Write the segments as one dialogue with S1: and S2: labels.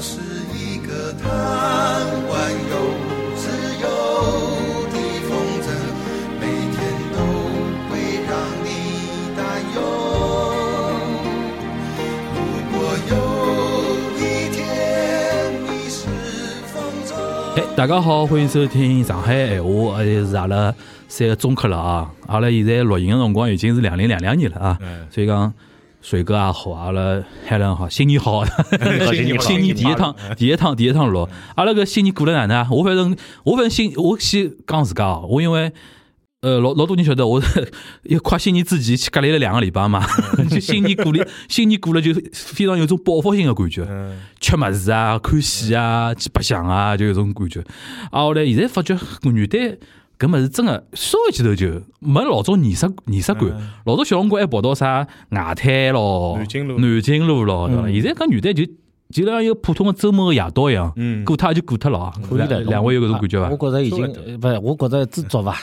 S1: 是一个贪玩又自由的风筝，每天都会让你担忧。如果有一天你是风
S2: 哎
S1: 筝，，
S2: 大家好，欢迎收听上海闲话，而且是阿拉三个中客了啊！阿拉现在录音的辰光已经是两零两两年了啊，
S3: 哎
S2: 所以讲水哥也好，阿拉海伦也好，新年 好，
S3: 新年好嗯
S2: 新年第一趟，第一趟，第一趟录，阿拉搿新年过了哪能啊？我反正我反正新，我先讲自家哦，我因为。呃，老老多人晓得我是 一快新年之前去隔离了两个礼拜嘛，
S3: 嗯
S2: 就新年过了，新年过了就非常有种报复性的感觉。
S3: 嗯，
S2: 吃物事啊、看戏啊、去白相啊，就有种感觉。啊，后来现在发觉，原来搿物事真个稍微记头就没老早仪式仪式感
S3: 嗯。
S2: 老早小辰光还跑到啥外滩咯、
S3: 南京路
S2: 南京路咯，对伐？
S4: 嗯
S2: 现在搿原来就就像一个普通的周末个夜到一样，
S3: 嗯
S2: 过脱也就过脱了啊。
S4: 可以的
S2: 两，两位有搿种感觉
S4: 啊我
S2: 伐？
S4: 觉着已经
S3: 差不
S4: 呃不是，我觉着知足 伐，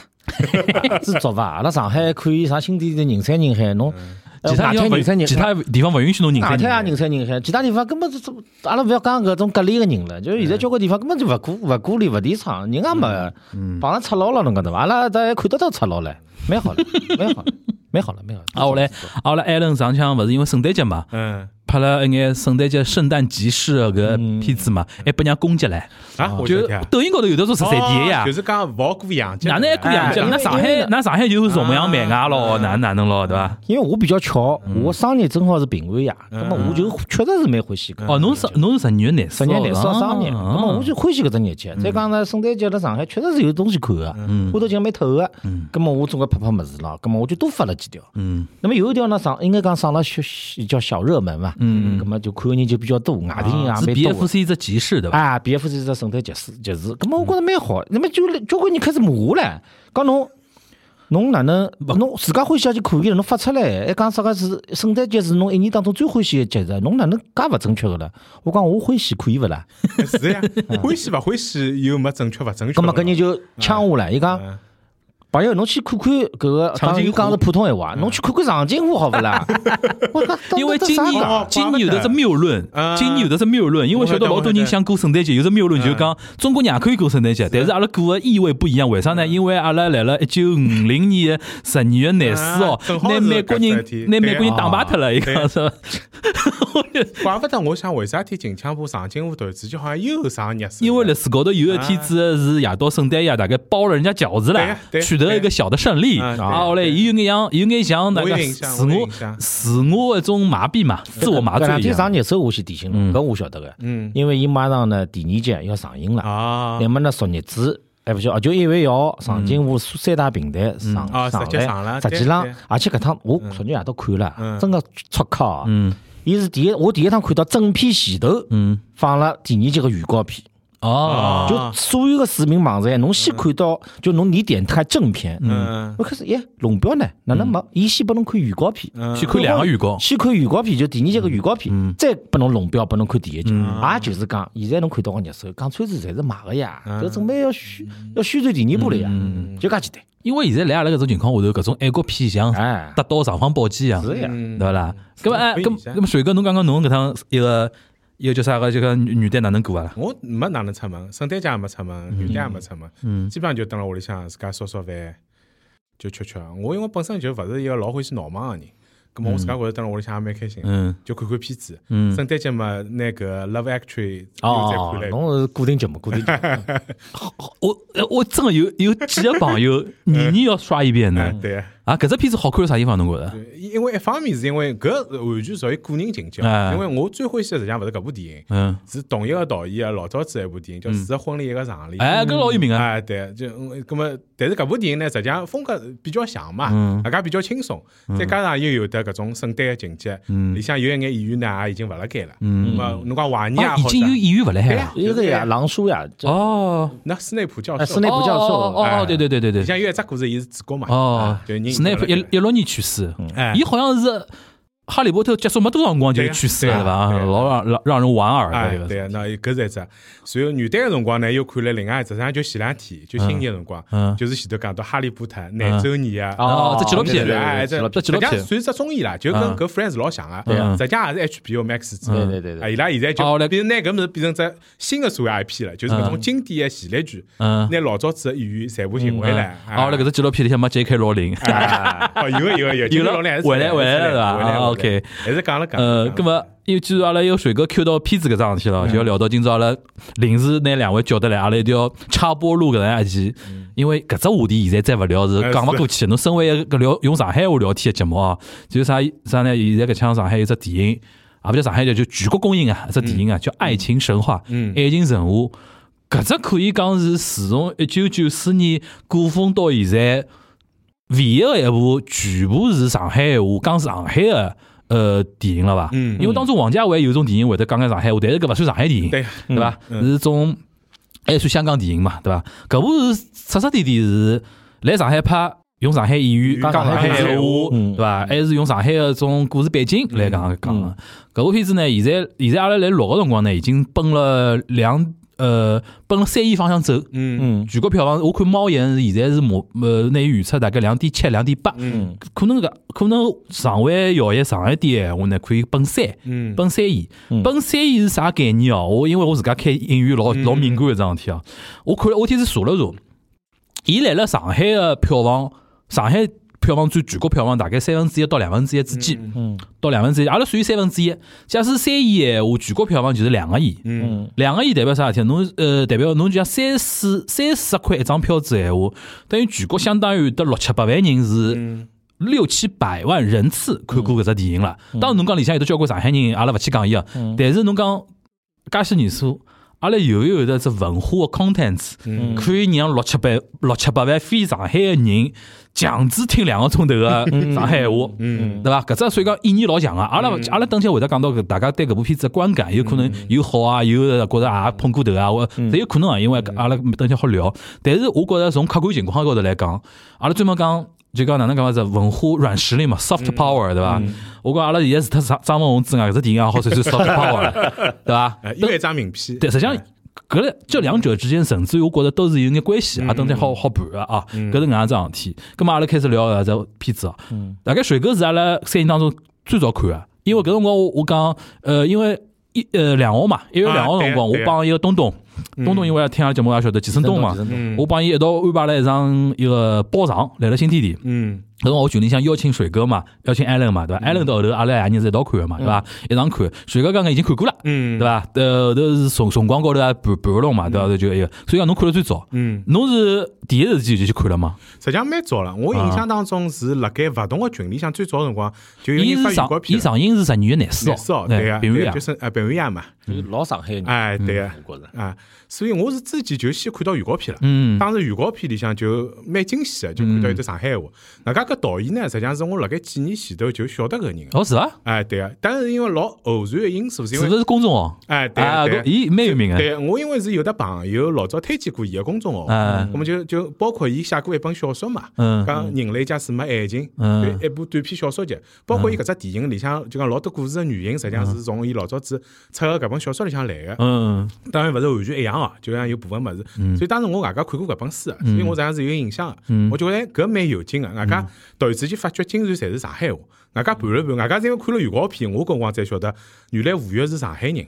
S4: 知足伐。阿拉上海可以啥新地点人山人海，侬呃
S2: 其他
S4: 外
S2: 地方
S4: 滩
S2: 勿
S4: 人山人
S2: 其
S4: 海。
S2: 他地方勿允许侬人
S4: 外
S2: 山
S4: 滩也啊
S2: 人
S4: 人山人海，其他地方根本就就阿拉勿要讲搿种隔离个人了，就是现在交关地方根本就勿鼓勿鼓励勿提倡，人家没
S2: 嗯
S4: 碰上赤佬了，侬讲对伐？阿拉大家看得到赤佬了，蛮好 了，蛮好了，蛮好了，蛮好了。
S2: 啊，后来阿拉艾伦上腔勿是因为圣诞节嘛，
S3: 嗯
S2: 拍了一眼圣诞节圣诞集市个
S4: 嗯
S2: 搿片子嘛，还拨人家攻击唻。
S3: 啊，我
S2: 哦就
S3: 的天，
S2: 抖音高头有的说十三天呀
S3: 就。是啊讲勿好过洋节，
S2: 哪能还过洋节？
S3: 哎
S2: 那上
S4: 因为
S2: 海，
S4: 呢
S2: 那上海就是崇洋媚外咯，
S3: 嗯
S2: 哪能哪能咯，对伐？
S4: 因为我比较巧，
S2: 嗯
S4: 我生日正好是平安夜，那么我就确实是蛮欢喜搿。
S2: 哦，侬是
S3: 嗯
S2: 侬是十二月廿
S4: 十
S2: 四号
S4: 年廿四号生日，那么我
S2: 哦
S4: 就欢喜搿只日节。再讲呢，圣诞节辣上海确实是有东西看个，花头景蛮透个。咁么我总归拍拍物事咯，咁么我就多发了几条。
S2: 嗯
S4: 那么有一条呢，上应该讲上了小叫小热门嘛，嗯，咁么就看个人就比较多，外地人也
S2: 啊是
S4: 蛮多的。
S2: BFC 只集市对伐？
S4: 啊，BF 是一只圣诞节日节日，咁么我觉着蛮好。那么就交关人开始骂我唻，讲侬侬哪能侬自家欢喜也就可以了，侬发出来还讲啥个是圣诞节是侬一年当中最欢喜个节日，侬哪能介勿正确个了？我讲我欢喜可以勿啦？
S3: 是呀，欢喜勿欢喜又没正确勿正确。
S4: 咁么搿
S2: 嗯
S4: 人就呛我了，伊讲
S3: 嗯
S4: 朋友，侬去看看搿个，
S2: 长
S4: 当然
S2: 津
S4: 伊
S2: 湖
S4: 讲是普通闲话，侬去看看长津湖好勿 啦？我讲
S2: 嗯因为今
S4: 啥
S2: 年
S3: 哦
S2: 今年有的是谬论，
S3: 啊
S2: 今年有的是谬论，因为晓得老多人想过圣诞节，有只谬论
S3: 嗯
S2: 就是讲中国人也可以过圣诞节，但是阿拉过个意味不一样，为啥
S3: 嗯
S2: 呢？因为阿拉来了一九五零年的十二月廿四号
S3: 啊正，好
S2: 拿
S3: 是
S2: 美国
S3: 搿
S2: 人
S3: 只天
S2: 拿美
S3: 对
S2: 国人打败脱了，伊
S3: 对
S2: 讲是吧？
S3: 怪勿得，我想为啥体近腔部长津湖头之间好像又上热搜了，
S2: 因为历史高头有一天子是夜到圣诞夜，大概包了人家饺子
S3: 对
S2: 了
S3: 呀对，呀
S2: 取得一个小的胜利。
S3: 对呀
S2: 然
S3: 啊
S2: 后嘞，
S3: 对呀
S2: 有眼像有眼像那
S3: 我
S2: 个
S3: 有印象
S2: 自
S3: 我有
S2: 我
S3: 印象
S2: 自我一种麻痹嘛，自我麻
S4: 搿两
S2: 醉一
S4: 天上
S2: 样。
S4: 热搜我先提醒侬，搿我晓得个，
S3: 嗯
S4: 因为伊马上呢第二季要上映了，
S3: 啊
S4: 那么呢昨日子。哎，勿晓得，就一月一
S2: 嗯
S4: 号，上津湖三大平台上
S3: 啊
S4: 上
S3: 直接上了
S4: 实际
S3: 对
S4: 上
S3: 对，
S4: 而且搿趟我昨日夜到看了，
S3: 嗯
S4: 真个出靠啊！
S2: 嗯
S4: 伊是第一，我第一趟看到正片前头
S2: 嗯，
S4: 放了第二集个预告片，
S2: 哦，
S4: 就所有的视频网站，侬先看到，就侬你点开正片，
S3: 嗯
S4: 我开始，耶，龙标呢？哪能没？伊先拨侬看预告片，
S2: 去看两个预告。
S4: 先看预告片，就第二集个预告片，再拨侬龙标，拨侬看第一集。也就是讲，现在侬看到个热搜，讲川剧侪是买个呀，就准备要宣要宣传第二部了呀，就介简单。
S2: 因为现在来阿拉搿种情况下头，搿种爱国片像
S4: 哎，
S2: 得到上方宝剑一样，
S4: 是呀，
S2: 对勿啦？搿么哎，
S3: 可以
S2: 搿么
S3: 理解
S2: 搿么水哥，侬讲讲侬搿趟一个一个叫啥个，就讲女女的哪能过啊？
S3: 我没哪能出门，圣诞节也没出门，
S2: 嗯
S3: 元旦也没出门，基本上就蹲辣屋里向自家烧烧饭，就吃吃。我因为本身就勿是一个老欢喜闹忙个人，咁么我自家觉着蹲辣屋里向也蛮开心的，
S2: 嗯
S3: 就看看片子。
S2: 嗯
S3: 圣诞节嘛，拿搿 Love Actually
S4: 哦
S3: 又再，看了。
S4: 侬是固定节目，固定节目。
S2: 我呃我真个有有几个朋友年年要刷一遍
S3: 哎
S2: 呢。
S3: 对，
S2: 啊，搿只片子好看是啥地方？侬觉着？
S3: 因为一方面是因为搿完全属于个人情节，
S2: 哎
S3: 因为我最欢喜的实际上勿是搿部电影，
S2: 嗯，
S3: 是同一个导演个老早子一部电影叫《四个婚礼一个葬礼》。
S2: 哎，搿老有名啊。
S3: 哎，对，就嗯咁么，但是搿部电影呢，实际上风格比较像嘛
S2: 嗯，
S3: 大家比较轻松，再加上又有得搿种圣诞个情节，里向有一眼演员呢也已经勿辣盖了，
S2: 嗯
S3: 咁么侬讲怀念也
S2: 啊，
S3: 好
S2: 已经有
S3: 啥
S2: 演员勿来海
S3: 对呀
S2: 了。
S4: 一个呀，狼叔呀，这
S2: 哦，
S3: 那斯内普教
S4: 哎
S3: 授，
S4: 斯内普教授
S2: 哦哦哦，
S3: 哎
S2: 对对对对
S3: 里
S2: 对，
S3: 向有一只故事，伊是主角嘛，
S2: 哦
S3: 啊，就人
S2: 斯奈普一一六年去世，
S3: 哎
S2: 伊好像是哈利波特》结束没多少辰光就
S3: 对
S2: 是
S3: 呀
S2: 去世了，
S3: 对呀
S2: 对伐？
S3: 对呀
S2: 老让让让人莞尔
S3: 哎，
S2: 的，
S3: 对
S2: 对
S3: 啊，那搿是一只。随后元旦个辰光呢，又看了另外一只，实际上就前两天，就新年的辰光，
S2: 嗯
S3: 就是前头讲到《哈利波特》廿周年啊。
S2: 伐？哦，这纪录
S3: 对
S2: 片，
S3: 对哎，
S2: 这
S3: 这
S2: 这纪录片
S3: 实际上。算是只综艺啦，就跟
S2: 嗯
S3: 搿 Friends 老像啊，
S2: 嗯
S3: 实际上也是 HBO Max 制的。
S4: 对对对对
S3: 啊，伊拉现在
S2: 哦来
S3: 就变成拿搿物事变成只新的所谓 IP 了，就是搿种经典的系列剧，
S2: 嗯
S3: 拿老早子的演员全部寻回来。哎
S2: 啊，后来搿只纪录片里向没 J.K. 罗琳，
S3: 哦，有个有个有个，
S2: 有了
S3: 老两还是
S2: 回来
S3: 回
S2: 回来了
S3: 回
S2: 吧
S3: 来回来
S2: 啊，OK
S3: 还是讲了讲了。
S2: 呃，
S3: 讲了
S2: 葛么，因为既然阿拉有水哥 Q 到片子搿桩事体
S3: 嗯
S2: 了，就要聊到今朝阿拉临时拿两位叫得来，阿拉一定要插播录搿能一期，因为搿只话题现在再勿聊是
S3: 嗯哎
S2: 讲勿
S3: 是
S2: 过去。侬身为一个聊用上海话聊天的节目啊，就是啥啥呢？现在搿腔上海有只电影，也勿叫上海叫就全国公映啊，一只电影啊叫《爱情神话》，
S3: 嗯
S2: 爱情神话。搿只可以讲是自从一九九四年古风到现在唯一的一部全部是上海话讲上海的呃电影了吧？
S3: 嗯
S2: 因为当中王家卫有种电影会得讲讲上海话，但是搿勿算上海电影，
S3: 对
S2: 对伐？是种还算香港电影嘛，对伐？搿部是彻彻底底是来上海拍。用上海演员
S4: 讲
S2: 讲上海
S3: 上海
S2: 闲话嗯
S3: 话，
S4: 嗯
S2: 对伐？还是用上海的种故事背景来讲讲的。搿部片子呢，现在现在阿拉来录个辰光呢，已经奔了两呃奔了三亿方向走。
S3: 嗯
S4: 嗯
S2: 全国票房，我看猫眼现在是目呃，那预测大概两点七、两点八，
S3: 嗯
S2: 可能个可能上海要一上一点闲话呢，可以奔三。
S3: 嗯，
S2: 奔三亿，
S4: 嗯
S2: 奔三亿是啥概念哦？我因为我自家开影院老老敏感一桩事体啊，我看了我天是查了查，伊来了上海的票房，上海票房占全国票房大概三分之一到两分之一之间，
S4: 嗯
S2: 到两分之一，阿拉属于三分之一。假使三亿闲话，全国票房就是两个亿，
S3: 嗯
S2: 两个亿代表啥事体？侬呃代表侬就像三四三四块一张票子闲话，等于全国相当于得六七百万人是
S3: 嗯
S2: 六七百万人次看过搿只电影了。当然侬讲里向有得交关上海人，阿拉勿去讲伊啊。但是侬讲介些年数，阿拉有没有得只文化的 content，
S3: 嗯
S2: 可以让六七百六七百万非上海的人强制听两个钟头的上海闲话。
S3: 嗯
S2: 对伐？搿只所以讲意义老强啊！阿拉勿阿拉等歇会得讲到搿大家对搿部片子的观感，有可能
S3: 嗯
S2: 有好啊，有觉着啊碰过头啊，我侪有可能啊，因
S3: 嗯
S2: 为阿拉等歇好聊。但是我觉着从客观情况高头来讲，阿拉专门讲。就讲哪能讲法子，文化软实力嘛，soft power 对伐？
S3: 嗯
S2: 我讲阿拉现在除脱张张文宏之外，搿只电影也好算算 soft power 了，对伐？
S3: 哎，又一张名片。
S2: 对，实际上搿个这两者之间，甚至于我觉着都是有眼关系啊，等下好好盘个啊，搿是搿能桩事体。咁嘛，阿拉开始聊搿只片子啊。大概水哥是阿拉三人当中最早看个，因为搿辰光我我讲，呃，因为一呃两号嘛，一月两号辰光，
S3: 啊
S2: 我
S3: 对啊
S2: 帮一个东东，东东因为听阿拉节目也晓得，季承东嘛，
S3: 嗯
S2: 我帮伊一道安排了一张一个包场，来了新天地。
S3: 嗯
S2: 搿辰光我群里向邀请水哥嘛，邀请艾伦嘛，对伐？艾伦到后头阿拉两个人是一道看个嘛，对伐？一场看，水哥刚刚已经看过了。
S3: 嗯，
S2: 对伐？呃，后头是辰辰光高头啊，盘盘弄嘛，对伐？头就一个，所以讲侬看了最早，
S3: 嗯，
S2: 侬是第一时间就去看了嘛？
S3: 实际上蛮早了。我
S2: 啊
S3: 印象当中是辣盖勿同个群里向最早的辰光就有
S2: 伊
S3: 人发
S2: 是
S3: 预
S2: 上
S3: 告
S2: 伊
S3: 片了。
S2: 上映是十二月廿四
S3: 廿四
S2: 号，
S3: 号，对
S2: 对
S3: 呀，
S2: 平
S3: 对
S2: 安
S3: 呀
S2: 夜啊
S3: 就。是呃，平安夜嘛，
S4: 就是老上海人，
S3: 哎，对呀，
S4: 我觉着，
S3: 啊，所以我是之前就先看到预告片了。
S2: 嗯
S3: 当时预告片里向就蛮惊喜的，就看到有只上海话。外加搿导演呢，实际上是我辣盖几年前头就晓得搿个人了。
S2: 哦，是伐？
S3: 哎，对啊，但是因为老偶然的因素，是因
S2: 是
S3: 为
S2: 勿是公众号？
S3: 哎，对啊
S2: 啊，
S3: 对啊
S2: 搿伊蛮有名个，
S3: 对，我因为是有的朋友老早推荐过伊个公众号，
S2: 嗯
S3: 那么就就包括伊写过一本小说嘛，
S2: 嗯
S3: 讲人类假使没爱情，
S2: 嗯
S3: 对，一部短篇小说集，包括伊搿只电影里向就讲老多故事的原型，实际上是从伊老早子出个搿本小说里向来个。
S2: 嗯
S3: 当然勿是完全一样哦，就像有部分物事。所以当时我外加看过搿本书的，
S2: 嗯
S3: 所以我实际上是有印象的。我觉得搿蛮有劲个，啊外加突然之间发觉竟然侪是上海话，外加盘了盘，外加是因为看了预告片，我搿辰光才晓得原来吴越是上海人。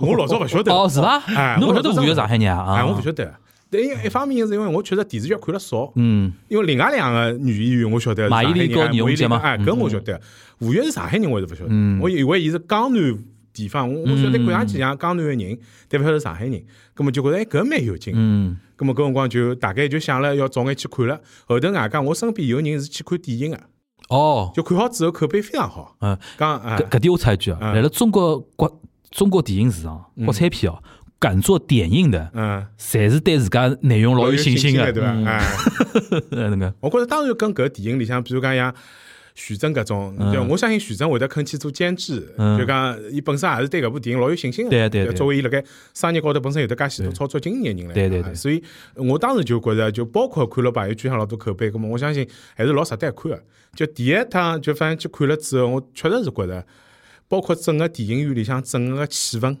S3: 我老早勿晓 得，
S2: 哦，是伐？
S3: 哎
S2: 侬
S3: 我
S2: 勿晓得
S3: 老早
S2: 五月上海人啊？
S3: 哎，
S2: 啊
S3: 我勿晓得。但因为一方面是因为我确实电视剧看了少，
S2: 嗯
S3: 因为另外两个女演员我晓得，
S2: 马伊琍跟
S3: 高
S2: 倪虹洁嘛
S3: 哎，搿我晓得。吴越是上海人，我是勿晓得，
S2: 嗯
S3: 我以为伊是江南地方，我我晓得看上去像江南个人，但勿晓得上海人，葛么就觉着哎搿蛮有劲。
S2: 嗯
S3: 葛么搿辰光就大概就想了要早眼去看了。后头外加我身边有人是去看电影个，啊
S2: 哦，
S3: 就看好之后口碑非常好，
S2: 嗯，
S3: 讲啊
S2: 搿搿点我插一句啊，
S3: 嗯
S2: 来了中国国中国电影市场，国产片哦，敢做点映的，
S3: 嗯，
S2: 侪是对自家内容老有信心
S3: 个
S2: 的，嗯
S3: 对伐？哎。
S2: 呃那个
S3: 我觉着当然跟搿电影里向，比如讲像《徐峥搿种，对，我相信徐峥会得肯去做监制，
S2: 嗯
S3: 就讲伊本身也是对搿部电影老有信心的。
S2: 对啊对啊
S3: 就
S2: 对啊
S3: 作为伊辣盖商业高头本身有得介许多操作经验的人来
S2: 对
S3: 讲，
S2: 对对
S3: 啊所以我当时就觉着，就包括看了朋友圈啊上老多口碑，咁么我相信还是老值得一看的。啊就第一趟就反正去看了之后，我确实是觉着，包括整个电影院里向整个气氛，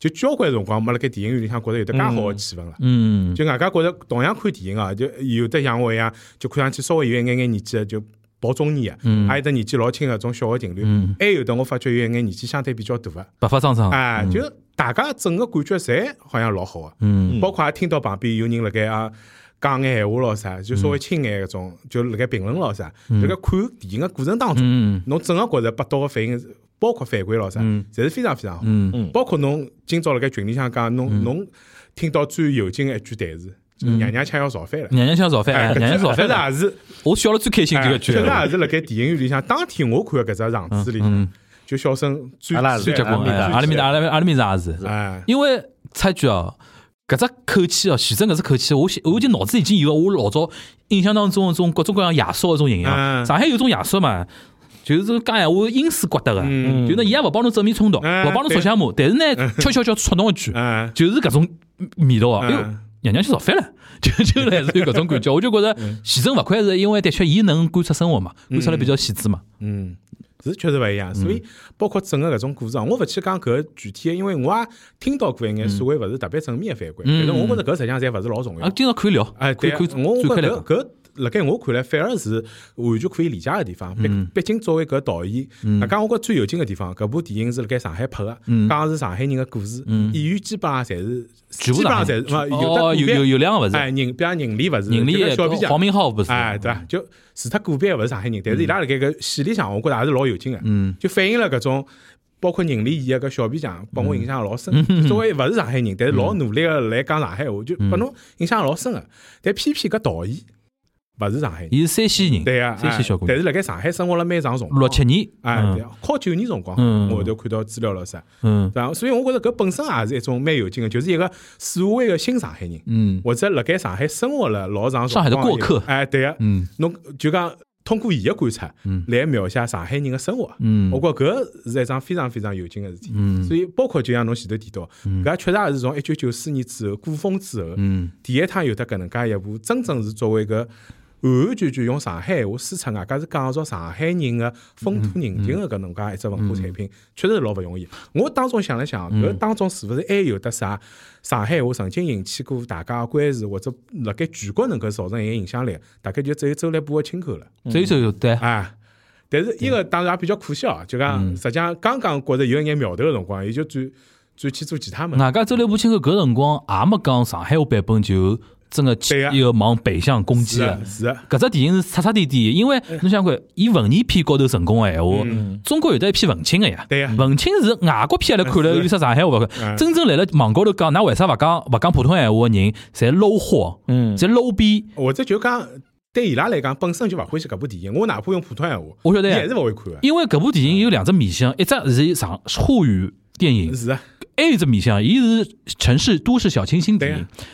S3: 就交关辰光没辣盖电影院里向觉着有得介好的气氛了。
S2: 嗯，
S3: 就外加觉着同样看电影啊，就有的像我一样，啊就看上去稍微有一眼眼年纪的啊就。跑中年
S2: 嗯
S3: 的，还有的年纪老轻的，种小的情侣，还有的我发觉有一眼年纪相对比较大的，
S2: 白发苍苍，
S3: 哎，就大家整个感觉侪好像老好个，
S2: 嗯，
S3: 包括也听到旁边有人辣盖啊讲眼闲话咯啥，就稍微轻眼搿种，就辣盖评论咯啥，辣盖看电影个过程当中，
S2: 嗯
S3: 侬整个觉着拨到个反应，包括反馈咯啥，侪是非常非常好。
S2: 嗯
S3: 包括侬今朝辣盖群里向讲，侬侬听到最有劲个一句台词，就是娘娘腔要造反了。
S2: 娘娘腔造反，嗯哎娘娘造反 了，
S3: 搿只也是
S2: 我笑了最开心就搿句
S3: 哎
S2: 了，
S3: 搿只也是辣盖电影院里向，当天我看个搿只场次里向，就笑声最
S4: 阿拉是
S3: 最
S2: 结棍，
S4: 阿拉面
S2: 哎
S4: 子
S2: 阿拉面嗯阿拉阿拉面上也是，
S3: 哎，
S2: 因为插一句哦，搿只口气哦，徐峥搿只口气，我现我已经脑子已经有我老早印象当中的种各种各样亚叔的种形象。
S3: 嗯
S2: 上海有种亚叔嘛，就是讲闲话阴湿刮得个，
S3: 嗯
S2: 就呢伊也勿帮侬正面冲突，
S3: 嗯
S2: 勿帮侬吵相骂，但是呢悄悄悄戳侬一句，
S3: 哎。
S2: 就是搿种味道哦。哎呦
S3: 嗯，
S2: 娘娘去造反了， 就就类似于搿种感觉。我就觉着
S3: 嗯
S2: 徐峥勿愧是因为的确伊能观察生活嘛，观察了比较细致嘛。
S3: 嗯，是确实勿一
S2: 嗯
S3: 样，所以包括整个搿种故事啊，我勿去讲搿具体的，因为我也听到过一眼所谓勿是特别正面的反馈，
S2: 嗯
S3: 但是我觉着搿实际上侪勿是老重
S2: 啊，
S3: 要。
S2: 今朝可以聊，
S3: 哎，
S2: 可以
S3: 对啊，
S2: 可
S3: 我
S2: 以
S3: 觉
S2: 展开来
S3: 着
S2: 讲
S3: 搿。搿辣盖我看来反而是完全可以理解个地方。毕
S2: 嗯
S3: 毕竟作为搿导演，外加我觉着最有劲个地方，搿部电影是辣盖上海拍个，
S2: 嗯
S3: 讲的是上海人个故事，演员基本上侪是
S2: 全
S3: 基
S2: 部
S3: 本上
S2: 上
S3: 侪是嘛，
S2: 哦，
S3: 有
S2: 有
S3: 的
S2: 有有两个勿是，
S3: 哎，人比方人力勿是，
S2: 人
S3: 就
S2: 力
S3: 跟小皮匠
S2: 黄明昊不是，
S3: 哎，对吧？就是他个别也勿是上海人，但是伊拉辣盖搿戏里向，我觉着还是老有劲个，
S2: 嗯
S3: 就反映了搿种包括人力演个搿小皮匠，帮我印象老深。
S2: 嗯
S3: 作为勿是上海人，但是老努力个来讲上海话，就拨侬印象老深个。但偏偏搿导演勿是上海人，
S2: 伊是山西人，
S3: 对啊，
S2: 山西嗯小姑
S3: 但
S2: 娘，
S3: 是辣盖上海生活了蛮长辰光，
S2: 六七年，
S3: 哎，
S2: 嗯
S3: 对啊，靠九年辰光
S2: 嗯，
S3: 我都看到资料了噻。
S2: 嗯
S3: 然后，所以我觉着搿本身也是一种蛮有劲个，就是一个所谓个新上海人。
S2: 嗯
S3: 或者辣盖上海生活了老长辰
S2: 上海的
S3: 光
S2: 过客
S3: 一个哎，对个，
S2: 嗯
S3: 侬就讲通过伊个观察来描写上海人的生活。
S2: 嗯
S3: 我觉搿是一桩非常非常有劲个事体。
S2: 嗯
S3: 所以包括就像侬前头提到，搿确实也是从一九九四年之后古风之后，
S2: 嗯
S3: 第一趟有得搿能介一部真正是作为搿。完完全全用上海话输出，外加是讲述上海人的风土人情的搿能介一只文化产品，
S2: 嗯
S3: 确实是老勿容易。我当中想了想，搿当中是勿是还有得啥上海话曾经引起过大家的关注，或者辣盖全国能够造成一定影响力，大概就只有周立波的亲口了。
S2: 这一首有对，
S3: 啊。但是伊个当然也比较可惜哦，就讲实际上刚刚觉着有一眼苗头个辰光，伊就转转去做其他物事。
S2: 外加周立波亲口搿辰光也没讲上海话版本就真个去
S3: 对啊
S2: 一个往北向攻击
S3: 是
S2: 了
S3: 啊。哎是啊，
S2: 搿只电影是彻彻底底，因为侬想看，伊文艺片高头成功个闲话，中国有得一批文青个呀。
S3: 嗯对呀
S2: 文青是外国片来看了，有啥上海话勿看？
S3: 嗯
S2: 真正来了网高头讲，㑚为啥勿讲勿讲普通闲话个人，侪 low 货，
S4: 嗯
S2: 侪 low 逼。
S3: 或者就讲对伊拉来讲，本身就勿欢喜搿部电影。我哪怕用普通闲话，
S2: 我晓得
S3: 伊
S2: 呀
S3: 还是勿会看个。
S2: 因为搿部电影有两只面向，一只是上沪语电影，
S3: 是啊，
S2: 还有一只面向，伊是城市都市小清新电
S3: 对
S2: 影
S3: 啊。嗯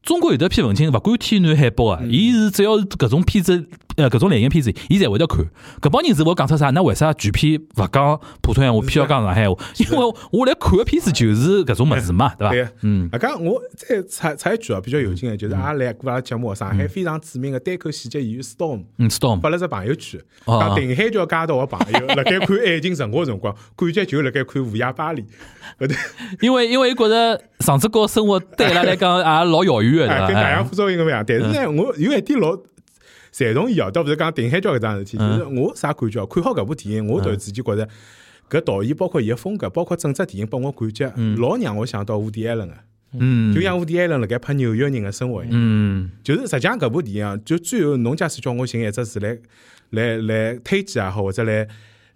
S2: 中国有得批文青，勿管天南海北个，啊伊是只要是搿种片子，呃，搿种类型片子，伊侪会得看。搿帮人是会讲出啥？那为啥全片勿讲普通闲话，偏要讲上 海话？因为我来看个片子就是搿种物事嘛，对
S3: 对
S2: 伐
S3: 啊？
S2: 嗯，
S3: 啊，讲我再插插一句啊，比较有劲个，就是阿拉来过阿拉节目，上海非常著名个单口喜剧演员 Storm
S2: 嗯，storm
S3: 发了只朋友圈，
S2: 哦
S3: 讲定海桥街道个朋友辣盖看《爱情神话》辰光，感觉就辣盖看《午夜巴黎》搿搭。
S2: 因为因为觉着上职高生活对伊拉来讲也老遥 远个，对
S3: 哎，跟
S2: 伐
S3: 大洋
S2: 哎？
S3: 副作用个勿一样。但是呢，我有一点老赞同伊哦，倒勿是讲定海桥搿桩事体，
S2: 嗯
S3: 就是我啥感觉哦？看好搿部电影，我突然之间觉着搿导演包括伊个风格，包括整只电影拨我感觉，老让我想到伍迪·艾伦个，
S2: 嗯
S3: 就像伍迪·艾伦辣盖拍纽约人个生活一样。
S2: 嗯
S3: 就是实际上搿部电影啊，就最后侬假使叫我寻一只词来来来推荐也好，或者来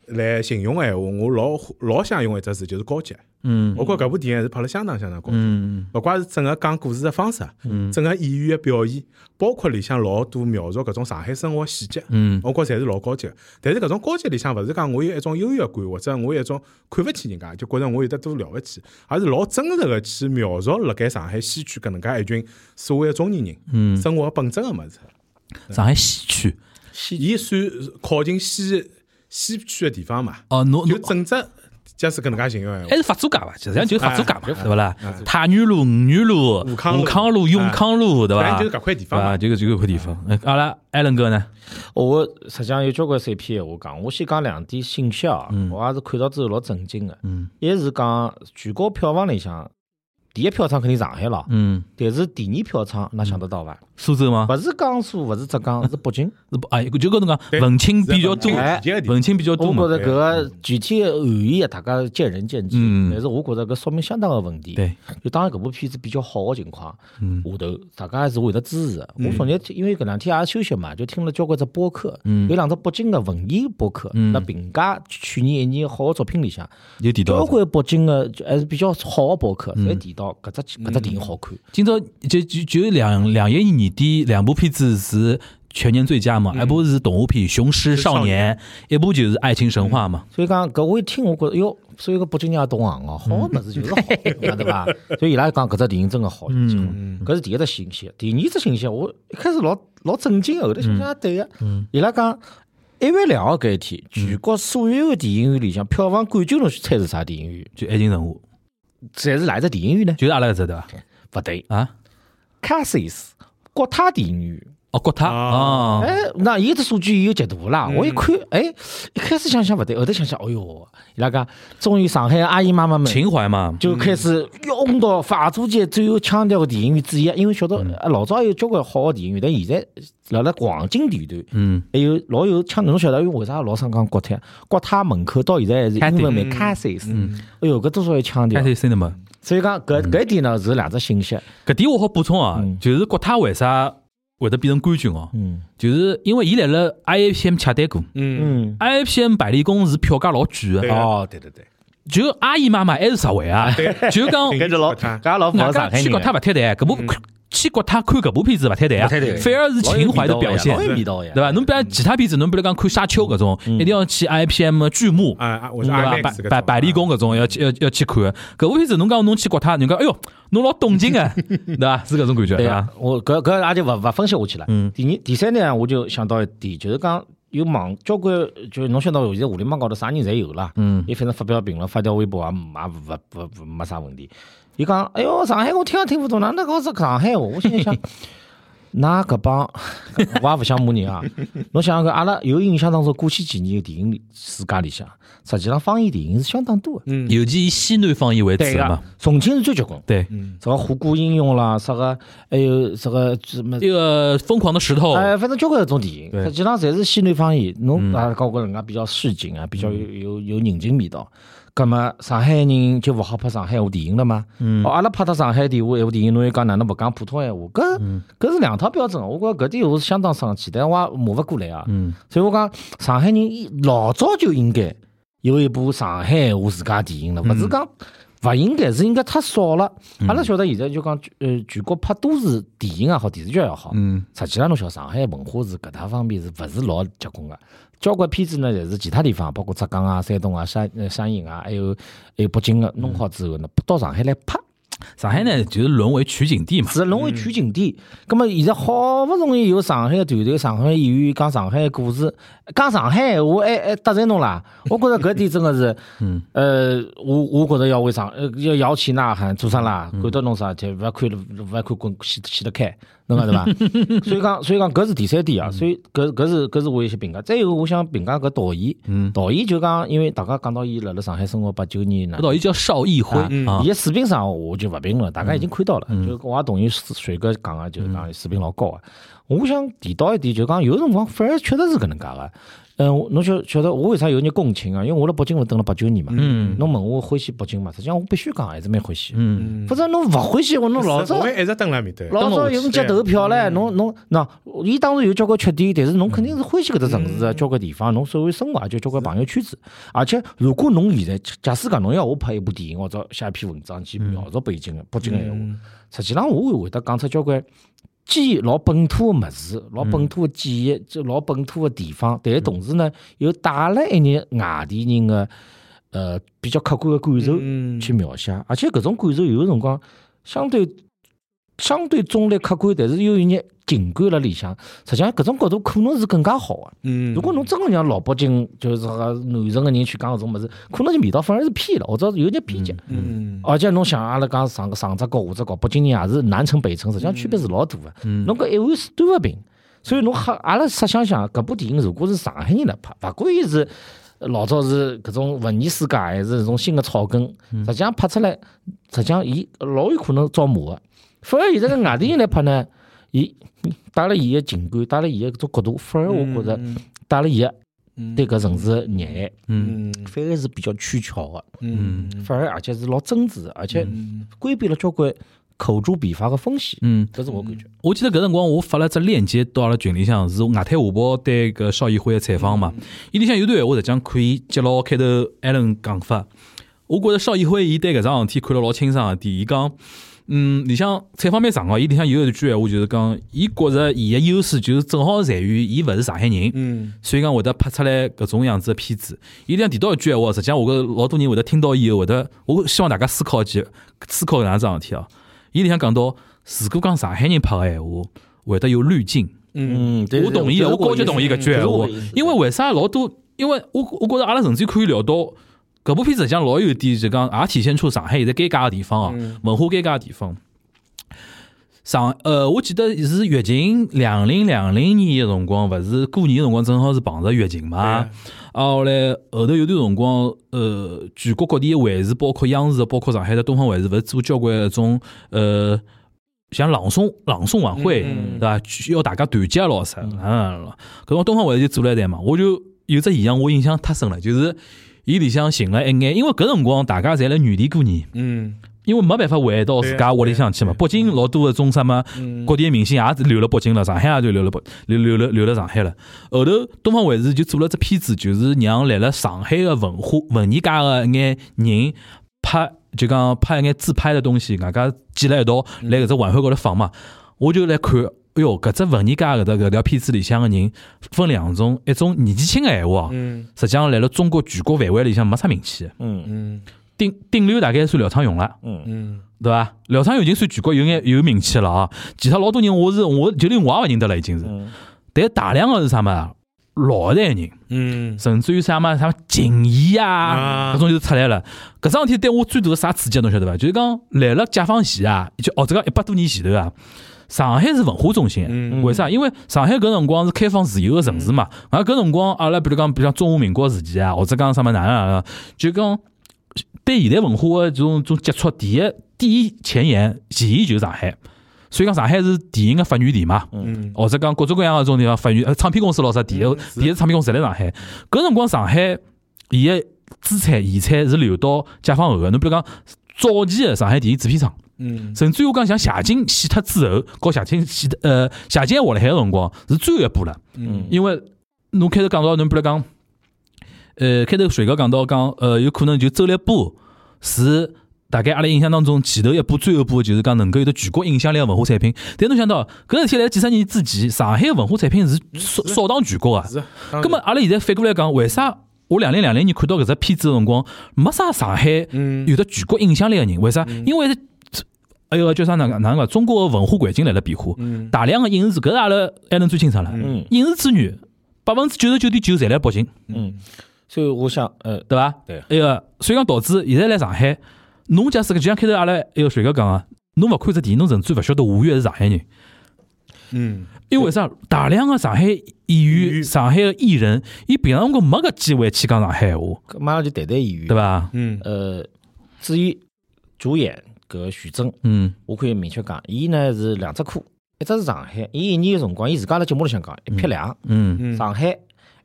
S3: 来形容个闲话，我老老想用一只词，就是高级。
S2: 嗯，
S3: 我觉得搿部电影是拍了相当相当高级。
S2: 嗯
S3: 勿怪是整个讲故事的方式，啊整个演员的表现，包括里向老多描述搿种上海生活细节，
S2: 嗯
S3: 我觉着侪是老高级的。但是搿种高级里向勿是讲我有一种优越感，或者我有一种看勿起人家，就觉着我有得多了勿起，而是老真实个去描述辣盖上海西区搿能介一群所谓的中年人、
S2: 嗯，
S3: 生活本质个物事。
S2: 上海西区，
S3: 伊算靠近西西区个地方嘛，
S2: 哦，哎侬
S3: 就
S2: 侬
S3: 整只假使搿能介寻个闲
S2: 还
S3: 话，
S2: 是法租界伐？实际上就是法租界嘛，
S3: 哎
S2: 对勿啦？太原路、五原路、
S3: 武康路哎
S2: 武康路、永康路，对伐？
S3: 反正就是搿块地方
S2: 啊，
S3: 嘛。
S2: 就搿就搿块地方。哎阿拉艾伦哥呢？
S4: 我实际上有交关 CP 闲话讲，我先讲两点信息啊，我也是看到之后老震惊的。
S2: 嗯
S4: 一是讲全国票房里向，第一票仓肯定上海了，
S2: 嗯，
S4: 但是第二票仓㑚想得到伐？
S2: 苏州吗？
S4: 勿是江苏，勿是浙江，是北京。
S2: 是不哎，就搿能
S3: 对
S2: 讲，文青比较
S3: 是
S2: 多
S3: 文青，
S4: 哎
S3: 比较多
S2: 文青比较
S4: 我
S2: 多
S4: 觉
S2: 嘛。
S4: 着搿个具体的含义啊，大家见仁见智
S2: 嗯。
S4: 但是我觉着搿说明相当的问题。
S2: 对，
S4: 就当然搿部片子比较好的情况
S2: 嗯
S4: 下头，大家还是会得支持的。我昨日因为搿两天也休息嘛，就听了交关只播客，
S2: 嗯
S4: 有两只北京的文艺播客，那评价去年一年好的作品里向，
S2: 有嗯提
S4: 交
S2: 到。嗯
S4: 关北京的就还是比较好的播客，侪提到搿只搿只电影好看。
S2: 今朝就就就两两一年底两部片子是全年最佳嘛，
S3: 嗯
S2: 一部是动画片《雄狮少年》，一部就是《爱情神话》
S3: 嗯
S2: 嘛。
S4: 所以讲，搿我一听，我觉着哟，所以搿北京人也懂行哦，好物事就是好，对伐？所以伊拉讲搿只电影真个好，搿是第一只信息。第二只信息，我一开始老老震惊的，后头想想也对个。伊拉讲一月两号搿一天，全国所有个电影院里向票房冠军，侬去猜是啥电影院？
S2: 就《爱情神话》，
S4: 侪是哪一只电影院呢？
S2: 就是阿拉搿只对伐？
S4: 勿对
S2: 啊，
S4: ，Cassis 国泰电影院。
S2: 哦，国泰
S3: 啊
S2: 哦，
S4: 哎，那伊只数据伊有截图啦，我一看，哎，一开始想想勿对，后头想想，哎哟，伊拉讲，终于上海的阿姨妈妈们。
S2: 情怀嘛。
S4: 就开始用到法租界最有腔调的电影院之一，因为晓得啊老早也有交关好的电影院，但现在辣辣黄金地段，
S2: 嗯，
S4: 还有老有腔调。侬晓得因为为啥老想讲国泰？国泰啊门口到现在还是英文名 c a s s i s 哎哟，搿多少有腔调
S3: 啊
S2: 开。始 cinema。
S4: 所以讲搿搿一点呢是两只信息，
S2: 搿点我好补充啊，就是国泰为啥会得变成冠军哦？
S4: 嗯
S2: 就是因为伊来了 IAPM 洽谈过
S3: 嗯，
S4: 嗯，
S2: ，IAPM 百丽宫是票价老贵
S3: 对
S2: 的，
S3: 哦，
S4: 对对对，
S2: 就阿姨妈妈还是实惠啊， 就讲
S3: 对
S4: 搿就老
S3: 搿
S4: 搿也老符合
S2: 外加
S4: 上海
S2: 去
S4: 人
S2: 国泰
S4: 的，
S2: 勿贴台，搿部去国泰看搿部片子勿贴台啊，
S4: 勿贴台
S2: 反而是情怀的表现
S4: 老。有味道呀，
S2: 对伐？侬比如其他片子，侬比如讲看《沙丘》搿种，
S4: 嗯
S2: 一定要去 IPM 剧目，
S3: 啊啊，我是
S2: 嗯对伐？百
S3: IMAX 搿种
S2: 百百丽宫搿种要去要要去看。搿部片子侬讲侬去国泰，人家哎哟，侬老动静啊， 对伐？是搿种感觉，对
S4: 对啊呀
S2: 伐？，
S4: 我搿搿也就勿勿分析下去了。
S2: 嗯
S4: 第二、第三呢，我就想到一点，就是讲有网交关，就是侬晓得现在互联网高头啥人侪有啦。
S2: 嗯
S4: 伊反正发表评论、发条微博也啊也勿勿勿没啥问题。伊讲，哎哟，上海我听也听勿懂，哪能讲是上海话？我心 里想，那搿帮我也勿想骂 人啊。侬想想看，阿拉有印象当中过去几年的电影世界里向，实际上方言电影是相当多的。
S2: 尤其以西南方言为主
S4: 个
S2: 嘛，，
S4: 重庆是最结棍。
S2: 对。
S4: 什么虎姑应用啦，啥个，还有啥个什么
S2: 一个疯狂的石头，
S4: 哎，反正交关搿种电影，
S2: 对嗯
S4: 实际上侪是西南方言，侬啊搞过人家比较市井啊，比较有有有人情味道。葛么上海人就勿好拍上海话电影了吗？
S2: 嗯
S4: 哦，阿拉拍到上海电话，一部电影侬又讲哪能勿讲普通闲话？搿
S2: 嗯
S4: 搿是两套标准，我觉着搿点我是相当生气，但我也骂勿过来啊。
S2: 嗯，
S4: 所以我讲上海人一老早就应该有一部上海话自家电影了，勿是讲勿应该，是应该太少了。阿拉晓得现在就讲呃，全国拍都市电影也好，电视剧也好，
S2: 嗯，
S4: 实际上侬晓得上海文化是搿搭方面是勿是老结棍个？交关片子呢，侪是其他地方，包括浙江啊、山东啊、山呃山阴啊，还有还有北京个，弄好之后呢，到上海来拍，
S2: 上海呢就是沦为取景地嘛，
S4: 是沦为取景地。咁么现在好不容易有上海个团队、上海的演员讲上海的故事，讲上海闲话，哎还还得罪侬啦。我觉着搿点真个是，呃，我我觉着要为上呃要摇旗呐喊，做啥啦？管得侬啥事体，勿要看勿要看滚洗洗得开，侬讲对伐？ 所以讲，所以讲搿是第三点啊。所以搿搿是搿是我一些评价。再有，我想评价搿导演，导演就讲，因为大家讲到伊辣辣上海生活八九年呢
S2: 搿。导演叫邵艺辉啊嗯
S4: 伊，个水平上我就勿评论，大家已经看到了。就我也同意水哥讲个，就是讲水平老高个。我想提到一点，就讲有辰光反而确实是搿能介个。嗯，我侬晓晓得我为啥有眼共情啊？因为我辣北京勿蹲了八九年嘛。
S2: 嗯
S4: 侬问我欢喜北京嘛？实际上我必须讲还是蛮欢喜。
S2: 嗯，
S4: 否则侬勿欢喜我，侬老早
S3: 我也一直蹲辣埃面头，
S4: 老早有人
S3: 嗯
S4: 接投票嘞，侬侬那伊当然有交关缺点，但是侬肯定是欢喜搿只城市的交关地方，侬所谓生活也就交关朋友圈子。而且如果侬现在假使讲侬要我拍一部电影或者写一篇文章去描述北京的北京的闲
S3: 嗯
S4: 话，实际上我会会得讲出交关。既老本土的物事，老本土的记忆，就老本土的地方，但是同时呢，又带了一眼外地人的呃比较客观的感受
S3: 嗯
S4: 去描写，而且搿种感受有的辰光相对相对中立客观，但是又有眼情感辣里向，实际上搿种角度可能是更加好个、
S3: 嗯
S4: 如果侬真个让老北京就是个南城个人去讲搿种物事，可能就味道反而是偏了，或者有点偏激。
S3: 嗯
S4: 而且侬想，阿拉讲上上只角、下只角，北京人也是南城北城，实际上区别是老大个。
S3: 嗯
S4: 侬搿一碗是端勿平，所以侬哈，阿拉设想想，搿部电影如果是上海人来拍，勿管伊是老早是搿种文艺世界，还是种新个草根，实际上拍出来，实际上伊老有可能招骂个。反而现在个外地人来拍呢，伊带了伊个情感，带了伊个搿种角度，反而我觉着带了伊个对搿城市个热爱，
S3: 嗯
S4: 反而是比较躯壳个。
S3: 嗯
S4: 反而而且是老真挚，而且规避了交关口诛笔伐个风险。
S2: 嗯，
S4: 搿是我感觉。
S2: 我记得搿辰光我发了只链接到阿拉群里向，是外滩画报对搿邵艺辉的采访嘛。伊里向有段闲话，实际上可以接牢开头艾伦讲法。我觉着邵艺辉伊对搿桩事体看了老清爽个点，伊讲，嗯，里向采访蛮长个，伊里向有一句闲话就是讲，伊觉着伊个优势就是正好在于伊勿是上海人。
S3: 嗯
S2: 所以讲会得拍出来搿种样子的片子。伊里向提到一句闲话，实际上我觉着老多人会得听到以后会得，我希望大家思考一记，思考搿能桩事体哦。伊里向讲到，如果讲上海人拍个闲话，会得有滤镜。
S3: 嗯
S4: 嗯，
S2: 我同意，我高级同意搿句闲话
S4: 我意思，
S2: 因为为啥老多？因为我我觉着阿拉甚至可以聊到搿部片子，实际上老有一点就讲也体现出上海现在尴尬个地方哦，文化尴尬个地方。上呃，我记得是疫情两零两零年个辰光，勿是过年个辰光，正好是碰着疫情嘛。啊，后来后头有段辰光，呃，全国各地的卫视，包括央视的，包括上海的东方卫视，勿是做交关搿种呃，像朗诵朗诵晚会，
S3: 嗯嗯
S2: 对伐？需要大家团结咯，啥嗯，搿辰光东方卫视就做了一台嘛，我就有只现象，我印象太深了，就是伊里向寻了一眼，因为搿辰光大家侪辣原地过年。
S3: 嗯
S2: 因为没办法回到自家屋里向去嘛，北京老多的种什么
S3: 啊嗯
S2: 各地的明星也是留了北京了，上海也就留了北留留了留了上海了。后头东方卫视就做了只片子，就是让来了上海的文化文艺界的一眼人拍，就讲拍一眼自拍的东西，外加聚辣一道
S3: 嗯
S2: 来搿只晚会高头放嘛。我就来看，哎哟，搿只文艺界搿搭搿条片子里向的人分两种，一种年纪轻的闲话啊，
S3: 嗯
S2: 实际上来了中国全国范围里向没啥名气的，
S4: 嗯
S3: 嗯
S2: 顶顶流大概算廖昌永了。
S4: 嗯
S3: 嗯
S2: 对伐？廖昌永已经算全国有眼有名气了啊！其他老多人，我是我就连我也勿认得了，已经是。
S4: 嗯
S2: 但大量个是啥么？老一代人，
S3: 嗯
S2: 甚至于啥么啥么锦衣啊，
S3: 啊
S2: 搿种就出来了。搿桩事体对我最大的啥刺激啊，侬晓得伐？就是讲来了解放前啊，就哦，这个一百多年前头啊，上海是文化中心。啊
S3: 嗯
S2: 为啥？因为上海搿辰光是开放自由个城市嘛，啊，搿辰光阿拉比如讲，比如讲中华民国时期啊，或者讲啥么哪能哪能，就讲对现代文化个这种种接触，第一第一前沿前沿就是上海，所以讲上海是电影个发源地嘛，
S3: 嗯
S2: 或者讲哦各种各样个种地方发源，呃，唱片公司咯啥，第一
S3: 嗯是
S2: 第一唱片公司侪来上海，搿辰光上海伊个资产遗产是留到解放后个，侬比如讲早期个上海电影制片厂。
S3: 嗯
S2: 甚至于我讲像谢晋死脱之后，和谢晋死呃谢晋还活辣海个辰光是最后一步了，
S3: 嗯
S2: 因为侬开头讲到侬比如讲，呃开头水哥讲到讲呃有可能就周立波是。大概阿拉印象当中，前头一步、最后一步，就是讲能够有得全国影响力个文化产品。但侬想到，搿事体来几十年之前，上海文化产品是
S3: 嗯
S2: 扫扫荡全国个。啊
S3: 是，
S2: 咁么，阿拉现在反过来讲，为啥我两零两零年看到搿只片子个辰光，没啥上海
S3: 嗯
S2: 有的全国影响力个人，为啥？因为是哎呦，叫啥哪能哪能讲？中国个文化环境辣辣变化，
S3: 嗯
S2: 大量个影视，搿是阿拉还能最清爽了。
S4: 嗯
S2: 影视资源百分之九十九点九侪辣北京，
S4: 嗯，所以我想，呃，
S2: 对伐？
S4: 对
S2: 哎个，所以讲导致现在来上海，侬假使搿就像开头阿拉哎还有谁个讲个，侬勿看只电影，侬甚至勿晓得吴越是上海人。
S3: 嗯
S2: 因为为啥大量个上海演员、上海个艺人，伊平常辰光没搿机会去讲上海闲话，
S4: 搿马上就谈谈演员，
S2: 对？伐？
S3: 嗯
S4: 呃，至于主演搿徐峥，
S2: 嗯
S4: 我可以明确讲，伊呢是两只科，一只是上海，伊一年个辰光，伊自家辣节目里向讲一撇两，
S2: 嗯
S3: 嗯
S4: 上海。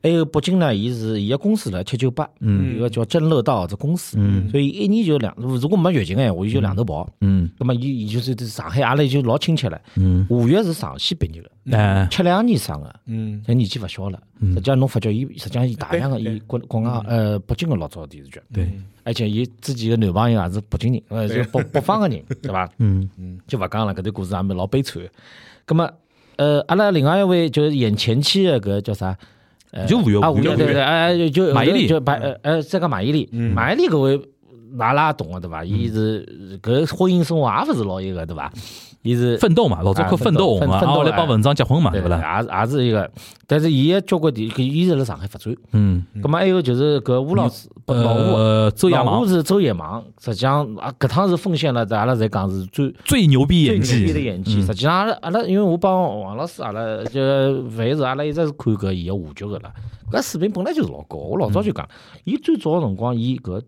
S4: 还有北京呢，伊是伊个公司辣七九八，
S2: 嗯
S4: 有个叫真乐道这公司，
S2: 嗯
S4: 所以一年就两，如果没疫情个闲话，伊就两头跑。
S2: 嗯
S4: 那么伊伊就是对上海，阿拉就老亲切了。
S2: 嗯，
S4: 五月是上戏毕业的，
S2: 哎，
S4: 七两年生的，
S3: 嗯
S4: 但年纪勿小了。
S2: 嗯
S4: 实际上侬发觉伊，实际上伊大量的伊国国外呃北京的老早的电视剧，
S2: 对，
S4: 而且伊自己的男朋友也是北京人，呃是北北方的人，对伐？
S2: 嗯
S4: 就勿讲了，搿段故事也蛮老悲惨的。葛么呃，阿拉另外一位就是演前妻的搿叫啥？呃
S2: 就五月
S4: 啊，
S2: 五
S4: 五
S2: 月
S4: 月对
S2: 五
S4: 对，
S2: 月
S4: 哎哎就
S2: 马伊琍嗯
S4: 就把呃呃再讲马伊琍，马伊琍搿位。阿拉也懂个对伐？伊是搿婚姻生活也勿是老一个对伐？伊是
S2: 奋斗嘛，老早看
S4: 啊
S2: 奋斗红啊，
S4: 奋
S2: 啊
S4: 斗哎
S2: 后来帮文章结婚嘛，
S4: 对
S2: 对不啦？
S4: 也是也是一个，但是伊也交关地，伊是辣上海发展。
S2: 嗯，
S4: 咁么还有就是搿吴老师，不老吴啊，
S2: 呃，周亚
S4: 老吴
S2: 芒
S4: 是周野芒，实际上啊，搿趟是奉献了，阿拉侪讲是最
S2: 最牛逼
S4: 最
S2: 演
S4: 牛逼
S2: 技，
S4: 的
S2: 嗯
S4: 演技。实际上，阿拉阿拉，因为我帮王老师，阿拉就凡是阿拉一直是看搿伊个话剧个啦，搿水平本来就是老高。我老早就讲，
S2: 嗯
S4: 伊最早个辰光，伊搿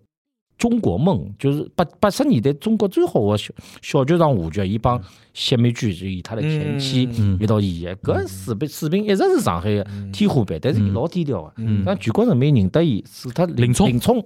S4: 中国梦就是八八十年代中国最好个小小剧场话剧，伊帮谢美娟就以她的前妻
S2: 嗯
S4: 一道演个，搿水平水平一直是上海个天花板，但是伊老低调个啊
S2: 嗯，
S4: 但全国人民认得伊，使他
S2: 林冲
S4: 林冲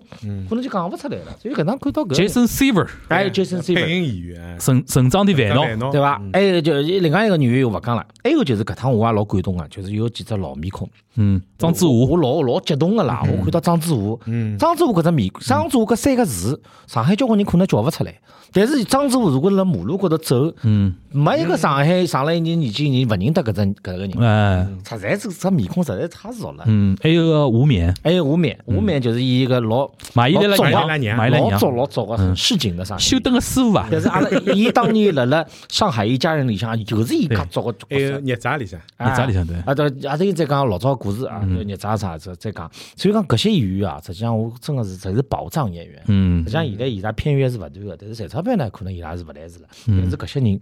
S4: 可能就讲勿出来了。所以搿趟看到搿个，
S2: ，Jason Seaver，
S4: 还有 Jason s e v e
S3: 配音演员，
S2: 成成长的烦恼，
S3: 烦恼
S2: 嗯
S4: 对伐？还有就是另外一个演员我勿讲了，还有就是搿趟我也老感动啊，就是有几只老面孔，
S2: 嗯，张之
S4: 我
S2: 武，
S4: 我老老激动个啦，
S2: 嗯
S4: 我看到张之武，张之武搿只面，张之武搿三个字，上海交关人可能叫勿出来，但是张之武如果辣马路高头走，
S2: 嗯，
S4: 没一个上海上来一年年纪人勿认得搿只搿个人，
S2: 哎，
S4: 实在是只面孔实在太熟了。哎
S2: 嗯，还有个吴冕，
S4: 还有吴冕，吴冕就是伊一个老
S2: 马伊琍
S4: 老
S2: 来
S4: 早
S3: 马伊
S2: 娘
S3: 琍来，娘
S2: 马伊琍
S4: 老早
S2: 娘，
S4: 老早个很市井的上海人。
S2: 嗯修灯的师傅啊，
S4: 但 是阿拉伊当年辣辣上海一家人里向，就是伊家做个角
S3: 还有
S4: 色。
S3: 孽债里向，
S2: 哎你咋里向对嗯
S4: 啊，对，阿头再讲老早故事啊，孽债啥子再讲，所以讲搿些演员啊，实际上我真的是侪是宝藏演员。
S2: 嗯
S4: 实际上现在伊拉片约是勿断个，但是陈超班呢，可能伊拉是勿来事了。但
S2: 嗯
S4: 是搿些人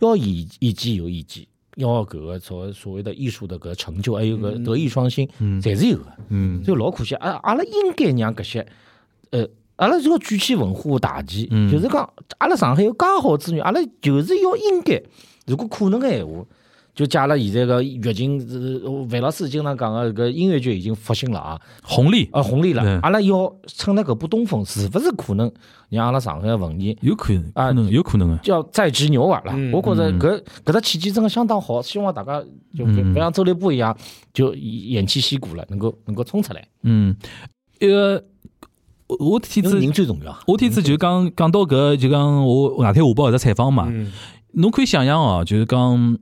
S4: 要演演技有演技，要搿个所所谓的艺术的搿成就，还有搿德艺双馨，侪是有个。
S2: 嗯
S4: 所以老可惜，啊阿阿拉应该让搿些，呃，阿拉是要举起文化的大旗，
S2: 嗯
S4: 就是讲，阿拉上海有介好资源，阿拉就是要应该，如果可能个闲话，就借阿拉现在个乐经，呃范老师经常讲个搿音乐剧已经复兴了啊，
S2: 红利
S4: 呃红利
S2: 对
S4: 了，阿拉要趁着搿波东风，是勿是可能让阿拉上海个文艺？
S2: 有可能，
S4: 啊
S2: 可能有可能啊，
S4: 叫再执牛耳了，
S3: 嗯
S4: 我觉着搿搿只契机真的相当好，希望大家就
S2: 嗯
S4: 不不像周立波一样，就偃旗息鼓了，能够能够冲出来，
S2: 嗯，
S4: 啊
S2: 呃，我我天
S4: 因为
S2: 子
S4: 人最重要。
S2: 我天子就讲讲到搿，就讲我外天下班有只采访嘛，
S3: 嗯
S2: 侬可以想象哦，就是讲，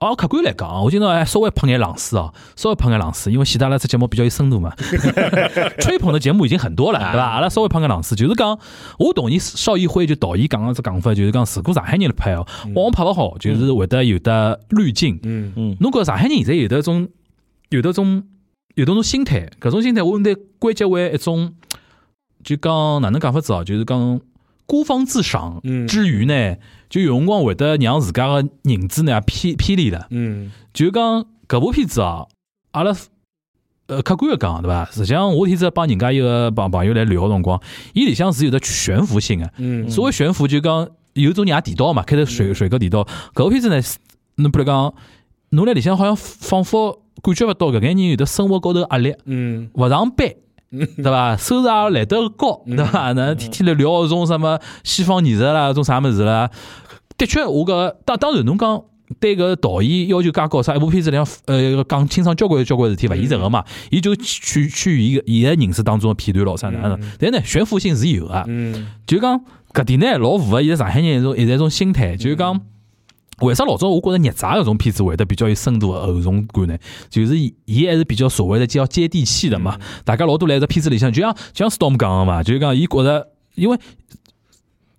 S2: 哦，客观来讲啊，我今朝还稍微拍眼冷水哦，稍微拍眼冷水，因为显得阿拉这节目比较有深度嘛。吹捧的节目已经很多了，对伐？阿拉稍微拍眼冷水，就是讲，我同意邵艺辉就导演讲个只讲法，就是讲，如果上海人来拍哦，往往拍勿好，就是会得有得滤镜。
S3: 嗯
S2: 侬觉着上海人现在有得一种，有得一种，有得一种心态，搿种心态我们得归结为一种，就讲哪能讲法子哦，就是讲孤芳自赏
S3: 嗯
S2: 之余呢，就有辰光会得让自家个认知呢偏偏离了。
S3: 嗯
S2: 就讲搿部片子啊，阿拉呃客观的讲对伐？实际上我天子帮人家一个朋朋友来聊个辰光，伊里向是有得悬浮性个。
S3: 嗯
S2: 所谓悬浮，就讲有种伢提到嘛，开头水水哥提到搿部片子呢，是侬比如讲，侬辣里向好像仿佛感觉勿到搿眼人有得生活高头压力，
S3: 嗯
S2: 勿上班。对伐？收入也来得高，对伐？
S3: 嗯
S2: 那天天来聊种什么西方艺术啦，种啥物事啦？的确，我搿当当然，侬讲对搿导演要求介高，啥一部片子里向呃讲清爽交关交关事体
S3: 嗯
S2: 勿现实个嘛，伊就取取伊个伊个认识当中个片段咯，啥哪能？但呢，悬浮性是有个，
S3: 嗯
S2: 就讲搿点呢，老符合现在上海人一种现在一种心态，就是
S3: 嗯
S2: 讲为啥老早我觉着孽债搿种片子会得比较有深度个厚重感呢？就是伊伊还是比较所谓的叫接地气的嘛。
S3: 嗯
S2: 大家老多来只片子里向，就像就像 Storm 讲个嘛，就是讲伊觉着因为。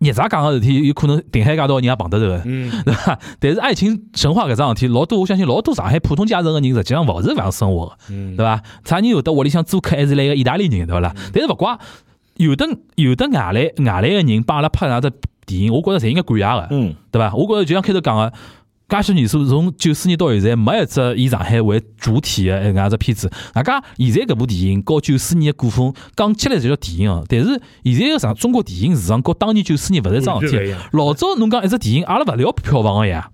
S2: 孽债讲个事体，有可能定海街道人也碰得着个，
S3: 嗯
S2: 对伐？但是爱情神话搿桩事体，老多我相信老多上海普通阶层个人，实际上勿是搿样生活个，
S3: 嗯
S2: 对伐？啥人有的屋里向做客还是来个意大利人，对勿啦？但是勿怪有的有的外来外来个人帮阿拉拍那只电影，我觉着侪应该感谢个，
S4: 嗯，
S2: 对伐？我觉着就像开头讲个。介许年数，从九四年到现在，没一只以上海为主体的搿能介只片子。外加现在搿部电影和九四年的古风讲起来就叫电影哦，但是现在个上中国电影市场和当年九四年勿是一桩事
S3: 完全勿一
S2: 体
S3: 样。
S2: 老早侬讲一只电影，阿拉勿聊票房个呀，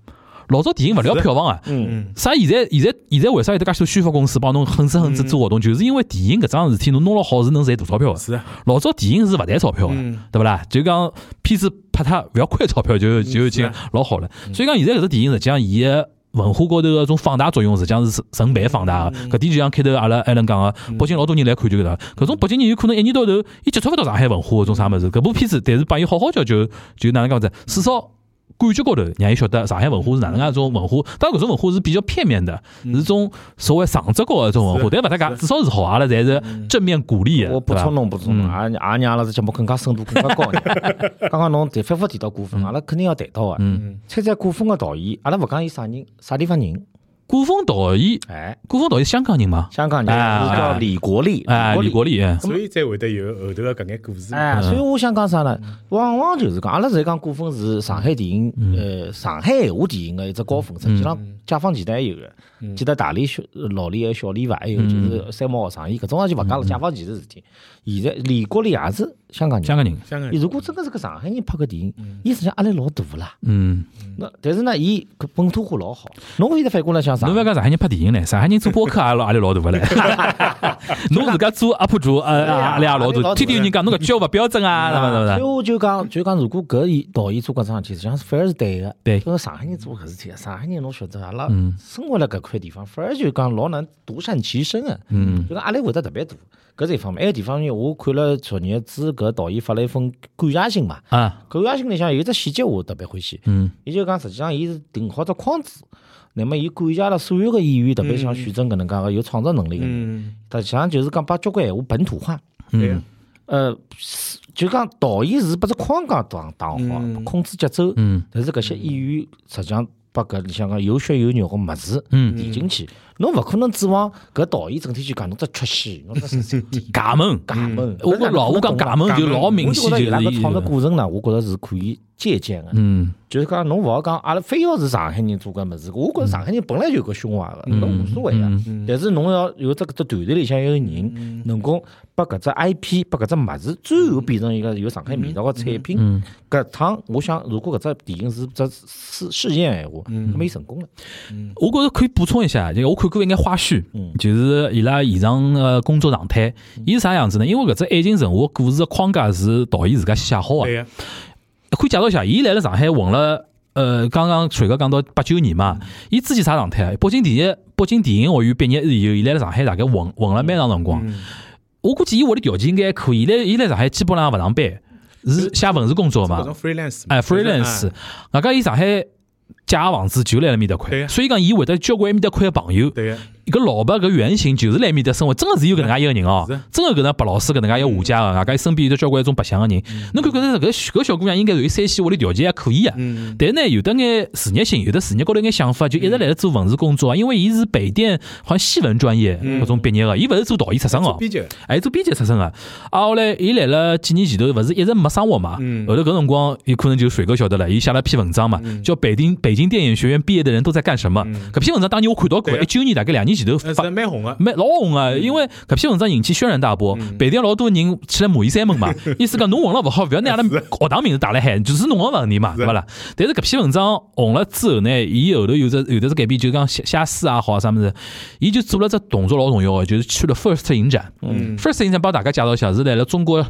S2: 老早电影勿聊票房啊，
S3: 嗯
S2: 啥？现在现在现在为啥有得介许多宣发公司帮侬哼哧哼哧做活动？就是因为电影搿桩事体，侬弄了好是能赚大钞票个。
S3: 是啊，
S2: 老早电影是勿赚钞票个，
S3: 嗯
S2: 对勿啦？就讲片子拍脱勿要亏钞票就就已经
S3: 是啊嗯
S2: 老好了。所以讲现在搿只电影实际上伊个文化高头个种放大作用，实际上是成倍放大
S3: 嗯
S2: 个。搿点就像开头阿拉艾伦讲个，啊北京老多人来看就搿搭，搿种北京人有可能一年到头伊接触勿到上海文化搿种啥物事。搿部片子，但是帮伊好好叫就就哪能讲子，至少感觉高头，让伊晓得上海文化是哪能介一种文化。当然，搿种文化是比较片面的，是种所谓上职高的一种文化
S3: 嗯是，啊
S2: 但
S3: 嗯
S2: 勿搭界，至少是好，阿拉侪是正面鼓励的，
S4: 嗯我补
S2: 对伐
S4: 充？侬补充侬，也也让阿拉这节目更加深度更加高 一点。刚刚侬提反复提到古风，阿拉肯定要谈到啊个。
S2: 嗯，
S4: 参加古风个导演，阿拉勿讲伊啥人，啥地方人，
S2: 古风导演，
S4: 哎，啊
S2: 古风导演香港人嘛，
S4: 香港人
S2: 哎
S4: 是叫李国嗯立，
S2: 哎，李国立，哎
S3: 所以才会得有后头的搿眼故事嘛。
S4: 哎，所以我想讲啥呢？往往就是讲，阿拉现在讲古风是上海电影，呃，上海闲话电影的一只高峰，实际上解放前头还有个，记得大理小呃老李还有小李吧，还有就是三毛学生，伊搿种也就勿讲了，解放前头事体。现在李国立也是香港人，
S2: 香港人，
S3: 香港
S4: 伊
S3: 人
S4: 如果真个是个上海人拍个电影，伊实际上压力老大啦。
S2: 嗯，
S4: 那但是呢，伊搿本土化老好。侬现在反过来想啥
S2: 侬？勿要讲上海人拍电影呢，上海人做播 客也老也老大勿嘞？侬自家做 UP 主，呃，
S4: 对哎呀
S2: 压力也老
S4: 压力
S2: 大，
S4: 老大哎
S2: 天天有人讲侬搿教育勿标准啊，哪能哪
S4: 所以
S2: 能？
S4: 我就讲，就讲，如果搿伊导演做搿桩事体，实际上是反而是对个。
S2: 对
S4: 就是上海人做搿事体，上海人侬晓得，阿拉
S2: 嗯
S4: 生活辣搿块地方，反而就讲老难独善其身个。
S2: 嗯
S4: 就讲压力会得特别大。搿是一方面，还有地方面，我看了昨日子搿导演发了一封感谢信嘛，
S2: 啊，
S4: 感谢信里向有一只细节我特别欢喜，
S2: 嗯
S4: 伊就讲，实际上伊是定好只框子，那么伊感谢了所有个演员，特别
S2: 嗯
S4: 像许峥搿能介个有创作能力个人，
S3: 嗯，
S4: 实际上就是讲把交关闲话本土化。
S3: 对呀
S2: 嗯，
S4: 呃，是就讲导演是把只框架打打好，
S3: 嗯
S4: 控制节奏，
S2: 嗯
S4: 但是搿些演员实际上把搿里向讲有血有肉个物事
S2: 嗯，
S4: 提进去，侬勿可能指望搿导演整天就讲侬只缺戏，侬只是
S2: 假门，
S4: 假门。
S2: 嗯我跟老我讲假门就老明显，
S4: 我
S2: 就
S4: 就觉得伊拉
S2: 是
S4: 搿
S2: 伊
S4: 创作过程呢，我觉着是可以借鉴个。
S2: 嗯
S4: 就是讲侬勿好讲，阿拉非要是上海人做搿物事，我
S2: 嗯
S4: 觉着上海人本来就有搿胸怀个，侬无所谓个。但是侬要有只搿只团队里向有
S2: 嗯
S4: 人，能够把搿只 IP，把搿只物事最后变成一个有上海味道个产
S2: 嗯
S4: 品。搿趟我想，如果搿只电影是只试试验闲话，
S2: 嗯
S4: 那么伊成功了。嗯
S2: 我觉着可以补充一下，就我看过一眼花絮，就是伊拉现场呃工作状态，
S4: 嗯
S2: 伊是啥样子呢？因为搿只《爱情神话》故事的框架是导演自家先写好的
S3: 对，呀，
S2: 可以介绍一下，伊来了上海混了，呃，刚刚锤哥讲到八九年嘛，伊之前啥状态啊？北京电影北京电影学院毕业以后，伊来了上海大概混混了蛮长辰光。我估计伊屋里条件应该可以，伊来伊来上海基本上勿上班，是写文字工作
S3: 各
S2: 嘛
S3: 种，freelance，嘛
S2: 哎
S3: 就是
S2: ，freelance
S3: 哎。
S2: 外加伊上海借房子就来了面搭
S3: 对
S2: 块，
S3: 呀
S2: 所以讲伊会得交关埃面搭块的朋友，
S3: 对呀，
S2: 一个老伯搿原型就是来面搭生活，真个是有搿能介一个人哦
S3: 是，嗯
S2: 真个搿能白老师搿能介一个画家个，外加伊身边有得交关一种白相个人。侬看搿个搿小姑娘应该属于山西屋里条件还可以啊，
S3: 嗯，
S2: 但呢有得眼事业心，有的事业高头眼想法，就一直辣辣做文字工作啊，因为伊是北电好像戏文专业
S3: 嗯
S2: 搿种毕业个，伊勿是做导演出身哦
S3: 做。编辑的，
S2: 还做编辑出身个，啊后来伊来了几年前头，勿是一直没生活嘛？
S3: 嗯
S2: 后头搿辰光，伊可能就水哥晓得了，伊写了篇文章嘛，叫《北京北京电影学院毕业的人都在干什么》。搿篇文章当年我看到过，
S3: 嗯对啊
S2: 一九年大概两年前头
S3: 呃
S2: 发
S3: 是蛮红的。
S2: 蛮老红啊，嗯因为搿篇文章引起轩然大波，北电老多人去了骂伊三门 嘛，意思讲侬混了勿好，勿要拿阿拉学堂名字打辣海，就是侬个问题嘛，对勿啦？但是搿篇文章红了之后呢，伊后头有只有的只改变，就是讲写写诗也好啊啥物事，伊就做了只动作老重要个，就是去了 First 影展。
S3: 嗯
S2: First 影展帮大家介绍一下，是来了中国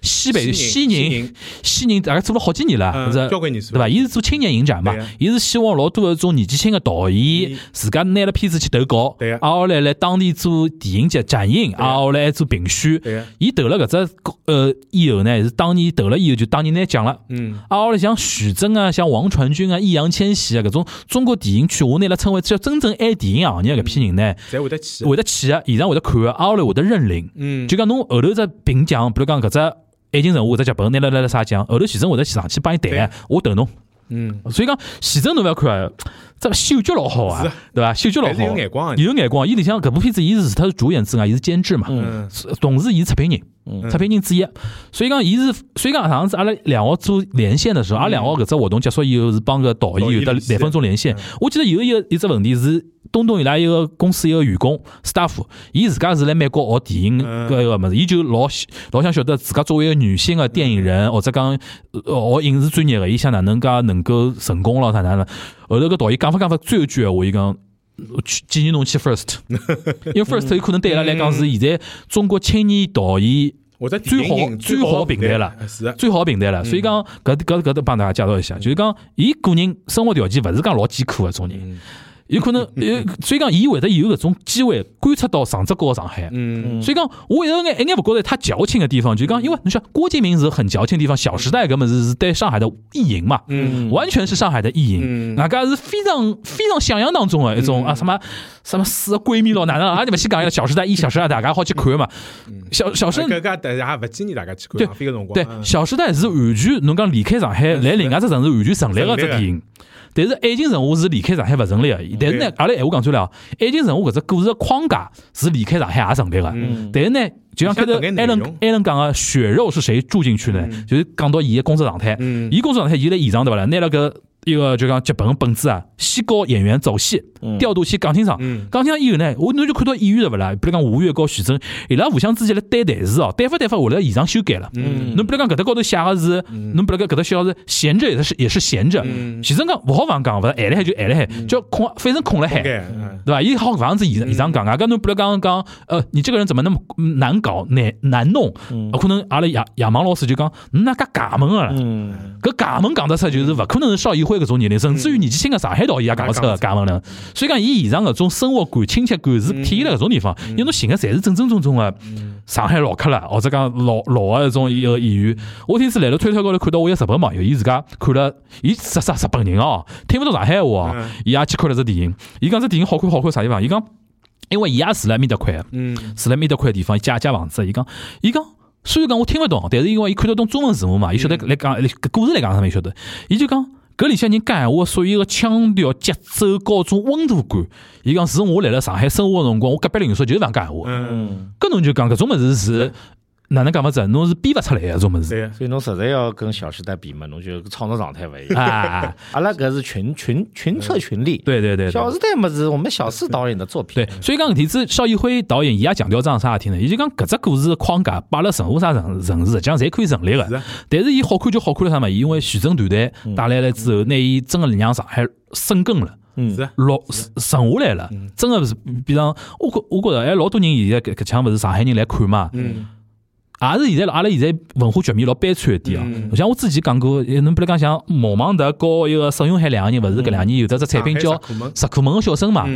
S2: 西北
S3: 西
S2: 西
S3: 宁
S2: 宁西宁，大概做了好几年了，
S3: 嗯
S2: 是
S3: 交关年数
S2: 对伐？伊是做青年影展嘛
S3: 对呀，
S2: 伊是希望老多的这种年纪轻的导演
S3: 嗯，
S2: 自家拿了片子去投稿，
S3: 对呀
S2: 啊，后来来当地做电影节展映，啊，后来还做评选
S3: 对呀。
S2: 伊投了搿只呃以后呢，是当年投了以后就当年拿奖了。
S3: 嗯，
S2: 啊，后来像徐峥啊，像王传君啊、易烊千玺啊，搿种中国电影圈，我拿来称为叫真正爱电影行业搿批人呢，
S3: 才会得去。
S2: 会得去啊，现场会得看啊，啊后来会得认领。
S3: 嗯，
S2: 就讲侬后头只评奖，比如讲搿只《爱情神话》搿只剧本拿了拿了啥奖，后头徐峥会得上去帮伊
S3: 对
S2: 谈，啊我投侬。
S3: 嗯，
S2: 所以讲，徐峥侬勿要看啊，这嗅觉老好
S3: 是
S2: 啊
S3: 啊，
S2: 对伐？嗅觉老
S3: 还是
S2: 好
S3: 有，眼光的。
S2: 有眼光。伊里向搿部片子，伊是除脱是主演之外，伊是监制嘛，
S3: 嗯，
S2: 同时伊是出品人，出品人之一。所以讲，伊是，所以讲上次阿拉两号做连线的时候，阿拉两号搿只活动结束以后是帮搿导演有
S3: 导
S2: 得
S3: 演联系嗯
S2: 两分钟连线。我记得有一个一只问题是。东东伊拉一个公司一个员工 staff，伊自家是来美国学电影搿
S3: 嗯
S2: 个物事，伊就老喜老想晓得自家作为一个女性的电影
S3: 嗯
S2: 人，或者讲呃学影视专业的，伊想哪能介能够成功了啥哪能？后头搿导演讲法讲法最后一句闲话，伊讲呃去建议侬去 first，因为 first 有可能对伊拉来讲是现在中国青年导演
S3: 或者
S2: 最好
S3: 电影
S2: 最好平台了
S3: 哎是的，
S2: 最好的平台了。所以讲，
S3: 嗯
S2: 搿
S3: 嗯
S2: 搿搿搭帮大家介绍一下，就是讲伊个人生活条件勿是讲老艰苦个种人。有 可能，呃，所以讲伊会得有搿种机会观察到上只高的上海。
S3: 嗯，
S2: 所以讲，我一直眼一眼勿觉着他矫情的地方，就是讲，因为你想郭敬明是很矫情的地方，《小时代》搿么是是对上海的意淫嘛，
S3: 嗯，
S2: 完全是上海的意淫，
S3: 嗯
S2: 外加是非常非常响亮当中的一种啊什么什么四个闺蜜咯，哪能啊？你们去讲一个《小时代》一，《小时代》大家好去看嘛，
S3: 嗯
S2: 小小时
S3: 搿搿大家也勿建议大家去看
S2: 对
S3: 浪费个辰光。
S2: 对，《
S3: 嗯
S2: 小时代》是完全侬讲离开上海，来另外只城市完全成立个只电影。但是《爱情神话》是离开上海勿成立个，但是呢
S3: 嗯对，
S2: 阿拉闲话讲出来哦，《爱情神话》搿只故事个框架是离开上海也成立个。
S3: 嗯
S2: 但是呢，就像开头
S3: 像搿眼
S2: 艾伦
S3: 内容
S2: 艾伦讲个血肉是谁注进去呢？就是讲到伊个工作状态，
S3: 嗯
S2: 伊工作状态伊辣现场对勿啦？拿了个一个就讲剧本本子啊，先告演员走戏，调度先讲清爽。
S3: 嗯
S2: 讲清爽以后呢，我侬就看到演员对勿啦？比如讲吴越和徐峥，伊拉互相之间辣对台词哦，对发对发，后来现场修改了。
S3: 嗯
S2: 侬比如讲搿搭高头写个是，侬比如讲搿搭写个是闲着也是也是闲着，
S3: 嗯
S2: 徐峥讲勿好往讲，勿是闲了海就闲了海，叫空反正空了海。
S3: ，OK，嗯
S2: 对吧？伊好房子以以上讲啊，跟侬比如讲讲，呃，你这个人怎么那么嗯难搞、难难弄？有可能阿拉亚亚芒老师就讲，嗯那个假门啊，
S4: 嗯，
S2: 搿假门讲得出就是勿可能是邵艺辉搿种年龄，甚至于年纪轻个上海导嗯演也讲勿出个假门人。所以讲，伊以上搿种生活感、亲切感是体现辣搿种地方，因为侬寻个侪是正正宗宗个上海老客了，或者讲老老个一种一个演员。我天次来了推特高头看到我一个日本网友，伊自家看了，伊日日日本人哦，听勿懂上海话哦
S3: 嗯，
S2: 伊也去看了只电影。伊讲这电影好看好看啥地方？伊讲，因为伊也住辣埃面搭块，啊
S3: 嗯
S2: 住辣埃面搭块地方，伊借一借房子，伊讲，伊讲。虽然讲我听勿懂，但是因为伊看得懂中文字幕嘛，伊晓得
S3: 嗯
S2: 来讲来故事来讲啥物事，晓得。伊就讲搿里向人讲闲话，属于一个腔调、节奏高种温度感。伊讲是我来了上海生活个辰光，我隔壁邻居就是勿讲闲话。
S3: 嗯，
S2: 搿侬就讲搿种物事是哪能讲法子？侬是编勿出来个搿种物事
S3: 对呀，
S4: 所以侬实在要跟《小时代》比嘛，侬就创作状态勿一样。
S2: 啊！
S4: 阿拉搿是群群群策群力，
S2: 嗯对对对，对
S4: 小时代》嘛是我们小四导演的作品，
S2: 对，所以讲搿点子，邵艺辉导演伊也强调桩啥事体呢？伊就讲搿只故事的框架摆辣任何啥城城市，实际上侪可以成立
S3: 是
S2: 个
S3: 啊。
S2: 但是伊好看就好看了啥嘛？因为徐峥团队带来了之后，拿伊真个让上海生根了。
S3: 是啊，
S2: 落剩下来了，真个是比上我觉我觉着，哎，老多人现在搿搿腔勿是上海人来看嘛，
S3: 嗯
S2: 也是现在阿拉现在文化局面老悲催一点哦。
S3: 嗯
S2: 像我之前讲过，侬比如讲像毛孟德和一个沈永海两个人，勿是搿两年有得只产品叫
S3: 上海石库门
S2: 石库门个笑声嘛？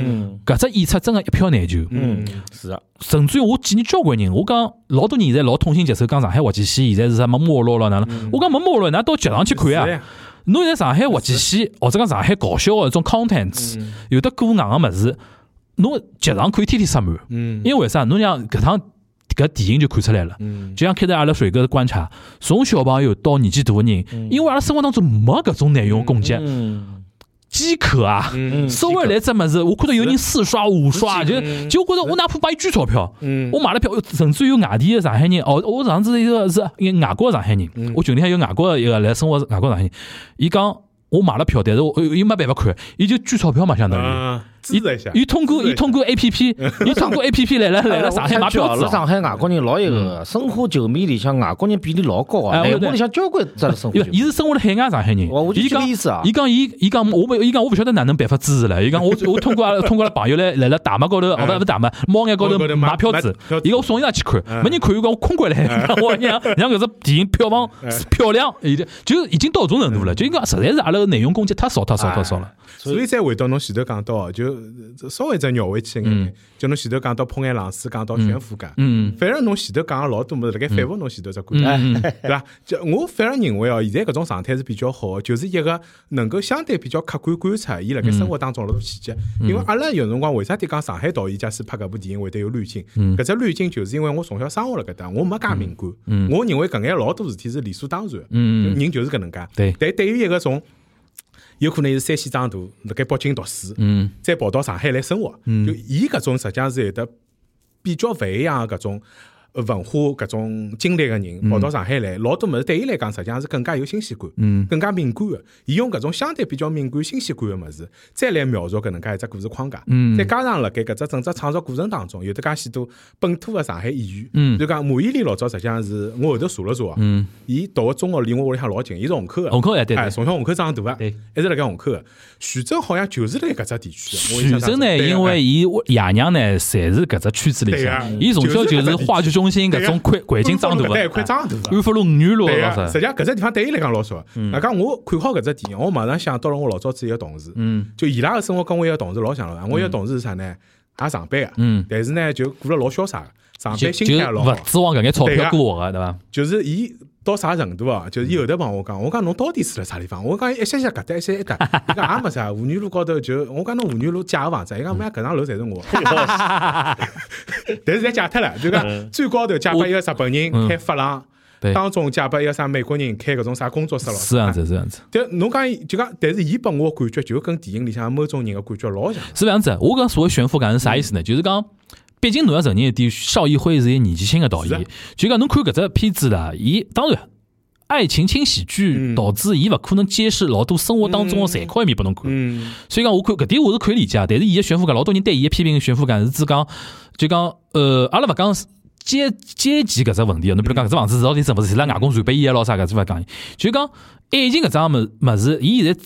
S2: 搿只演出真个一票难求。
S3: 嗯，
S4: 是啊，
S2: 甚至于我见你交关人，我讲老多人现在老痛心疾首，讲上海滑稽戏现在是啥没没落了哪能？我讲没没落，㑚到剧场去看
S3: 嗯是
S2: 啊
S3: 呀！
S2: 侬现在上海滑稽戏或者讲上海搞笑个一种 content，有
S3: 嗯
S2: 得过硬个物事，侬剧场可以天天塞满。
S3: 嗯
S2: 因为为啥？侬像搿趟搿电影就看出来了。
S3: 嗯
S2: 就像开头阿拉水哥观察，从小朋友到年纪大个人，
S3: 嗯
S2: 因为阿拉生活当中没搿种内容供给，
S4: 嗯
S2: 饥渴啊。
S3: 嗯
S2: 收回来这么子，我看到有人四刷五刷，就
S3: 嗯
S2: 就觉着我哪怕把一捐钞票，
S3: 嗯
S2: 我买了票，甚至有外地的上海人，哦，我上次一个是一个外国的上海人，
S3: 嗯
S2: 我群里向有外国的一个来生活的外国上海人，伊讲我买了票，但是我伊没办法看，伊就捐钞票嘛，相当于。
S3: 啊，支持一下，
S2: 伊通过伊通过 A P P，伊通过 A P P 来 了来
S4: 哎
S2: 了上海买票子
S4: 了
S2: 哦，
S4: 上海外国人老有个申花球迷里向外国人比例老高啊，
S2: 哎
S4: 内
S2: 我
S4: 湖里向交关只申花
S2: 因为
S4: 球
S2: 伊
S4: 迷。
S2: 是生活在海外上海人
S3: 哦
S4: 我我，就
S2: 伊
S4: 这个
S2: 讲
S4: 意思啊
S2: 伊讲伊伊讲我们伊讲我勿晓得哪能办法支持了，伊讲我 我通过阿拉通过阿拉朋友来来了大麦高头，哦勿勿大麦，猫眼高头
S3: 哎猫眼高头
S2: 买
S3: 买
S2: 票子
S3: 买票，子哎
S2: 伊讲我送伊拉去看，没人看，伊讲我空关来，我让让搿只电影票房
S3: 哎
S2: 漂亮，已经就已经到搿种程度了，就应该实在是阿拉个内容供给太少太少太少了。
S3: 所以再回到侬前头讲到，就呃稍微再绕回去一眼，就侬前头讲到怦眼浪丝，讲到悬浮感，
S2: 嗯
S3: 反而侬前头讲个老多物事，辣盖反驳侬前头只观点。
S2: 嗯嗯
S3: 对伐？就我反而认为哦，现在搿种状态是比较好的，就是一个能够相对比较客观观察伊辣盖
S2: 嗯
S3: 生活当中老多细节。因为阿拉有辰光为啥体讲上海导演假使拍搿部电影会得有滤镜？
S2: 嗯
S3: 搿只滤镜就是因为我从小生活辣搿搭，我没介敏感，我认为搿眼老多事体是理所当然的。
S2: 嗯
S3: 人就是搿能介。
S2: 对
S3: 但对于一个从有可能是山西长大，辣盖北京读书，
S2: 嗯
S3: 再跑到上海来生活，就伊搿种实际上是有得比较勿一样的搿啊种呃文化搿种经历个人，跑到上海来，老多物事对伊来讲实际上是更加有新鲜感，
S2: 嗯
S3: 更加敏感个。伊用搿种相对比较敏感、新鲜感个物事，再来描述搿能介一只故事框架，
S2: 嗯
S3: 再加上辣盖搿只整只创作过程当中，有得介许多本土个上海演员，
S2: 嗯
S3: 就讲马伊琍老早实际上是我后头查了查啊，
S2: 嗯，
S3: 伊读个中学离我屋里向老近，伊是虹口个，
S2: 虹口哎对对
S3: 哎，从小虹口长大个，
S2: 对
S3: 一直辣盖虹口个。徐峥好像就是辣搿只地区啊的，我印
S2: 徐
S3: 象当
S2: 峥
S3: 中
S2: 呢，
S3: 对个啊
S2: 因为伊爷娘呢，侪是搿只圈子里
S3: 对
S2: 向
S3: 啊，
S2: 伊从小就是话剧中中心搿种环环境脏大
S3: 对，
S2: 个，
S3: 块脏 大
S2: 安福路五元路
S3: 对
S2: 老
S3: 呀，实
S2: 啥，
S3: 际上搿只地方对伊来讲老少。
S2: 嗯
S3: 外加我看好搿只点，我马上想到了我老早子一个同事，
S2: 嗯
S3: 就伊拉个生活跟我一个同事老像了。我一个同事是啥呢？也上班个，
S2: 嗯，
S3: 但是呢就过了老潇洒个，上
S2: 就
S3: 班心
S2: 就
S3: 态也老
S2: 勿
S3: 好。
S2: 指望搿眼钞票过活个，对伐？
S3: 就是伊到啥程度啊？就是伊后头帮我讲，我讲侬到底住辣啥地方？我讲一歇歇搿搭，一歇歇搿搭，伊讲也没啥。五女路高头就我讲侬五女路借个房子，伊讲没搿幢楼侪是我， 但是侪借脱了，就讲最高头借拨一个日本人开发廊
S2: 对，
S3: 当中借拨一个啥美国人开搿种啥工作室咯。
S2: 是这样子，是这样子。
S3: 但侬讲伊就讲，但是伊拨我感觉就跟电影里向某种人个感觉老像。
S2: 是这样子，我讲所谓悬浮感是啥意思
S3: 嗯
S2: 呢？就是讲，毕竟侬要承认一点，邵艺辉是一个年纪轻的导
S3: 是啊
S2: 演。就讲侬看搿只片子啦，伊当然爱情轻喜剧
S3: 嗯
S2: 导致伊勿可能揭示老多生活当中的残酷一面拨侬看。
S3: 嗯，
S2: 所以讲，我看搿点我是可以理解的，但是伊个悬浮感，老多人对伊个批评悬浮感是指讲，就讲呃，阿拉勿讲阶阶级搿只问题啊，侬比如讲搿只房子到底怎么是伊拉外公传拨伊个咯啥搿只勿讲，就讲爱情搿桩物物事，伊现在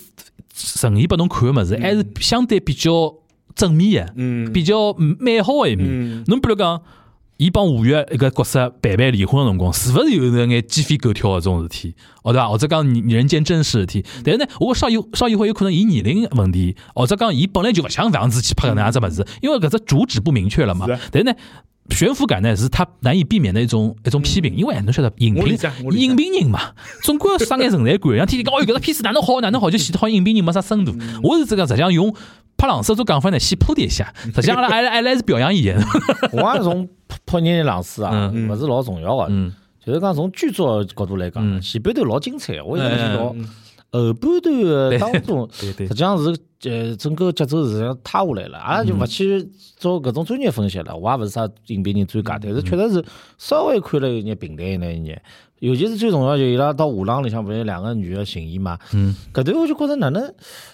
S2: 呈现拨侬看个物事，还是相对比较正面个，
S3: 嗯
S2: 比较美好个一面
S3: 嗯。
S2: 侬比如讲。伊帮五月一个角色办办离婚个辰光，是勿是有那眼鸡飞狗跳个种事体，哦对伐？或者讲人人间真实事体，
S3: 嗯
S2: 但是呢，我觉邵艺邵艺辉有可能伊年龄问题，或者讲伊本来就勿想这样子去拍搿能样子物事，因为搿只主旨不明确了嘛
S3: 嗯是啊。
S2: 但是呢，悬浮感呢是他难以避免的一种一种批评，因为哎侬晓得影
S3: 嗯我理
S2: 评
S3: 解我理解
S2: 影评人嘛，总归要生眼存在感，像天天讲哦搿只片子哪能好哪能好，就显得好像影评人没啥深度。我是这个，实际上用拍朗斯做讲法呢，先铺垫一 下，实际上阿拉阿拉阿拉是表扬伊的。
S4: 我也从泼人朗诗啊，
S2: 嗯
S4: 勿是老重要个
S2: 嗯，
S4: 就是讲从剧作角度来
S2: 嗯
S4: 讲，前半段老精彩，我一直听到
S2: 嗯
S4: 后半段的当中，
S2: 对对
S4: 实际上是呃整个节奏是塌下来了，阿拉
S2: 嗯
S4: 就勿去做搿种专业分析了，我也勿是啥影评人专
S2: 嗯
S4: 家，但是确实是稍微看了有眼平淡那一眼。尤其是最重要，就伊拉到下浪里向，勿是两个女的寻伊嘛？嗯，搿段我就觉着哪能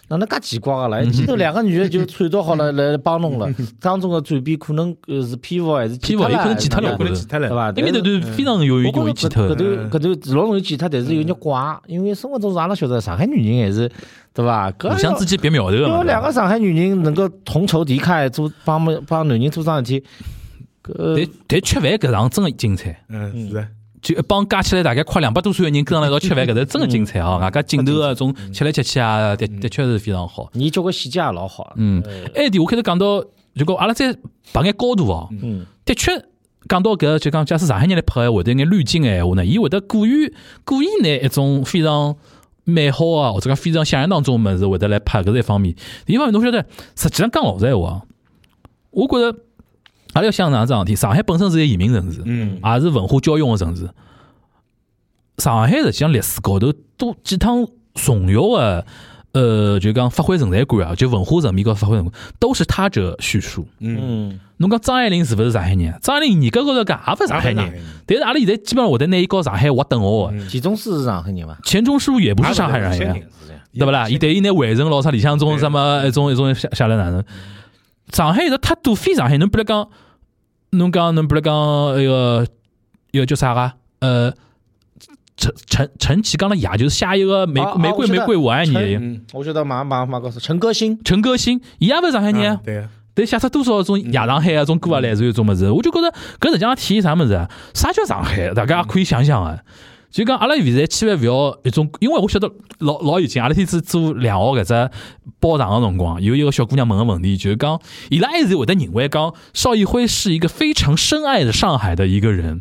S4: 哪能介奇怪啊个啦！一
S2: 嗯
S4: 记头两个女的就传到好了来帮侬了，当中个转变可能呃是偏颇还是
S2: 偏颇嗯有可能剪脱了
S3: 我可能记脱
S4: 哎对
S3: 了。
S4: 伐？
S2: 那面头
S4: 但是
S2: 段非常有
S4: 我
S2: 容易
S4: 觉
S2: 记
S4: 着
S2: 头
S4: 搿。段搿段老容易记脱，但是
S2: 嗯
S4: 有眼怪，因为生活中阿拉晓得上海女人还是对伐？搿
S2: 互相
S4: 要
S2: 之间别苗头的
S4: 要
S2: 嘛。
S4: 两个上海女人能够同仇敌忾，做帮么帮男人做桩事体，
S2: 但
S4: 搿
S2: 但吃饭搿场真的精彩，
S3: 嗯，是的，
S2: 就一帮加起来大概快两百多岁的人跟上来一道吃饭，搿头真的精彩啊！外加镜头啊，种吃来吃去啊，的的确是非常好。
S4: 你交关细节也老好。
S2: 嗯，埃点我开头讲到，就讲阿拉再拔眼高度哦，
S4: 嗯，
S2: 的确讲到搿就讲，假使上海人来拍会得眼滤镜个闲话呢，伊会得故意故意拿一种非常美好啊，或者讲非常想象当中的物事会得来拍，搿是一方面。另一方面，侬晓得，实际上讲老实闲话啊，我觉着阿拉要想哪桩事体，上海本身是一个移民城市，
S3: 嗯，
S2: 也是文化交融个城市。上海实际上历史高头多几趟重要的，呃，就讲发挥存在感啊，就文化层面高头发挥存在感，都是他者叙述。
S4: 嗯，
S2: 侬讲张爱玲是勿是上海人？张爱玲严格高头讲也勿是上海
S3: 也勿是上
S2: 人
S3: 海人，
S2: 但是阿拉现在基本上会得拿伊和上海划等号个。
S4: 田嗯中是上海人伐？
S2: 钱钟书也不是上海人呀
S3: 也不是上海人，
S2: 对勿啦？伊对伊拿围城老啥里向中什么一种一种下下来哪能？上海有的太多非上海人，侬比如讲，侬讲侬比如讲那个一个叫啥个呃。陈陈陈绮刚的雅就是下一个玫
S4: 啊啊
S2: 玫瑰
S4: 我知
S2: 玫
S4: 道
S2: 瑰我爱你
S4: 陈
S2: 的，
S3: 嗯，
S4: 我晓得马马马告诉陈歌辛，
S2: 陈歌辛，伊也勿是上海人啊
S3: 嗯，对呀，
S2: 但写出多少种亚上海啊，种歌啊来，是有种么子，我就觉得搿实际上体现啥么子啊？啥叫上海？大家也可以想想啊。就讲阿拉现在千万勿要一种，因为我晓得老老有劲，阿拉天子做两号搿只包场个辰光，有一个小姑娘问个问题，就是讲伊拉还是会得认为讲邵艺辉是一个非常深爱着上海的一个人。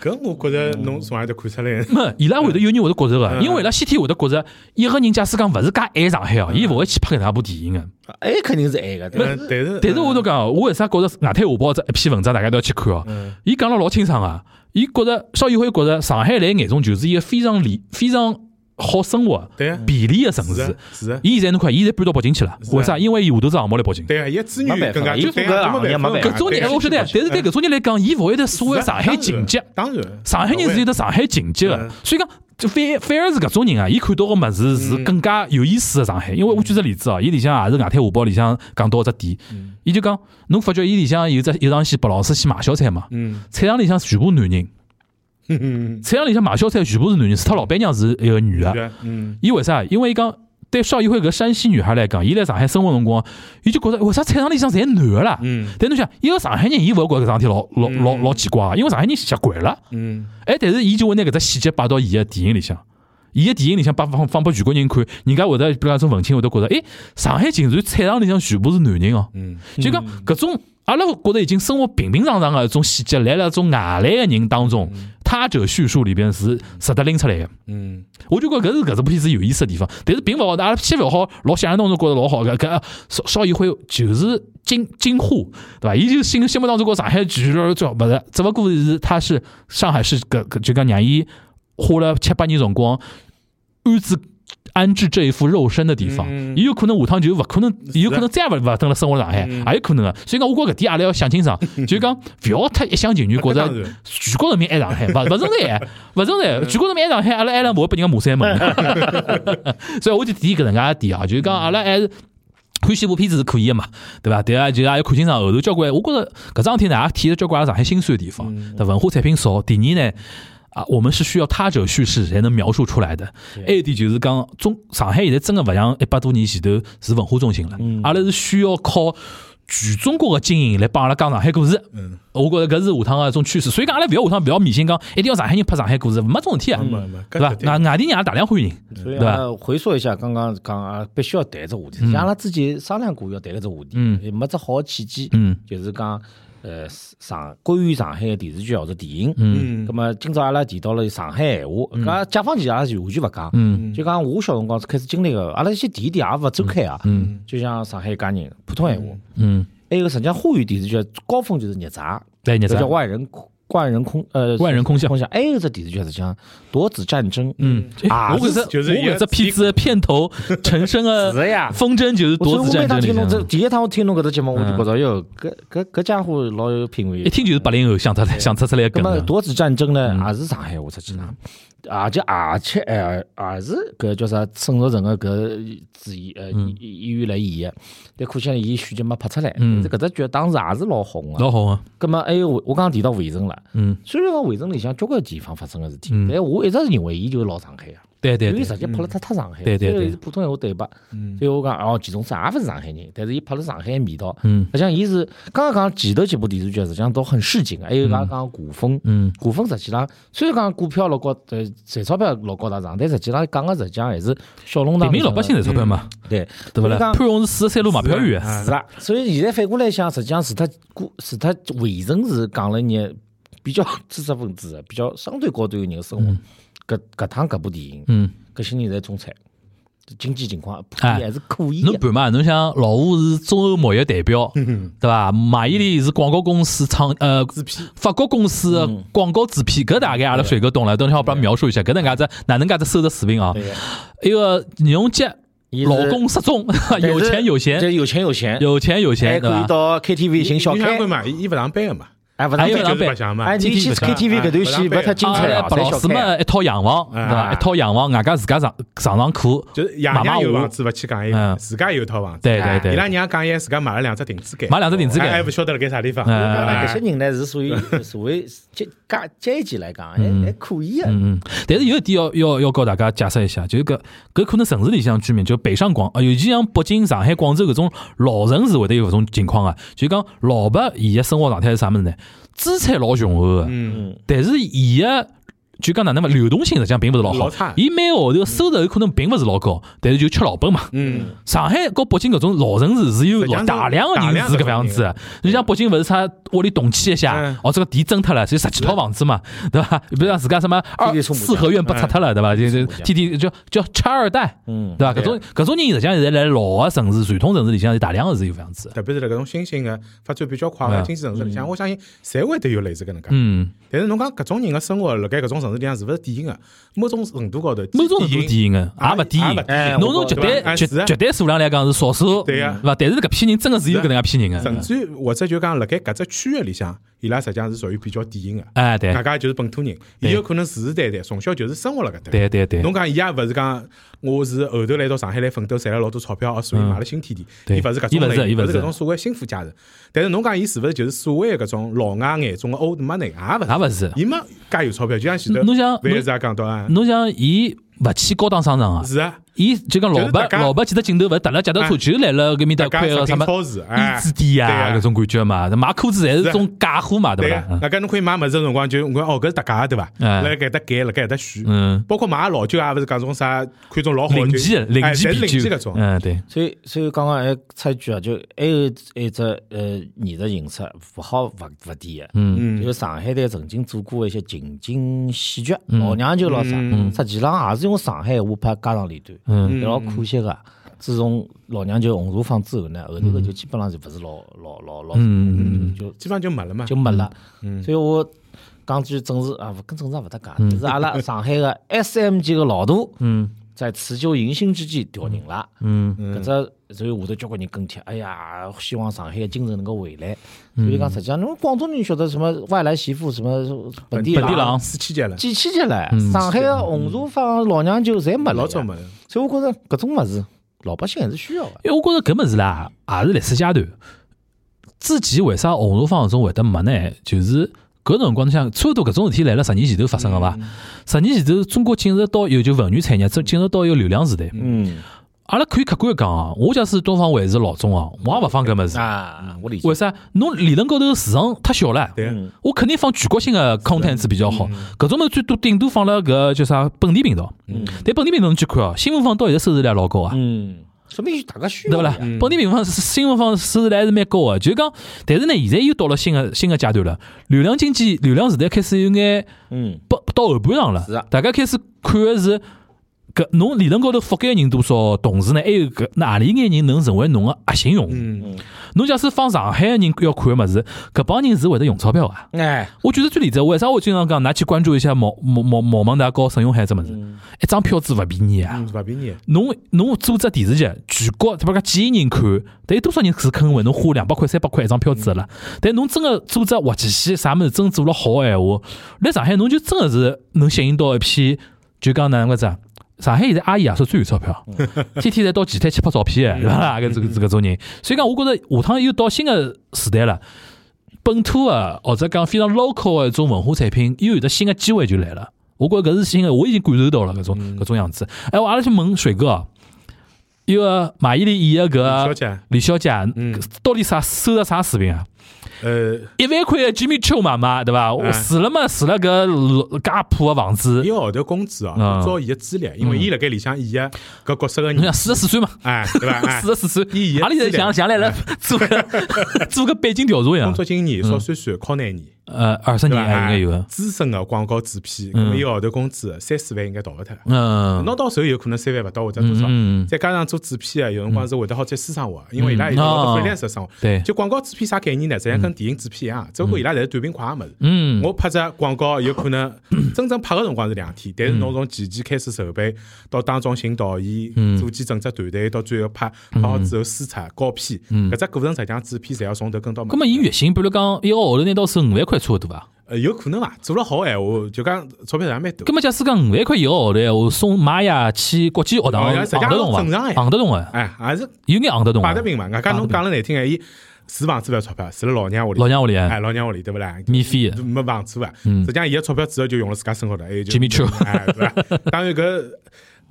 S3: 搿我觉着侬从何里搭看出来？
S2: 没，伊拉会得有人会得觉着个，因为伊拉先天会得觉着一个人假使讲勿是介爱上海哦，伊勿会去拍搿能样部电影个。
S4: 哎，肯定是爱个，对伐？
S3: 嗯但是
S2: 但是我都讲哦，我为啥觉着《外滩画报》这一篇文章大家都要去看哦？伊讲了老清爽啊，伊觉着邵艺辉觉着上海辣伊眼中就是一个非常理、非常好生活、
S3: 对啊
S2: 便利的城
S3: 是
S2: 市
S3: 啊。是啊，
S2: 伊现在侬看，伊现在搬到北京去了，
S3: 是啊
S2: 为啥？因为伊下头只项目来北京。
S3: 对啊，伊个资
S4: 没
S3: 源
S4: 办法
S3: 更加
S4: 伊
S3: 就
S4: 做
S3: 对啊
S4: 搿行
S3: 没
S4: 业没
S3: 办
S4: 办
S3: 法啊
S2: 搿种人，哎我晓得，但是对搿种人来讲，伊勿会得所谓上海情节。
S3: 当然，
S2: 上海人是有得上海情节的
S3: 嗯，
S2: 所以讲，就反反而是搿种人啊，伊看到个物事是更加有意思的上海。因为我举只例子哦，伊里向也是《外滩画报》里向讲到一只点，伊就讲，侬发觉伊里向有只有场戏，白老师去买小菜嘛，
S3: 嗯
S2: 菜场里向全部男 人，
S3: 嗯
S2: 菜场里向买小菜全部是男人，除脱老板娘是一个女的。
S3: 嗯，
S2: 伊为啥？因为伊讲对邵艺辉搿山西女孩来讲，伊来上海生活辰光，伊就觉着为啥菜场里向侪男个啦？
S3: 嗯
S2: 但侬想，一个上海人，伊勿会觉着搿桩事体老老老老奇怪，啊因为上海人习惯了。
S3: 嗯，
S2: 哎，但是伊就会拿搿只细节摆到伊个电影里向，伊个电影里向摆放放拨全国人看，人家会得比如讲种文青会得觉着，哎，上海竟然菜场里向全部是男人哦。
S3: 嗯，
S2: 就讲搿种阿拉觉得已经生活平平常常个一种细节，来了种外来个人当中，他者叙述里边是值得拎出来个。
S3: 嗯，
S2: 我就觉得搿是搿只部片子有意思的地方，但是并勿好，阿拉千万勿好老想象当中觉得老好搿啊搿邵邵艺辉就是金金沪，对伐？伊就心心目当中觉得上海巨了最好，勿是，只勿过是他是上海市搿搿就讲让伊花了七八年辰光安置安置这一副肉身的地方，
S3: 嗯
S2: 伊有可能下趟就勿可能，伊有可能再也勿勿蹲辣生活上海，
S3: 嗯
S2: 也有可能个。所以讲，我觉着搿点阿拉要想清 爽，就是讲勿要太一厢情愿，觉
S3: 那
S2: 着
S3: 当然
S2: 全国人民爱上海，勿勿存在，勿存
S3: 嗯
S2: 在，全国人民爱上海，阿拉爱了勿会被人家骂三 门。所以我就提搿能介一点啊，就是讲阿拉还是。看西部片子是可以的嘛，对伐？但啊，就是也要看清爽后头交关，我觉着搿桩事体呢也体现了交关阿拉上海心酸的地方。那文化产品少，第二呢，啊，我们是需要他者叙事才能描述出来的。还有一点就是讲，中上海现在真的勿像一百多年前头是文化中心了，阿拉是需要靠全中国的经营来帮阿拉讲上海故事。
S3: 嗯，
S2: 我觉着搿是下趟个一种趋势，所以讲阿拉勿要下趟勿要迷信讲一定要上海人拍上海故事，没种事体啊，
S3: 没没
S2: 对伐
S3: 搿？是
S2: 外外地人也大量欢迎，
S4: 所以
S2: 对吧
S4: 啊，回溯一下刚刚讲啊，必须要谈这话题，像阿拉之前商量过要谈搿只话
S2: 嗯
S4: 题，也没只好契机
S2: 嗯，
S4: 就是讲呃上关于上海的电视剧或者电影，
S3: 嗯
S4: 咁么今朝阿拉提到了上海闲话，搿啊解放前阿拉就完全勿讲，
S2: 嗯
S4: 就讲我小辰光是开始经历个，阿拉一些地点也勿展开啊，
S2: 嗯
S4: 就像上海一家人普通闲话，
S2: 嗯，
S4: 还有个实际上沪语电视剧高峰就是孽债，
S2: 对，你
S4: 这
S2: 啥
S4: 叫？万人空万人空呃
S2: 万人空巷
S4: 空巷，还有只电视剧实际上夺子战争，
S2: 嗯，
S4: 啊
S2: 哎我搿只
S3: 就是
S2: 我搿只片子的片头陈升
S4: 是
S2: 个
S4: 呀
S2: 风筝就是
S4: 我所以
S2: 夺
S4: 我
S2: 子
S4: 每
S2: 战
S4: 趟
S2: 争
S4: 听侬
S2: 里
S4: 这
S2: 向，
S4: 第一趟我听侬搿只节目，我就
S2: 嗯
S4: 觉着哟，搿搿搿家伙老有品
S2: 一
S4: 味。
S2: 听就是八零后想出来想出出来的
S4: 那
S2: 梗
S4: 么
S2: 了。
S4: 啊夺子战争呢，
S2: 嗯
S4: 也是上海话实际上，而且而且呃，也是搿叫啥沈若成个搿主演呃演员来演的，但可惜呢，伊续集没拍出来。
S2: 嗯
S4: 但是搿只剧当时也是老红个。
S2: 老好啊，
S4: 葛么还有哎我我刚刚提到围城了，
S2: 嗯，
S4: 虽然讲围城里向交关地方发生个事体
S2: 嗯，
S4: 但我一直认为伊就是老上海个。
S2: 对对
S4: 因为
S2: 对，
S4: 实际拍了太太上海，
S2: 对对
S4: 虽然
S2: 对
S4: 是普通闲话对白，
S3: 嗯
S4: 所以我讲哦，祁仲生也勿是上海人，但是伊拍了上海的味道。
S2: 嗯
S4: 实际上伊是刚刚讲前头几部电视剧，实际上都很市井啊的，还有讲讲古风。
S2: 嗯
S4: 股份实际上，虽然讲股票老高，呃，赚钞票老高大上，但实际上讲个实际上还是小弄堂
S2: 平民
S4: 里向的。
S2: 老百姓赚钞票嘛，
S4: 对，
S2: 对勿
S4: 所以
S2: 啦？
S4: 讲
S2: 潘虹是四十三路买票员啊，
S4: 是啊，所以现在反过来想，实际上除脱股，除脱围城是讲了一眼比较知识分子的、 比较相对高端的人的生活。搿搿趟搿部电影，
S2: 嗯，
S4: 搿些人侪中产，经济情况
S2: 哎
S4: 还是可以
S2: 侬
S4: 的。
S2: 盘嘛，侬想老吴是中欧贸易代表，
S4: 嗯
S2: 对伐？马伊琍是广告公司厂呃
S3: 制片
S2: 法国公司的
S4: 嗯
S2: 广告制片，搿大概阿拉水哥懂了。等一下我帮侬描述一下，搿能介只哪能介只收入水平啊？
S4: 对呀
S2: 一个倪虹洁，
S4: 伊是
S2: 老公失踪，有钱有
S4: 这
S2: 闲，
S4: 有钱有闲，
S2: 有钱有
S4: 还
S2: 闲，对
S4: 可以
S2: 伐？
S4: 到 KTV 寻小
S3: 你想
S4: 开
S3: 看，嘛，伊伊勿上班个嘛，
S4: 哎，勿
S2: 还有
S4: 能
S3: 就
S2: 勿上
S3: 是
S2: 班
S3: 白相嘛，
S4: 哎，
S3: 伊
S4: 你去 KTV 搿段戏勿太精彩
S2: 啊，
S4: 啊，
S2: 白
S4: 侪
S2: 老
S4: 小
S2: 师
S4: 开。
S2: 嘛，一套洋房，对伐？
S4: 哎
S2: 一套洋房，外加自家上上上课，
S3: 就是爷
S2: 妈妈
S3: 娘有
S2: 我
S3: 房子勿去讲伊
S2: 嗯，
S3: 自家有套房子，
S2: 对对
S3: 伊拉
S2: 对，
S3: 娘讲伊自家买了两只亭子间，
S2: 买两只亭子间
S3: 哎还勿晓得辣盖啥地方，
S2: 嗯
S4: 搿
S3: 哎
S4: 些人呢是 属于社会阶阶阶级来讲，哎还还可以的。
S2: 嗯嗯。但是有一点要要要告大家解释一下，就是搿搿可能城市里向居民，就北上广，啊，尤其像北京、上海、广州搿种老城市会得有搿种情况啊。就是讲老白伊个生活状态是啥物事呢？资产老雄厚个，
S3: 嗯，
S2: 但是伊个就讲哪能嘛，流动性实际上并勿是老好
S3: 老差，
S2: 伊每个号头收入有可能并勿是老高，但是就吃老本嘛。
S3: 嗯，
S2: 上海和北京搿种老城市是有
S3: 实际上
S2: 老
S3: 是
S2: 大量
S3: 大
S2: 个人
S3: 量
S2: 是
S3: 的
S2: 搿样子的。你像北京勿是啥屋里动迁一下
S3: 嗯，
S2: 哦，这个地震脱了，就十几套房子嘛，对伐？比如像自家什么二
S4: 天天送
S2: 四
S4: 母家
S2: 合院被拆脱了，对伐？就就天天就叫拆二代，
S4: 嗯，
S2: 对伐？搿种搿种人实际上现在来老个城市、传统城市里向是大量个是有搿样子的。
S3: 特别是辣搿种新兴个发展比较快个
S2: 嗯
S3: 经济城市里向，我相信侪会得有类似搿能介。
S2: 嗯，
S3: 但是侬讲搿种人个生活辣盖搿种城市里向是勿是典型个？某种程度高头，
S2: 某种程度
S3: 典型
S2: 典型个，啊也勿典
S3: 也
S2: 型
S3: 勿。典
S4: 哎
S3: 型
S2: 侬从绝
S3: 对吧
S2: 对
S3: 哎
S2: 绝
S3: 是啊
S2: 绝对数量来讲是少数，
S3: 对
S2: 伐
S3: 呀？
S2: 但是搿批人真个是有搿能介批人
S3: 甚
S2: 个，
S3: 至于或者就讲辣盖搿只区域里向，伊拉实际上是属于比较典型个。
S2: 哎，对
S3: 外加就是本土人，
S2: 对
S3: 伊有可能世世代代从小就是生活辣搿搭。
S2: 对对对，
S3: 侬讲伊也勿是讲，我是后头来到上海来奋斗，赚了老多钞票，哦，所以
S2: 嗯
S3: 买了新天地。
S2: 对
S3: 伊勿是搿
S2: 伊勿
S3: 种
S2: 是
S3: 类，
S2: 伊勿
S3: 勿是
S2: 是
S3: 搿种所谓幸福家庭。但是侬讲伊是勿是就是所谓的搿种老外眼中的 old money，也勿
S2: 也勿是。
S3: 伊没介有钞票，就像前头
S2: 侬侬想
S3: 万一是也讲到啊，
S2: 侬想伊勿去高档商场啊，
S3: 是啊，
S2: 伊就讲老
S3: 就是
S2: 白
S3: 大家
S2: 老白几只镜头勿是搭了脚踏车，
S3: 哎
S2: 就是来了搿面搭
S3: 大
S2: 快
S3: 家
S2: 个
S3: 食
S2: 什
S3: 品
S2: 么
S3: 超市，哎
S2: 伊，子店
S3: 对
S2: 啊，
S3: 啊
S2: 搿种感觉嘛，买裤子侪是
S3: 是啊
S2: 种假货嘛，对嗯
S3: 对啊
S2: 勿
S3: 个
S2: 啦？，
S3: 外加侬可以买物事个辰光，就我讲哦，搿是大家的对伐？
S2: 哎
S3: 辣盖搭改，辣盖搭选，
S2: 嗯，
S3: 包括买老酒啊，勿是讲种啥，看种老好
S2: 嗯
S3: 的
S2: 零
S3: 酒
S2: 件零
S3: 哎
S2: 件
S3: 侪
S2: 啤
S3: 是零
S2: 酒
S3: 件搿，种，
S2: 嗯，对，
S4: 所以，所以刚刚还插一句啊，就还有一只呃艺术形式勿好勿勿提的，
S2: 嗯
S4: 就是上海台曾经做过一些情景喜剧，老娘舅老啥，
S3: 嗯
S4: 实际上也是用上海话拍家长里短，
S2: 嗯
S4: 老可惜个。自从老娘舅红茶坊之后呢，后头个就基本上就勿是老老老老，
S2: 嗯
S4: 就
S3: 基本上就没了嘛
S4: 就。没了。所以我讲句正事啊，勿跟正事也勿搭界，就是阿拉上海个 S M 级个老大，
S2: 嗯
S4: 在辞旧迎新之际调人了。
S2: 嗯
S4: 搿只所以下头交关人跟帖，哎呀，希望上海的精神能够回来。所以讲，实际上侬广东人晓得什么外来媳妇，什么本地
S2: 本地郎
S3: 四千节了，
S4: 几千年来，上海的红茶坊、老娘舅侪没了
S3: 老
S4: 呀。
S3: 早没了。
S4: 所以我觉着搿种物事，老百姓还是需要的。
S2: 因为我觉着搿物事啦，也是历史阶段。之前为啥红茶坊搿种会得没呢？就是搿辰光，你想差不多搿种事体来了十年前头发生个伐？
S3: 嗯
S2: 十年前头，中国进入到有就文娱产业，进进入到一个流量时代。
S4: 嗯
S2: 阿拉可以客观地讲啊，我假使东方卫视老总啊，我也勿放搿物事。
S4: 啊，我理解
S2: 为。啥？侬理论高头市场太小了，
S3: 对啊，
S2: 我肯定放全国性的 content 比较好。搿种物事最多顶多放了搿叫啥本地频道。但本地频道侬去看哦，新闻放到现在收视率也老高啊。
S4: 嗯，说明大家需
S2: 对
S4: 要
S2: 勿啦
S4: 呀。？
S2: 本地平方新闻方收视率还是蛮高个，就是讲，但是呢，现在又到了新个新个阶段了，流量经济、流量时代开始有眼
S4: 嗯
S2: 不到后半场了
S4: 是啊，
S2: 大家开始看个是搿侬理论高头覆盖个人多少，同时呢，还有搿哪里眼人能成为侬个核心用户？
S3: 嗯，
S2: 侬假使放上海个人要看个物事，搿帮人是会得用钞票个。
S4: 哎，
S2: 我举得最例子，为啥我经常讲，㑚去关注一下毛毛毛毛孟达和沈永海这物事，一张票子勿便宜啊。
S3: 嗯勿便宜。
S2: 侬侬做只电视剧，全国对吧？讲几亿人看，但有多少人是肯为侬花两百块、三百块一张票子的啦？但侬真个做只滑稽戏，啥物事真做了好个闲话，来上海侬就真个是能吸引到一批，就讲哪能个子啊？上海现在阿姨爷叔最有钞票，
S3: 嗯
S2: 天天侪到前台去拍照片的，对伐啦？搿这个这个种人，所以讲我觉着下趟又到新个时代了。本土的或者讲非常 local 的一种文化产品，又有得新的机会就来了。我觉着搿是新的，我已经感受到了搿种
S3: 嗯
S2: 搿种样子。哎，我阿拉去问水哥啊，一个马伊琍演
S3: 小
S2: 的搿
S3: 姐，
S2: 李小姐啊，
S3: 嗯
S2: 到底啥收了啥水平啊？
S3: 呃，
S2: 一万块的 Jimmy Choo 妈妈对伐？我
S3: 哎
S2: 住了嘛，住了搿老家破的房
S3: 一
S2: 子，
S3: 个号头工资哦，
S2: 嗯
S3: 按照伊个资历，因为伊辣盖里向演个搿角色个
S2: 侬想
S3: 人，
S2: 四十四岁嘛，
S3: 哎，对 伐？哎
S2: 四十四岁
S3: 伊，
S2: 阿里在
S3: 资历
S2: 想想来了做个 做个背景调查一
S3: 哎工
S2: 样
S3: 作，经验少算算，靠廿年，
S2: 呃，二十
S3: 对
S2: 年嗯
S3: 伐？
S2: 还应该有啊
S3: 哎
S2: 的，
S3: 资深个广告制片，
S2: 嗯
S3: 搿么一个号头工资三四万应该逃勿脱。
S2: 嗯，
S3: 拿到手有可能三万勿到或者多少
S2: 嗯嗯，
S3: 再加上做制片啊，有辰光是会得好接私生活，啊因为伊拉有得
S2: 哦
S3: 老多 freelance 生活。
S2: 对
S3: 就广告制片啥概念呢？实际上跟电影制片一样，只不过伊拉侪是短平快个物事。
S2: 嗯
S3: 我拍只广告有可 能真正拍个辰光是两天，但是侬从前期开始筹备，到当中寻导演
S2: 嗯，
S3: 组建整只团队，到最后拍，拍好之后输出胶片，搿只过程实际上制片侪要从头跟到尾。
S2: 嗯咁啊么伊月薪，比如讲一个号头拿到手五万块差勿多伐？
S3: 呃有可能啊，做了好闲话，就讲钞票也蛮多
S2: 咁。么假使讲五万块一个号头，我送玛雅去国际学堂，
S3: 哦
S2: 行
S3: 呀实际
S2: 得
S3: 上
S2: 动伐？
S3: 正常哎
S2: 行得动个，
S3: 哎，还是
S2: 啊有眼行得动
S3: 摆得
S2: 个。
S3: 平嘛。外加侬讲了难听眼，伊住房子勿要钞票，住了老娘屋里。
S2: 老娘屋里啊
S3: 哎，老娘屋里对不啦？
S2: 免费的，
S3: 没房租啊，实际上伊个钞票主要就用了自家生活了，还有就
S2: 嗯 Jimmy Choo
S3: 哎，对伐？当然搿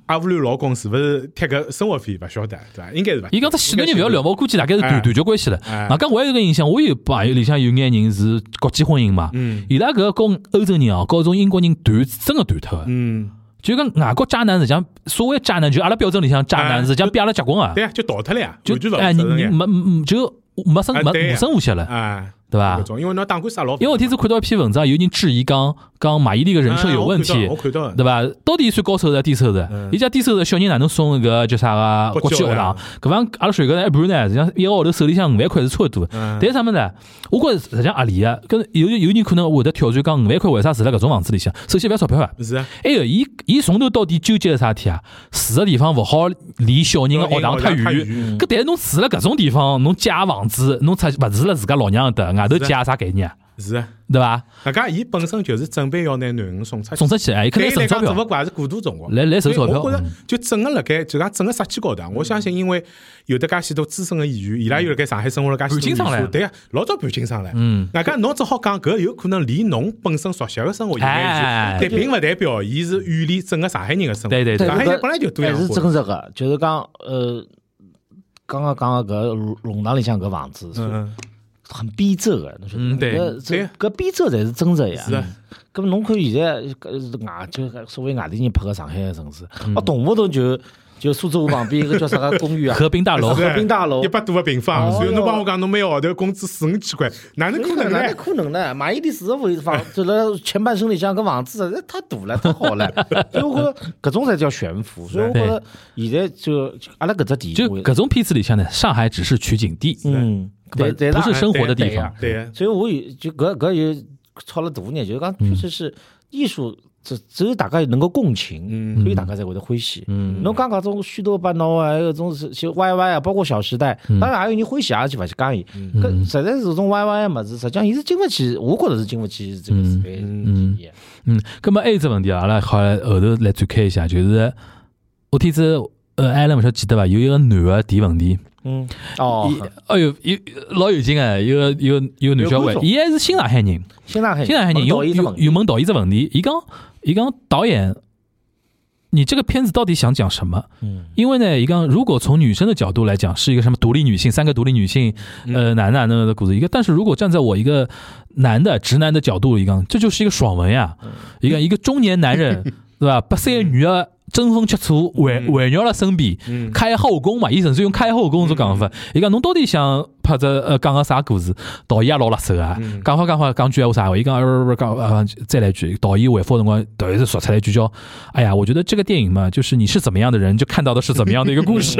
S3: 阿富汗老公是勿是贴搿生活费勿晓得，对伐？应该是伐？
S2: 伊讲这戏男人勿要聊嘛，啊我估计大概是断
S3: 哎
S2: 断绝关系了。
S3: 哎
S2: 外加我还有个印象，我有朋友里向有眼人是国际婚姻嘛，
S3: 嗯
S2: 伊拉搿跟欧洲人哦，跟种英国人断，真个断脱的。
S3: 嗯，
S2: 就讲外国渣男实际上，所谓渣男就阿拉标准里向渣
S3: 哎
S2: 男，实际上比阿拉结棍啊
S3: 对，啊，就倒脱了呀，
S2: 就
S3: 完全勿
S2: 哎，你
S3: 负责
S2: 你
S3: 任呀
S2: 没没就没生
S3: 哎
S2: 没
S3: 对呀
S2: 无声无息了，
S3: 啊，
S2: 对伐
S3: 搿？种，因为侬打官司也老，
S2: 因为我天子看到一篇文章，有人质疑讲讲马伊琍个人设有问
S3: 啊
S2: 题
S3: 我，看到，我看
S2: 对
S3: 到，
S2: 伐？到底算高收入还是低收入？伊家低收入小人哪能送个叫啥个
S3: 国啊
S2: 国
S3: 际
S2: 际学
S3: 学堂
S2: 堂？搿帮阿拉水哥呢一半呢，实际上一个号头手里向五万块是差勿多的。
S3: 嗯
S2: 但是啥物事呢？我觉着实际上合理个，搿啊有有人可能会得跳出讲五万块为啥住辣搿种房子里向？首先勿要钞票啊！
S3: 是啊，
S2: 还有伊伊从头到底纠结个啥体啊？住个地方勿好离小人个学堂太
S3: 小人学堂太
S2: 远。嗯
S3: 远
S2: 搿但是侬住辣搿种地方，侬借房子，侬出勿住辣自家老娘的，外头借啥概念啊？
S3: 是啊，
S2: 对伐？
S3: 大家伊本身就是准备要拿囡恩送出去
S2: 送。出去，哎，可能
S3: 对伊
S2: 省
S3: 来
S2: 钞
S3: 讲，只不
S2: 票，
S3: 过还是过渡辰光。
S2: 来来省钞票
S3: 哎所以我觉着
S2: 嗯
S3: 就整个辣盖，就讲整个杀气高头啊，我相信因为有得介许多资深的演员，伊拉又辣盖上海生活了介许多
S2: 盘经上来
S3: 年
S2: 了
S3: 数，对啊，老早盘经上来。
S2: 嗯，
S3: 外加侬只好讲，搿有可能离侬本身熟悉的生活有
S2: 哎
S3: 关系，但并勿代表伊是远离整个上海人的生活。
S2: 对对对哎
S3: 上海人本来就多样
S4: 哎还是
S3: 化
S4: 真。实个，就是讲呃，刚刚讲个搿弄堂里向搿房子是
S3: 嗯，
S4: 很逼仄个，侬晓得
S2: 嗯
S4: 伐？
S2: 对
S4: 搿
S3: 对
S4: 这搿逼仄才是真实呀。
S3: 是啊，
S4: 咁侬看现在搿外就所谓外地人拍个上海个城市，
S3: 嗯
S4: 哦，动不动就就苏州河旁边 一个叫啥个公寓啊，
S2: 河滨大楼
S3: 是，啊
S4: 合并大楼
S3: 一百多个平方，
S4: 哦
S3: 所以侬
S4: 哟
S3: 帮我讲，侬每个号头工资四五千块，哪能可能
S4: 哎哪
S3: 呢
S4: 能？可能呢？马伊琍是个房，就辣前半生里向搿房子实在太大 了，太好了。所以我觉着搿种才叫悬浮。所以我觉着现在就就阿拉搿只地
S2: 就
S4: 位，
S2: 搿种片子里向呢，上海只是取景地，
S4: 嗯，
S2: 不
S4: 对对啦
S2: 不是生活的
S3: 对
S2: 地方。
S3: 对啊，
S4: 所以我有就搿搿有吵了大呢，就是讲
S2: 嗯
S4: 确实是艺术，只只有大家能够共情，
S3: 嗯
S4: 所以大家才会得欢喜。
S2: 嗯
S4: 侬讲搿种虚头巴脑啊，还有种是些 YY 啊，包括《小时代》，
S2: 嗯
S4: 当然还有人欢喜，也就勿去讲伊。搿实在是这种 YY 个物事，实际上伊是经勿起，我觉着是经勿起这个时代
S2: 嗯
S4: 体验。
S2: 嗯，葛么还有一只问题啊，阿拉好像后头来展开一下，就是我天子呃，艾伦勿晓得记得伐？有一个男个提问题，
S4: 嗯，哦，
S2: 伊哎哟，有老有劲哎，有个有个有个男小孩
S4: 有观，众
S2: 伊还是新上海人，
S4: 新上海，
S2: 新上海人
S4: 导
S2: 有
S4: 演
S2: 有有问导演只问题，伊讲伊讲导演，你这个片子到底想讲什么？
S4: 嗯，
S2: 因为呢，伊讲如果从女生的角度来讲，是一个什么独立女性，三个独立女性，呃，男男的的故事。一个，但是如果站在我一个男的直男的角度，伊讲这就是一个爽文呀。一个一个中年男人，对吧？八三个女的争风吃醋，围围绕了身边，
S3: 嗯
S2: 开后宫嘛，伊甚至用开后宫这种讲法。伊讲侬到底想拍只呃讲个啥故事？导演也老辣手啊，讲法讲法讲句闲话啥话？伊讲呃不不讲呃再来一句，导演回复的辰光，导演是说出来一句叫：“哎呀，我觉得这个电影嘛，就是你是怎么样的人，就看到的是怎么样的一个故事。”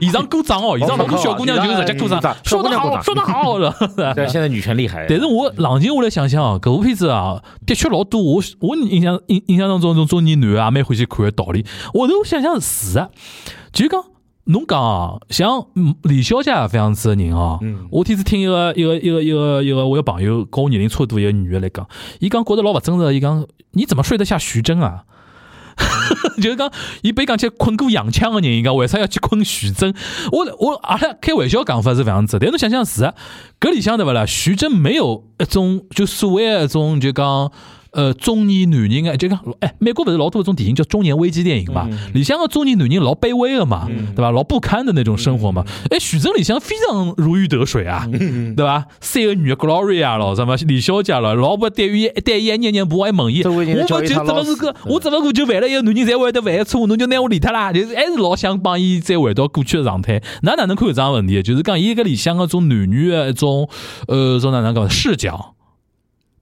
S2: 以上鼓掌哦，以上老多小姑娘就是直接鼓掌
S4: 鼓掌，
S2: 说得
S4: 小姑娘鼓
S2: 好，
S4: 掌
S2: 说得好了。
S4: 但现在女权厉害，
S2: 但是我冷静下来想想哦，搿部片子啊，的确老多我我印象印印象当中，种中年男啊，蛮欢喜看的道理。我头想想是啊，就是讲侬讲啊，像嗯李小姐搿样子的人哦，我天天听一个一个一个一个一个我一个朋友跟我年龄差不多一个女的来讲，伊讲觉得老勿真实，伊讲你怎么睡得下徐峥啊？就是讲，伊被讲去困过洋枪的人，伊讲为啥要去困徐峥？我我阿拉开玩笑讲法是搿样子，但侬想想是啊，搿里向对勿啦？徐峥没有一种就所谓的一种就讲。呃，中年男人啊，就讲，哎，美国勿是老多一种电影叫中年危机电影嘛？里向个中年男人老卑微个嘛，对伐？老不堪的那种生活嘛。哎，徐峥里向非常如鱼得水啊，对伐？三个女的 Gloria 咯，什么李小姐咯，老婆对伊对伊还念念不忘，还问伊，
S4: 周
S2: 我
S4: 围人
S2: 勿
S4: 叫
S2: 就
S4: 伊
S2: 怎
S4: 他
S2: 么
S4: 老
S2: 是
S4: 死
S2: 个，我只不过就犯了一个男人才会得犯的错误，侬就拿我理脱啦，就是还是老想帮伊再回到过去的状态。哪哪能看有这样的问题？啊就是讲伊搿里向搿种男女的一种呃，种哪能讲视角，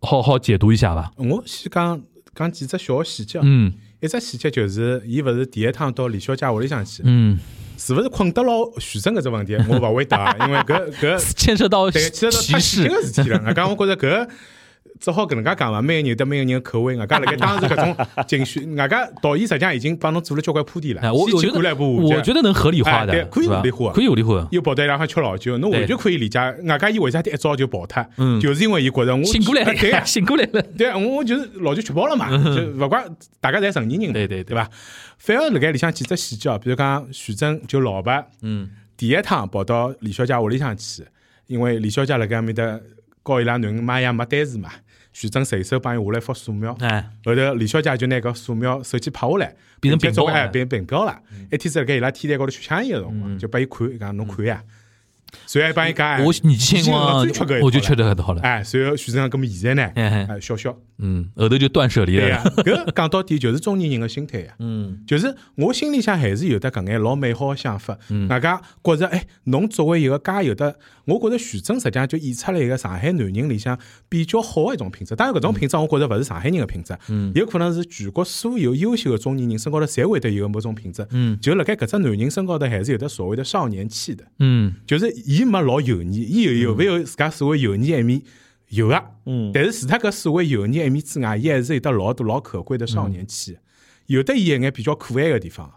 S2: 好好解读一下吧。
S3: 我先讲讲几只小细节啊。
S2: 嗯
S3: 一只细节就是，伊勿是第一趟到李小姐屋里向去，
S2: 嗯，
S3: 是勿是困得牢徐峥搿只问题， 我勿回答，因为搿搿
S2: 牵涉到
S3: 对，其实
S2: 歧
S3: 太细
S2: 视
S3: 节个，事体了。外加我觉着搿只好搿能介讲伐，每个人有得每个人的口味，外加辣盖当时 搿种情绪，外加导演实际上已经帮侬做了交关铺垫
S2: 哎
S3: 了。
S2: 我
S3: 先
S2: 我
S3: 去
S2: 觉
S3: 看了
S2: 得
S3: 一部
S2: 我觉得能合理化的
S3: 哎，对可以
S2: 是吧
S3: 合理化
S2: 可以合理化。
S3: 又跑到伊拉块吃老酒，侬完全可以理解。外加伊为啥一早就跑脱，就是因为伊觉着我哎
S2: 醒过来
S3: 对呀
S2: 嗯了， 醒过来了。
S3: 对啊，我就是老就吃饱了嘛，就勿管大家侪成年人
S2: 嗯
S3: 嘛，
S2: 对对
S3: 对
S2: 对
S3: 伐？反而辣盖里向几只细节啊，比如讲徐峥就老白，嗯，第一趟跑到李小姐屋里向去，因为李小姐辣盖埃面搭告伊拉囡恩妈呀没单词嘛，徐峥随手帮伊下来幅素描，
S2: 哎，
S3: 后头李小姐就拿搿素描手机拍下来，
S2: 变成
S3: 并且
S2: 屏
S3: 作为
S2: 保了嗯
S3: 哎变成屏标了。一天子辣盖伊拉天台高头吃香烟个辰光，就拨伊看，伊讲侬看呀，随后还帮伊讲，哎
S2: 我年纪轻
S3: 我
S2: 光
S3: 最缺搿一，套
S2: 我就
S3: 了
S2: 缺这个好了。
S3: 哎，随后徐峥讲，搿么现在呢？
S2: 嘿嘿
S3: 哎，笑笑。
S2: 嗯，后头就断舍离
S3: 对
S2: 了
S3: 呀。，啊 搿讲到底就是中年人的心态呀。嗯，就是我心里向还是有得搿眼老美好的想法。外加觉着，哎，侬作为一个介有得，我觉着徐峥实际上就演出了一个上海男人里向比较好的一种品质。当然，搿种品质我觉着勿是上海人的品质，有可能是全国所有优秀的中年人身高头侪会得有的某种品质。嗯，就辣盖搿只男人身高头还是有得所谓的少年气的。
S2: 嗯
S3: 就是伊没老油腻，伊有有没有自家所谓油腻一面有啊，
S4: 嗯
S3: 但是除脱搿所谓油腻一面之外，伊还是有得老多老可贵的少年气，有的伊一眼比较可爱个地方。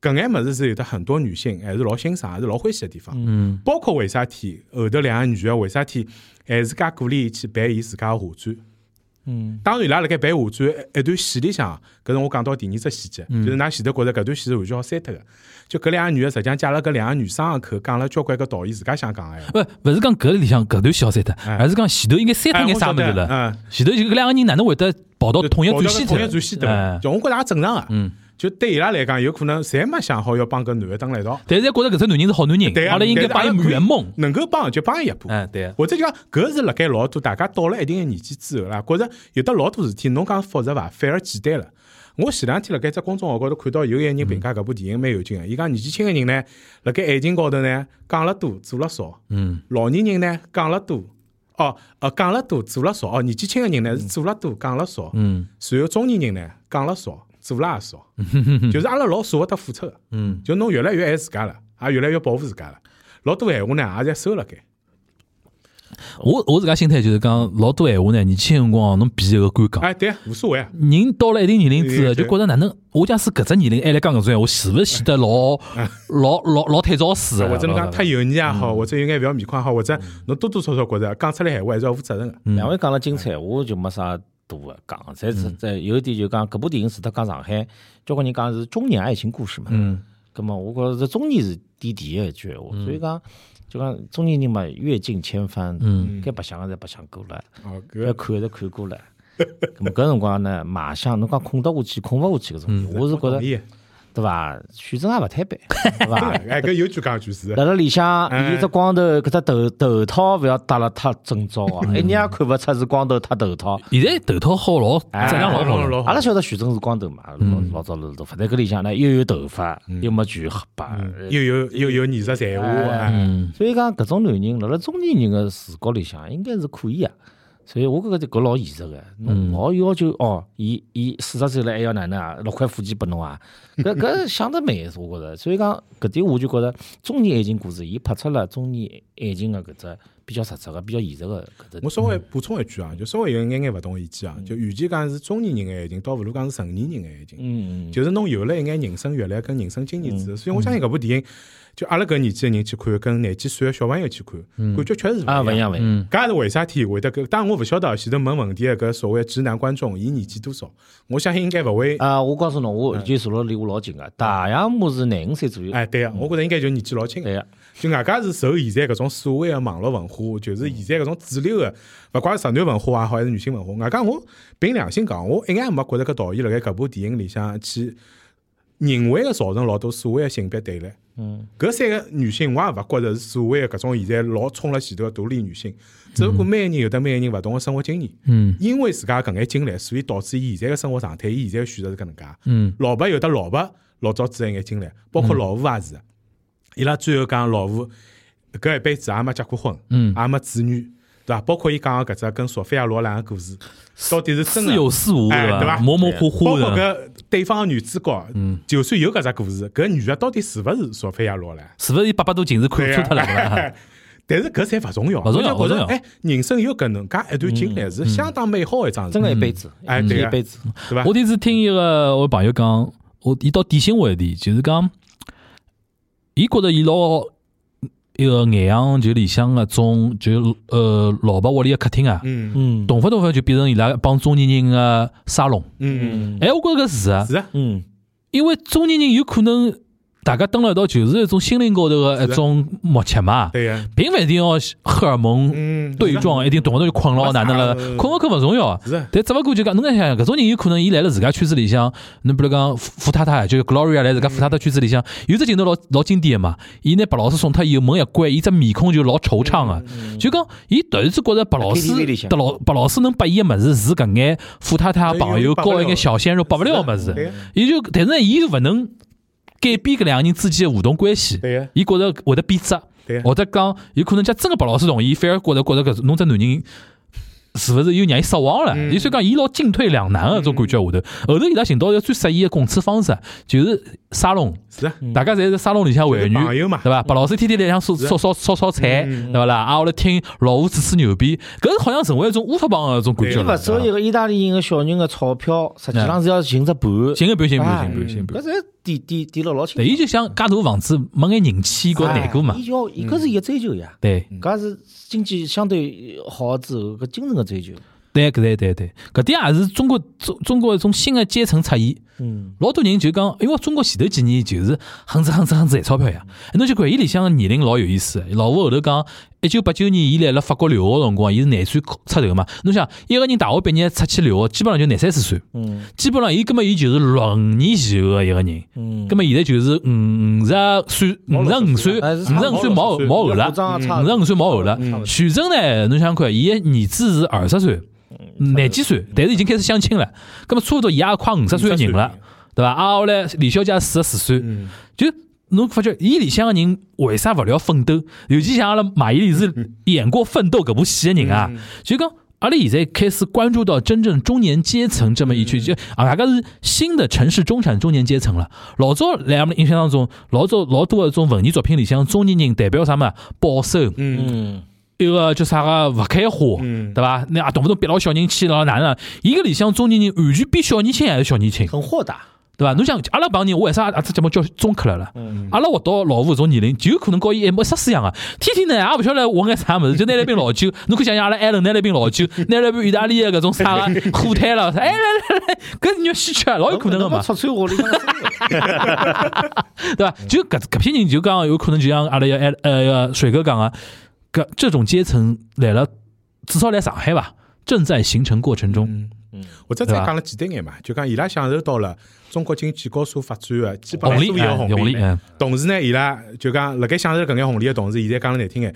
S3: 搿眼物事是有得很多女性还是老欣赏，还是老欢喜个地方。
S2: 嗯
S3: 包括为啥体后头两个女个为啥体还是介鼓励伊去办伊自家个画展。
S4: 嗯
S3: 当然，伊拉辣盖办画展一段戏里向，搿是我讲到第二只细节，
S2: 嗯
S3: 就是㑚前头觉着搿段戏是完全好删脱个。就搿两个女个，实际上借了搿两个女生个口，讲了交关搿导演自家想讲个闲话。
S2: 不，勿是讲搿里向搿段戏要删脱，
S3: 哎
S2: 而是讲前头应该删脱
S3: 哎
S2: 眼啥物事了。
S3: 嗯，
S2: 前头就搿两个人哪能会得跑到同一
S3: 跑
S2: 战
S3: 到
S2: 线
S3: 搿同一战线
S2: 头？
S3: 对伐？
S2: 哎，
S3: 就我觉着也正常个。
S2: 嗯，
S3: 就对伊拉来讲，有可能侪没想好要帮搿男个蹲辣一道，
S2: 但是侪觉着搿只男人是好男
S3: 对
S2: 人，
S3: 啊
S2: 阿拉应该帮
S3: 但是
S2: 伊
S3: 阿拉
S2: 圆梦。
S3: 能够帮就帮伊一把。
S2: 哎，对啊，
S3: 或者就讲，搿是辣盖老多大家到了一定个年纪之后啦，觉着有得老多事体，侬讲复杂伐，反而简单了。我前两天辣盖只公众号高头看到有一个人评价搿部电影蛮有劲个，伊讲年纪轻个人呢，辣盖爱情高头呢讲了多，做了少；
S2: 嗯，
S3: 老年人呢讲了多，哦呃讲了多，做了少；哦年纪轻个人呢是做了多，讲了少；
S2: 嗯
S3: 然后中年人呢讲了少，做了 也少，就是阿拉老舍不得付出个。
S2: 嗯，
S3: 就侬越来越爱自家了，也越来越保护自家了。老多闲话呢，也侪收了该。
S2: 我我自家心态就是讲，老多闲话呢，年轻辰光侬比一个敢讲。
S3: 哎，对啊，无所谓啊。
S2: 人到了一定年龄之后，
S3: 对对
S2: 就觉着哪能，我讲是搿只年龄还来讲搿种闲话，是勿是显得老老老老太早死啊？
S3: 或者侬
S2: 老
S3: 讲太油腻也好，或者有眼勿要面孔也好，或者侬多多少少觉着讲出来闲话还是要负责任
S2: 嗯
S3: 个。
S4: 两位讲了精彩，我就没啥大的讲，侪是在有一点就讲，搿部电影除脱讲上海，交关人讲是中年爱情故事嘛。
S2: 嗯，
S4: 葛么我觉着这中年是点题的一句闲话，所以讲就讲中年人嘛，阅尽千帆，
S2: 嗯
S4: 该白相个侪白相过了，
S3: 哦，搿
S4: 该
S3: 个
S4: 看的看过了。葛么搿辰光呢，卖相侬讲困得下去，困勿下去搿种
S2: 嗯
S4: 事体，我是觉
S3: 同
S4: 着
S3: 意。
S4: 对伐？选择也勿摊板，对 伐？
S3: 哎，搿有句讲句是，
S4: 辣辣里向，
S3: 哎
S4: 伊只光头搿只头头套勿要戴了太正宗 哦，一眼也看勿出是光头太头套。
S2: 现在头套好老，质量老好了。
S3: 哎老
S4: 阿拉
S3: 好，
S4: 晓得徐峥是光头嘛，老老早留头发，但搿里向呢又有头发，又没全黑白，
S3: 又有又有艺术才华啊。
S2: 嗯
S4: 所以讲搿种男人辣辣中年人个视角里向应该是可以啊。所以我觉着搿老现实个，侬老要求哦，伊伊四十岁了还要哪能啊？六块腹肌拨侬啊？搿搿想得美，我觉着。所以讲搿点我就觉着中年爱情故事，伊拍出了中年爱情个搿只比较实质个、比较现实个搿只。
S3: 我稍微补充一句啊，就稍微有一眼眼勿同意见啊，就与其讲是中年人个爱情，倒勿如讲是成年人个爱情。
S4: 嗯嗯
S3: 就是侬有了一眼人生阅历跟人生经验之后，所以我相信搿部电影，就阿拉搿年纪个人去看，跟廿几岁个小朋友去看，感觉确实
S4: 啊，
S3: 勿
S4: 勿
S3: 样。
S4: 一样勿一样。
S2: 嗯
S3: 搿也是为啥体会得搿？当然我勿晓得前头问问题个搿所谓直男观众，伊年纪多少？我相信应该勿会。
S4: 啊，我告诉侬，我已经坐了离我老近个，大洋姆是廿五岁左右。
S3: 哎，对个，我觉着应该就年纪老轻
S2: 哎
S3: 个。
S4: 嗯对个，啊
S3: 就外加是受现在搿种所谓个网络文化，就是现在搿种主流个，勿怪是直男文化也啊好，还是女性文化。外加我凭良心讲，我一眼也没觉着搿导演辣盖搿部电影里向去人为个造成老多所谓个性别对立。
S4: 嗯，
S3: 搿三个女性，我也勿觉着是所谓个搿种现在老冲辣前头个独立女性，只不过每个人有得每个人勿同个生活经验。
S2: 嗯
S3: 因为自家搿眼经历，所以导致伊现在个生活状态，伊现在个选择是搿能介。
S2: 嗯
S3: 老爸有得老爸老早子一眼经历，包括老婆也是。伊拉最后讲老婆搿一辈子也没结过婚，
S2: 嗯，
S3: 也没子女，对伐？包括伊讲个搿只跟索菲亚罗兰个故事，到底是真
S2: 似
S3: 个？
S2: 有似无
S3: 哎
S2: 的
S3: 对吧
S2: 模模糊
S3: 包
S2: 糊
S3: 括
S2: 的，嗯
S3: 搿对方个女主角，就算有搿只故事，搿女个到底是勿是索菲亚罗兰？
S2: 是不是伊爸爸都近视看
S3: 对
S2: 错
S3: 啊
S2: 脱了是吧？
S3: 但是搿侪勿重要，
S2: 勿重要
S3: 我
S2: 勿
S3: 就觉着
S2: 重要嗯
S3: 哎，人生有搿能介一段经历是相当美好个一桩事
S4: 真
S3: 体，
S4: 个一辈子，
S3: 哎
S4: 是
S3: 对
S4: 一
S3: 啊
S4: 辈子。
S3: 对伐
S2: 我？第一次听一个我朋友讲，我伊到点醒我一点，就是讲，伊觉着伊老一个眼样就里向个种就呃老爸屋里个客厅啊，
S3: 嗯
S4: 嗯
S2: 动勿动勿就变成伊拉帮中年人个沙龙。
S3: 嗯，
S4: 嗯
S2: 哎，我觉着搿是啊，
S3: 是啊，
S4: 嗯
S2: 因为中年人有可能大家蹲辣一道，就是一种心灵高头个一种默契嘛，
S3: 啊对呀，
S2: 并勿一定要荷尔蒙
S3: 嗯，
S2: 对撞，一定动勿动就困牢哪能了，
S3: 嗯
S2: 困勿困勿重要。
S3: 是啊，
S2: 但只勿过就讲，侬讲想想，搿种人有可能伊来了自家圈子里向，侬比如讲富富太太，就是 Gloria 来自家富太太圈子里向，有只镜头老老经典个嘛，伊拿白老师送脱以后，门一关，伊只面孔就老惆怅个，
S4: 嗯
S2: 就讲伊突然之觉着白老师
S4: KTV 里向，
S2: 白老白老师能拨伊个物事是搿眼富太太的朋友
S3: 哎有
S2: 搞一眼小鲜肉拨勿了个物
S3: 是啊对
S2: 事
S3: 呀，
S2: 伊就但是呢，伊勿能改变搿两个人之间个互动关系，
S3: 对呀，
S2: 伊觉着会得变质。
S3: 对呀，
S2: 或者讲有可能讲真个白老师同意，反而觉着觉着搿侬只男人是勿是又让伊失望了？
S3: 嗯
S2: 伊所以讲伊老进退两难个种感觉下头，后头伊拉寻到一个最适意个共处方式，就是沙龙，
S3: 是啊，
S2: 大家侪是沙龙里向
S3: 就是
S2: 会员
S3: 朋友嘛嗯啊
S2: 对伐？白老师天天来向烧烧烧烧烧菜，对伐啦？啊，我来听老吴吹吹牛逼，搿是好像成为一种乌托邦个种感觉
S4: 伊
S2: 了
S4: 勿。收一个意大利人个小人个钞票，实际上是要寻只伴。
S2: 行个表行
S4: 哎
S2: 行表行
S4: 搿
S2: 表，
S4: 侪点点点了老清哎
S2: 对，伊就想介大房子没眼人气，觉
S4: 个
S2: 着难过嘛。嗯
S4: 伊要伊搿是伊个追求呀，
S2: 对，
S4: 搿是经济相对好之后搿精神个追求。
S2: 对，对，对，对，搿点也是中国中中国一种新的阶层出现。
S4: 嗯，
S2: 老多人就讲，因为中国前头几年就是哼哧哼哧哼哧赚钞票呀。哎侬就看伊里向个年龄老有意思。老吴后头讲，一九八九年伊来辣法国留学个辰光，伊是廿岁出头嘛。侬想，一个人大学毕业出去留学，基本上就廿三四岁。
S4: 嗯，
S2: 基本上伊根本伊就是六五年前后个一个人。
S4: 嗯
S2: 根本现在就是五五十岁，五十五岁，
S4: 哎
S2: 五
S4: 是
S2: 十五岁冒
S3: 差不多
S2: 冒后了
S4: 服。装也差
S2: 五十五岁冒后了
S4: 嗯。
S2: 徐峥呢，侬想想看，伊个儿子是二十岁，嗯廿几岁，但是已经开始相亲了。那么差不多伊也快五十岁个人了，对伐？啊，后来李小姐四十四岁，
S3: 嗯，
S2: 就侬发觉伊里向个人为啥勿聊奋斗？尤其像阿拉马伊琍是演过《奋斗》搿部戏个人啊，就讲。阿拉现在开始关注到真正中年阶层这么一区，就啊，大家是新的城市中产中年阶层了。老早来阿拉印象当中，老早老多的这种文艺作品里向，中年人代表啥么？保守，
S3: 嗯
S4: 嗯，
S2: 一个叫啥个勿开花，
S3: 嗯
S2: 对伐？那啊动不动逼牢小人去老哪能啊？伊搿里向中年人完全比小年轻还是小年轻，
S4: 很豁达。
S2: 对伐？侬想阿拉帮人，我为啥阿只节目叫中克了啦？阿拉活到老吴搿种年龄，就有可能跟伊一模一式样啊！天天呢也勿晓得混眼啥物事，就拿来瓶老酒，侬可以想想阿拉艾伦拿来瓶老酒，拿来瓶意大利的搿种啥个 火炭了，哎来来来，搿肉稀缺，老有可能个嘛
S4: 能，戳穿我里向个 生活
S2: 对
S3: 嗯
S2: 伐？就搿搿批人就讲有可能就像阿拉要艾呃水哥讲个，搿这种阶层来了，至少来上海吧，正在形成过程
S3: 嗯
S2: 中。
S3: 或者再讲了简单眼嘛，就讲伊拉享受到了中国经济高速发展的基本
S2: 红
S3: 上
S2: 利
S3: 所有
S2: 哎红
S3: 红
S2: 利
S3: 利
S2: 嗯，
S3: 同时呢，伊拉就讲辣盖享受搿眼红利的同时，现在讲了难听眼，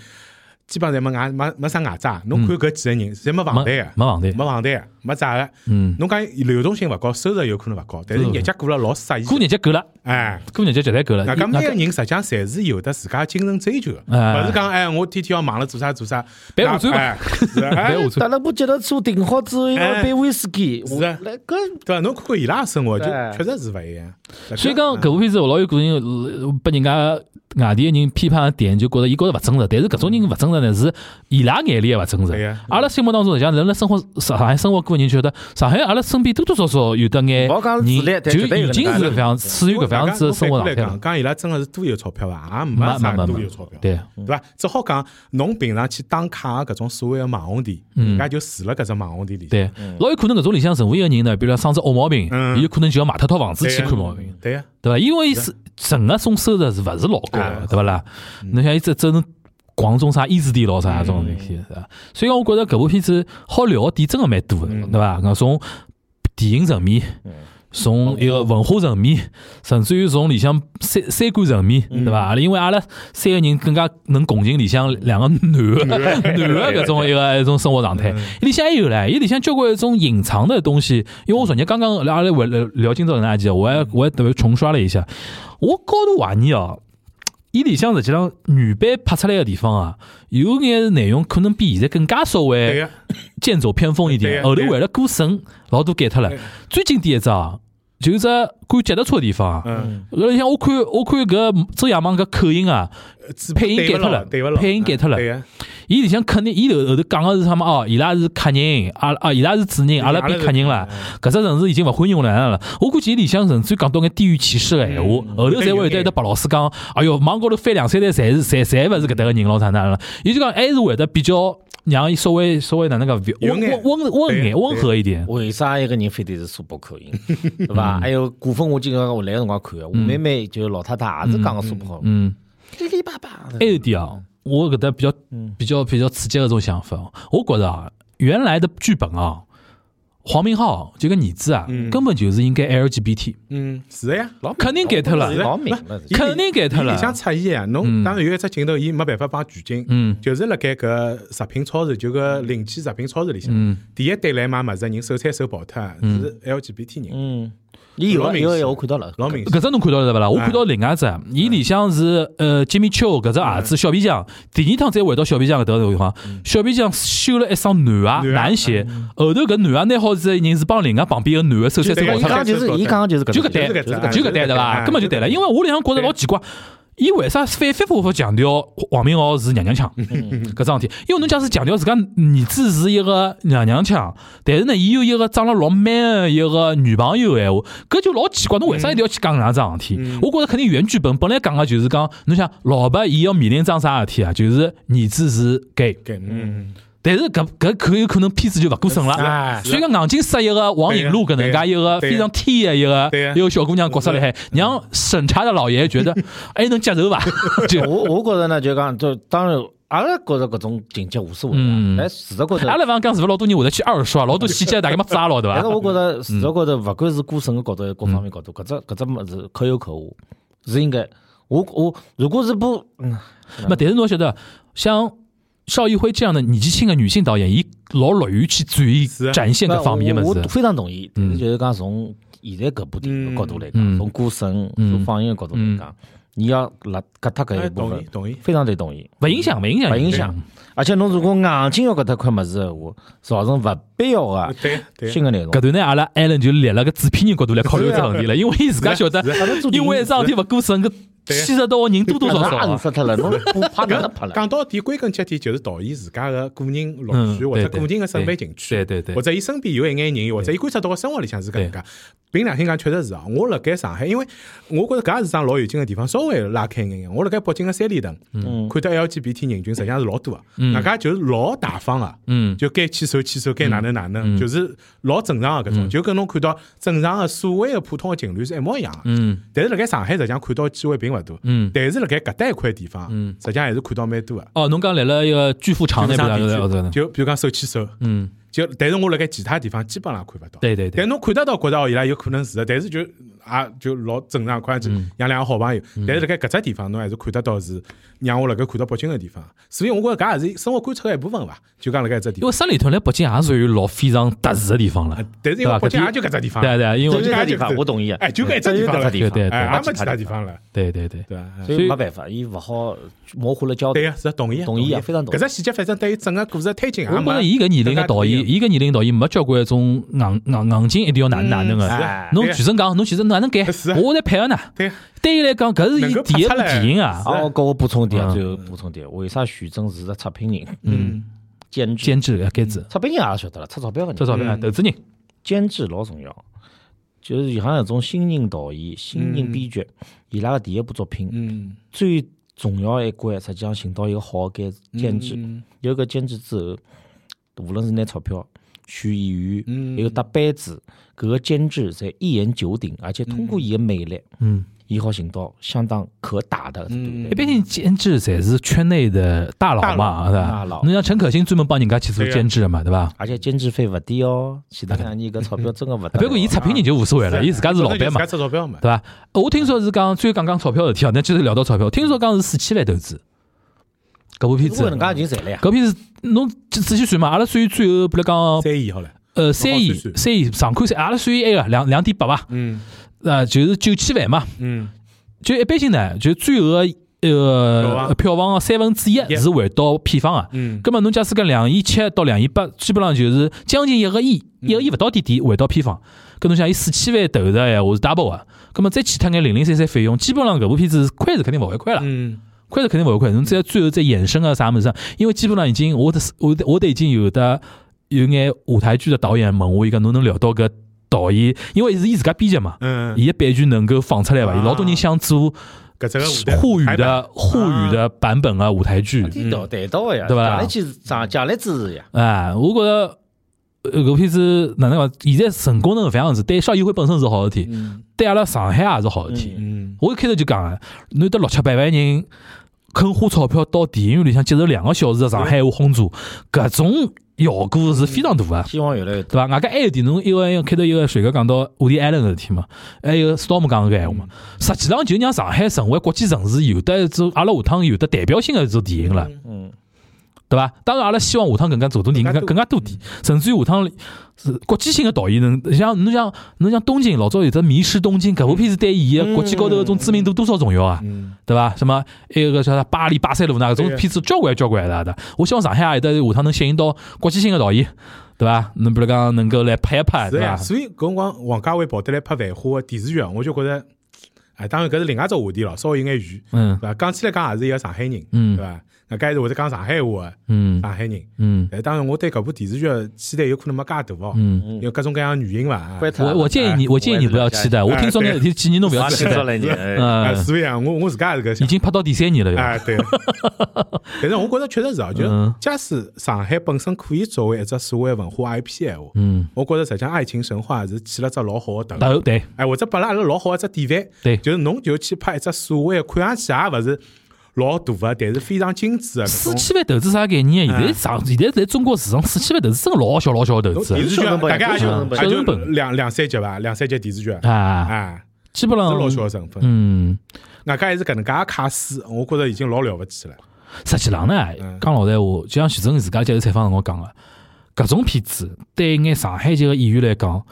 S3: 基本上侪没外没没啥外债，侬看搿几个人侪没房贷
S2: 嗯没没
S3: 个，
S2: 房贷
S3: 没房贷个，没债个。
S2: 嗯，
S3: 侬讲流动性勿高，收入有可能勿高，但是
S2: 嗯
S3: 日脚过了老适意。
S2: 过日节够了，
S3: 哎，
S2: 过日节绝对够了。
S3: 那
S2: 伊
S3: 讲每
S2: 那
S3: 个
S2: 个
S3: 人实际上侪是有的自家精神追求的，
S2: 哎
S3: 勿是讲哎我天天要忙了做啥做啥，
S2: 白无罪嘛
S3: 哎是的哎
S2: 哎我
S4: 搭了部脚踏车停好之后，要一杯威士忌，
S3: 是
S4: 我
S3: 啊
S4: 来搿
S3: 对伐？侬看看伊拉的生活，就
S4: 对
S3: 确实是勿一样。
S2: 所以讲
S3: 嗯
S2: 搿部片子，我老有可能呃被人家外地的人批判的点，就觉着伊觉着勿真实。但是搿种人勿真实呢，是伊拉眼里也勿真
S3: 对
S2: 实
S3: 呀。
S2: 阿拉心目当中，实际上人辣生活上海生活过的人，晓得上海阿拉身边多多少少有得眼
S4: 勿好讲
S2: 人，
S4: 自立但
S2: 就
S4: 绝对有
S2: 已经
S4: 能
S2: 是
S4: 力
S2: 搿样处于搿样子的生活状
S3: 侬反过来
S2: 态
S3: 讲
S2: 了。
S3: 讲伊拉真个是多有钞票伐？也
S2: 没
S3: 没
S2: 没
S3: 啥
S2: 没
S3: 多
S2: 没
S3: 有钞票，，
S2: 对，
S3: 对伐？只好讲侬平常去打卡个搿种所谓个网红店，
S2: 嗯
S3: 人家就住了搿只网红店里。
S2: 对，老有可能搿种里向任何一个人呢，比如讲生只恶毛病，
S3: 嗯
S2: 伊有可能就要卖脱套房子
S3: 对
S2: 去
S3: 呀，
S2: 看毛病，
S3: 对呀，
S2: 对伐？因为是整个种收入是勿是老高
S3: 哎
S2: 的，对勿啦？侬像伊只只能逛种啥衣橱店咯啥啊这种东西，是伐？所以讲，我觉着搿部片子好聊的点真个蛮多的，对伐？那从电影层面，从一个文化层面，甚至于从里向三三观层面，
S3: 嗯
S2: 对伐？阿拉因为阿拉三个人更加能共情里向两个 男的 男的搿种一个一种生活状
S3: 嗯
S2: 态。伊里向还有唻，伊里向交关一种隐藏的东西。因为我昨日刚刚阿拉回来聊今朝那集，我
S3: 嗯
S2: 还我还特别重刷了一下，我高度怀疑哦。伊里向实际上原版拍出来个地方啊，有眼内容可能比现在更加稍
S3: 对
S2: 微
S3: 呀，
S2: 剑走偏锋一
S3: 对
S2: 点。
S3: 呀
S2: 后头
S3: 对呀
S2: 为了过审，老多改脱了
S3: 对呀。
S2: 最经典一只啊，就是只赶脚踏车个地方啊。
S3: 嗯，
S2: 搿里向我看我看搿周亚芒搿口音啊，
S3: 只
S2: 配音
S3: 对
S2: 改
S3: 勿
S2: 脱
S3: 牢
S2: 了
S3: 对勿牢，
S2: 配音改脱了
S3: 哎对呀，
S2: 伊里向肯定伊头后头讲个是啥嘛？哦，伊拉是客人，阿拉啊伊拉是主人，阿拉哎变客人了。搿只城市已经勿欢迎我哪能了？我估计伊里向甚至于讲到眼地域歧视个闲话，后头哎侪会有得一得白老师讲，哎哟，网高头翻两三代，侪是侪侪勿是搿搭个人咯，啥哪能了？伊就讲还是会得比较让伊稍微稍微哪能讲
S3: 有
S2: 温
S3: 眼
S2: 温温温眼
S3: 对
S2: 温和一点。
S4: 为啥一个人非得是苏北口音， 对
S2: 嗯
S4: 哎伐？还有古风，我今个我来个辰光看的，我妹妹就是老太太也是讲个苏北口，
S2: 嗯，
S4: 哩哩巴巴。
S2: 还有一点啊，我搿搭比较比较比较刺激个种想法哦，我觉着啊，原来的剧本啊，黄明昊这个儿子啊，根本就是应该 LGBT。
S3: 嗯，是的呀。
S4: 嗯老
S2: 肯定改脱了
S4: 老明了。
S3: 伊
S2: 肯定改脱了
S3: 伊里向出现啊，侬当然有一只镜头，伊没办法帮取景，
S2: 嗯
S3: 就是辣盖搿食品超市，就搿临期食品超市里向，
S2: 嗯
S3: 第一对来买物事的人手残手跑脱啊，是 LGBT 人，
S4: 嗯，伊有
S3: 老
S4: 个
S3: 明
S4: 有个
S3: 显
S4: 我看到了，
S3: 老明显。
S2: 搿只侬看到了对
S4: 哎
S2: 伐啦？我看到另外一只，伊里向是呃吉米丘搿只儿
S4: 哎
S2: 子小皮匠，第二趟再回到小皮匠搿搭个地方，
S4: 嗯
S2: 小皮匠修了一双男鞋，
S4: 啊
S3: 男鞋
S2: 男鞋后头搿男啊鞋拿好是人是帮另外旁边个男的手
S3: 就
S2: 牵手跑
S3: 对
S4: 伊
S2: 脱了
S3: 我看
S4: 讲，就是伊讲就是搿
S2: 就
S4: 种
S2: 搿
S3: 对
S2: 对，
S3: 就搿搭
S4: 啊
S2: 就搿对对伐？
S3: 哎
S2: 根本就对了，因为我里向觉着老奇怪，伊为啥反反复复强调王明浩是娘娘腔 搿桩事体？因为侬假使强调自家儿子是一个娘娘腔，但是呢，伊有一个长了老 man 的一个女朋友的闲话，搿就老奇怪。侬为啥一定要去讲搿能桩事体？
S4: 嗯
S2: 我觉着肯定原剧本本来讲个就是讲，侬想老白伊要面临桩啥事体啊？就是儿子是 gay，
S3: 对，嗯，
S2: 但是搿搿可有可能片子就勿过审了。
S3: 哎，
S2: 所以讲硬劲塞一个王引路搿能介一个非常天的一个
S3: 对呀
S2: 一个小姑娘角色里海，让审查的老爷觉 得，哎，能接受伐？就
S4: 我我觉着呢，就讲，就当然，阿拉觉着搿种情节无所谓啊
S2: 嗯，
S4: 但事实高头
S2: 阿，拉勿讲是勿是老多人会得去二刷，老多细节大家没抓牢，对
S3: 哎
S4: 但是
S2: 伐？
S4: 我觉着事实高头，勿管是歌审的角度，各方面角度，搿只搿只物事可有可无，是应该。我我如果是部，嗯，
S2: 那但是侬晓得，像邵艺辉这样的年纪轻的女性导演，伊老乐于去展
S3: 是
S2: 现
S3: 啊
S2: 展现
S4: 那
S2: 搿方面的
S4: 我
S2: 物
S4: 我
S2: 事。
S4: 非常同意，但是
S2: 嗯
S4: 就是讲从现在搿部电影的角度来
S2: 嗯
S4: 讲，从歌审、从放映的角度来讲，你要拉搿脱搿一
S3: 哎，
S4: 部
S3: 同
S4: 分
S3: 意，，同意，
S4: 非常对同意。
S2: 勿影响，勿影响，
S4: 勿影响。而且侬如果硬劲要搿搭块物事闲话，造成勿必要个
S3: 嗯对对，
S4: 新个内容
S2: 搿。段呢，阿拉艾伦就立了个制片人角度来考虑搿只问题了，因为伊自家晓得
S3: 啊是啊，
S4: 阿拉做
S2: 因为桩事体勿过审，搿
S3: 对呀
S2: 牵涉到个人多多少少
S4: 硬
S2: 啊。
S4: 死脱了，侬不拍哪能拍了？
S3: 讲到底，归根结底就是导演自家个个人乐趣
S2: 嗯
S3: 或者
S2: 对对
S3: 个人个审美情趣，
S2: 对对对
S3: 或者伊身边有一眼人，或者伊观察到个生活里向是搿能介。凭良心讲，确实是啊。我辣盖上海，因为我觉着搿也是桩老有劲个地方，稍微拉开一眼眼。我辣盖北京个三里屯，
S2: 嗯
S3: 看到 LGBT 人群实际上是老多啊个，大家就是老大方个、
S2: 嗯
S3: 就该牵手牵手，该哪能哪能，就是老正常个
S2: 嗯
S3: 搿种，就跟侬看到正常个所谓个普通个情侣是一模一样个。
S2: 嗯
S3: 但是辣盖上海实际上看到机会并勿大，
S2: 嗯。
S3: 但是辣盖搿搭一块地方，实际上还是看到蛮多个。
S2: 哦，侬讲来了一个巨富
S3: 就
S2: 场那
S3: 是
S2: 边啊，
S3: 上
S2: 对
S3: 地
S2: 对对
S3: 区，就比如讲手牵手，
S2: 嗯，
S3: 就但是我辣盖其他地方基本上看勿到。
S2: 对对对
S3: 但侬看得到，觉得哦，伊拉有可能是的，但是就也就老正常，快就
S2: 嗯
S3: 像两个好朋友。但是辣盖搿只地方，侬还是看得到是让我辣盖看到北京个地方。所以我觉着搿也是生活观察个一部分伐，就讲辣盖搿只地
S2: 因
S3: 方。
S2: 为三里屯来北京也属于老非常特殊的地方了，
S3: 但是
S2: 对
S3: 因为
S2: 吧
S3: 北京
S2: 搿
S3: 也就搿只地方，
S2: 对啊对啊，因
S4: 就
S2: 为
S4: 是
S3: 这
S4: 搿
S3: 个
S4: 地方，
S3: 就
S4: 我同意啊。
S3: 哎就搿只
S4: 只
S3: 地方了
S4: 地方，
S2: 对对
S3: 哎，
S4: 没
S3: 也没其他地
S4: 地方。
S3: 方了，
S2: 对对对，
S3: 对伐？哎
S4: 所以没办法，伊勿好模糊了焦
S3: 对
S4: 点。
S3: 呀，是同意啊，
S4: 同意啊非常同意
S3: 搿只细节反正对于整个故事的推进也
S2: 我觉
S3: 没
S2: 着伊搿年龄的导演，伊搿年龄导演没交关一种硬硬硬劲，一定要哪能哪能
S3: 是
S2: 个。
S3: 啊
S2: 侬
S3: 对啊
S2: 全身讲，侬其实哪能改
S3: 是啊，
S2: 我在配合呢。
S3: 对呀，
S2: 对伊来讲，搿是
S3: 能
S2: 伊
S3: 够
S2: 第一
S3: 拍
S2: 部
S3: 出来
S2: 电影啊
S3: 是，啊
S4: 啊，我跟我补充一点啊，
S2: 嗯
S4: 最后补充一点，为啥徐峥是只出品人、
S3: 嗯，
S4: 监制？
S2: 监制要监制，
S4: 出品人也晓得了，出钞票个人
S2: 这。照片啊
S3: 嗯
S2: 投资人，
S4: 监制老重要，就是像那种新人导演、新人编剧，伊拉个第一部作品、
S3: 嗯，
S4: 最重要的一关，实际上寻到一个好的监监制，
S3: 嗯
S4: 有一个监制之后，无论是拿钞票、选演员，
S3: 嗯
S4: 还有搭班子，搿个监制侪一言九鼎，而且通过伊个魅力，
S2: 嗯，
S4: 伊好寻到相当可打的
S3: 嗯
S2: 一般性哎监制侪是圈内的大佬嘛，对
S4: 大
S2: 吧
S4: 佬？
S2: 侬像陈可辛专门帮人家去做
S3: 对呀
S2: 监制的嘛，对吧？
S4: 而且监制费勿低哦，前头两年搿钞票真个勿得了。
S2: 哎不过伊出品人就无所谓了，伊自家是老板嘛
S3: 啊自家，出钞票嘛，
S2: 对伐？我听说是讲，最后讲讲钞票的事体啊，那就是聊到钞票。听说讲是四千万投资，搿部片
S4: 如
S2: 子
S4: 果，能介已经赚了呀，
S2: 搿片子侬仔仔细算嘛，阿拉算最后，比如讲，
S3: 三亿好了，
S2: 呃，三亿
S3: 好算算
S2: 三亿上看三，阿拉算一个两两点八吧，
S3: 嗯
S2: 呃，就是九千万嘛。
S3: 嗯，
S2: 就一般性呢，就最后个
S3: 票
S2: 呃
S3: 房
S2: 票房个三分之一是回到片方啊个。
S3: 嗯
S2: 葛末侬假使讲两亿七到两亿八，基本上就是将近一个亿，
S3: 嗯
S2: 一个亿勿到点点回到片方。搿侬想，伊四千万投入个闲话是 double 个，葛末再去脱眼零零散散费用，基本上搿部片子是亏是肯定勿会亏了，
S3: 嗯，
S2: 亏是肯定勿会亏。侬再最后再衍生个啥物事啊，因为基本上已经我的我的我的已经有的有眼舞台剧的导演问我伊讲，侬能聊到搿导演，因为是伊自家编辑嘛，
S3: 嗯，
S2: 伊个版权能够放出来伐？
S3: 啊
S2: 老多人想做。
S3: 搿只个啊舞
S2: 沪
S3: 台
S2: 语
S3: 台版
S2: 的沪语的版本啊，舞台剧
S4: 低调谈到个呀，
S2: 对吧
S4: 借来去涨，借来支持呀。
S2: 啊，我觉着呃搿片子哪能讲？现在成功成搿副样子，对邵艺辉本身是好事
S4: 嗯
S2: 体，对阿拉上海也是好事体。
S3: 嗯，
S2: 我一开头就讲了，侬有得六七百万人肯花钞票到电影院里向接受两个小时的上海话轰炸，搿种效果是非常大个。
S4: 希望越来越多。
S2: 对伐？外加还有一点，侬一个开头一个水哥讲到伍迪·艾伦个事体嘛，还有 Storm 讲个闲话嘛，实际上就让上海成为国际城市有得一种阿拉下趟有得代表性个一种电影了，
S4: 嗯，
S2: 对伐？当然，阿拉希望下趟搿能介做种电影
S3: 更加多
S2: 更加多点，甚至于下趟是国际性个导演能像侬像侬像东京老早有只《迷失东京》搿部片子对伊个国际高头搿种知名度多少重要啊？
S3: 嗯，
S2: 对伐？什么还有个叫啥巴黎巴塞罗那搿种
S3: 对呀
S2: 片子交关交关的，对伐我希望上海也有得下趟能吸引到国际性个导演，对伐？侬比如讲能够来拍一拍，
S3: 是啊
S2: 对
S3: 呀，
S2: 伐？
S3: 所以搿辰光王家卫跑得来拍《繁花》个电视剧，我就觉着啊，当然搿是另外一只话题了，稍微有眼远，
S2: 嗯
S3: 对伐？讲起来讲也是一个上海人，
S2: 嗯
S3: 对伐？那搿还是会得讲上海话的
S2: 嗯
S3: 上海人。
S2: 嗯
S3: 但当然，我对搿部电视剧的期待有可能没介大哦，
S2: 嗯，
S3: 因为各种各样的原因伐。啊
S5: 关他
S2: 我我建议
S5: 哎
S2: 你，我啊建议你不要期待。我听说那个第几年都不要
S5: 我
S2: 期
S5: 听说
S2: 待，
S5: 了你，哎
S3: 啊，
S2: 嗯，
S3: 所以啊，我我自家也是搿
S2: 已
S3: 想。
S2: 经拍到第三年了哟。
S3: 啊， 对。但是我觉着确实是哦，就
S2: 嗯
S3: 假使上海本身可以作为一只所谓文化 IP 闲话，
S2: 嗯，
S3: 我觉着实际上爱情神话是起了只老好的头。
S2: 对对
S3: 哎，或者拨了阿拉老好的一只典范，
S2: 对
S3: 就是侬就去拍一只所谓看上去也勿是老大个，但是非常精致的搿
S2: 四
S3: 哎种。哎
S2: 千万投资啥概念？现在上现在在中国市场，四千万投资真的老小老小的投
S3: 侬
S2: 资
S3: 电视剧啊
S5: 小成本
S3: 大概也就
S5: 嗯
S3: 也
S2: 小
S3: 就
S2: 成本
S3: 两两三集吧，两三集电视剧啊，
S2: 啊，
S3: 啊，
S2: 基本
S3: 是
S2: 上
S3: 老小的成本。
S2: 嗯，
S3: 外加还是搿能介的卡司，我觉着已经老了勿起了。
S2: 实际上呢，
S3: 嗯
S2: 讲老实话，就像徐峥自家接受采访辰光讲个，搿种片子对一眼上海籍个演员来讲，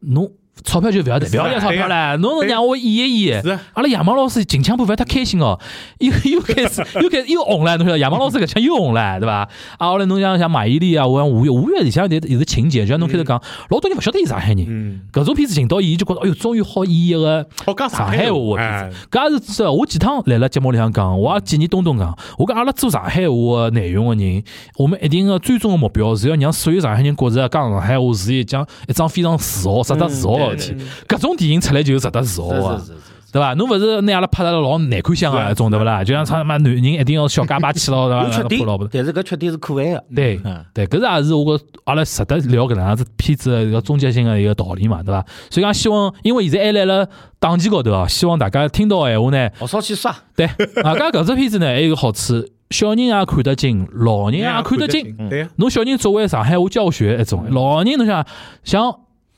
S2: 侬钞票就勿要得，勿
S3: 是啊
S2: 要点钞票了，侬
S3: 对
S2: 让我演一演
S3: 是啊。
S2: 阿拉亚芒老师近腔部分他开心哦，又又开始又开始又红了，侬晓得亚芒老师搿腔又红了，对伐？啊，后来侬像像马伊琍啊，我像吴越，吴越里向有有个情节，就像侬开头讲，老多人勿晓得伊是上海人。
S3: 嗯，
S2: 搿种片子寻到伊，就觉着哎哟，终于好演一个
S3: 好讲
S2: 上
S3: 海
S2: 海话
S3: 哎
S2: 的片子，搿也是是。我几趟来了节目里向讲，我也建议东东讲，我讲阿拉做上海话的内容个人，我们一定个最终个目标是要让所有上海人觉着啊讲上海话是一讲一桩非常自豪、值得自豪个事体。搿种电影出来就是值得自豪个
S5: 是。是是是
S2: 对伐？侬勿是拿阿拉拍得老难看相啊，
S3: 是
S2: 一种对勿啦？就像啥嘛，男人一定要小家巴气咯，对伐？
S4: 有缺
S2: 然后老婆
S4: 点，但是搿缺点是可爱的。
S2: 对
S4: 嗯
S2: 对，搿是也是我觉阿拉值得聊搿能样子片子的一个终结性的一个道理嘛，对伐？所以讲，希望因为现在还来了档期高头啊，希望大家听到的闲话呢，
S4: 我少去刷，
S2: 对，啊，搿搿只片子呢还有一个好处，小人也看得进，老人也看
S3: 哎
S2: 得进。，
S3: 对呀，
S2: 侬小人作为上海话教学一种，老人侬想像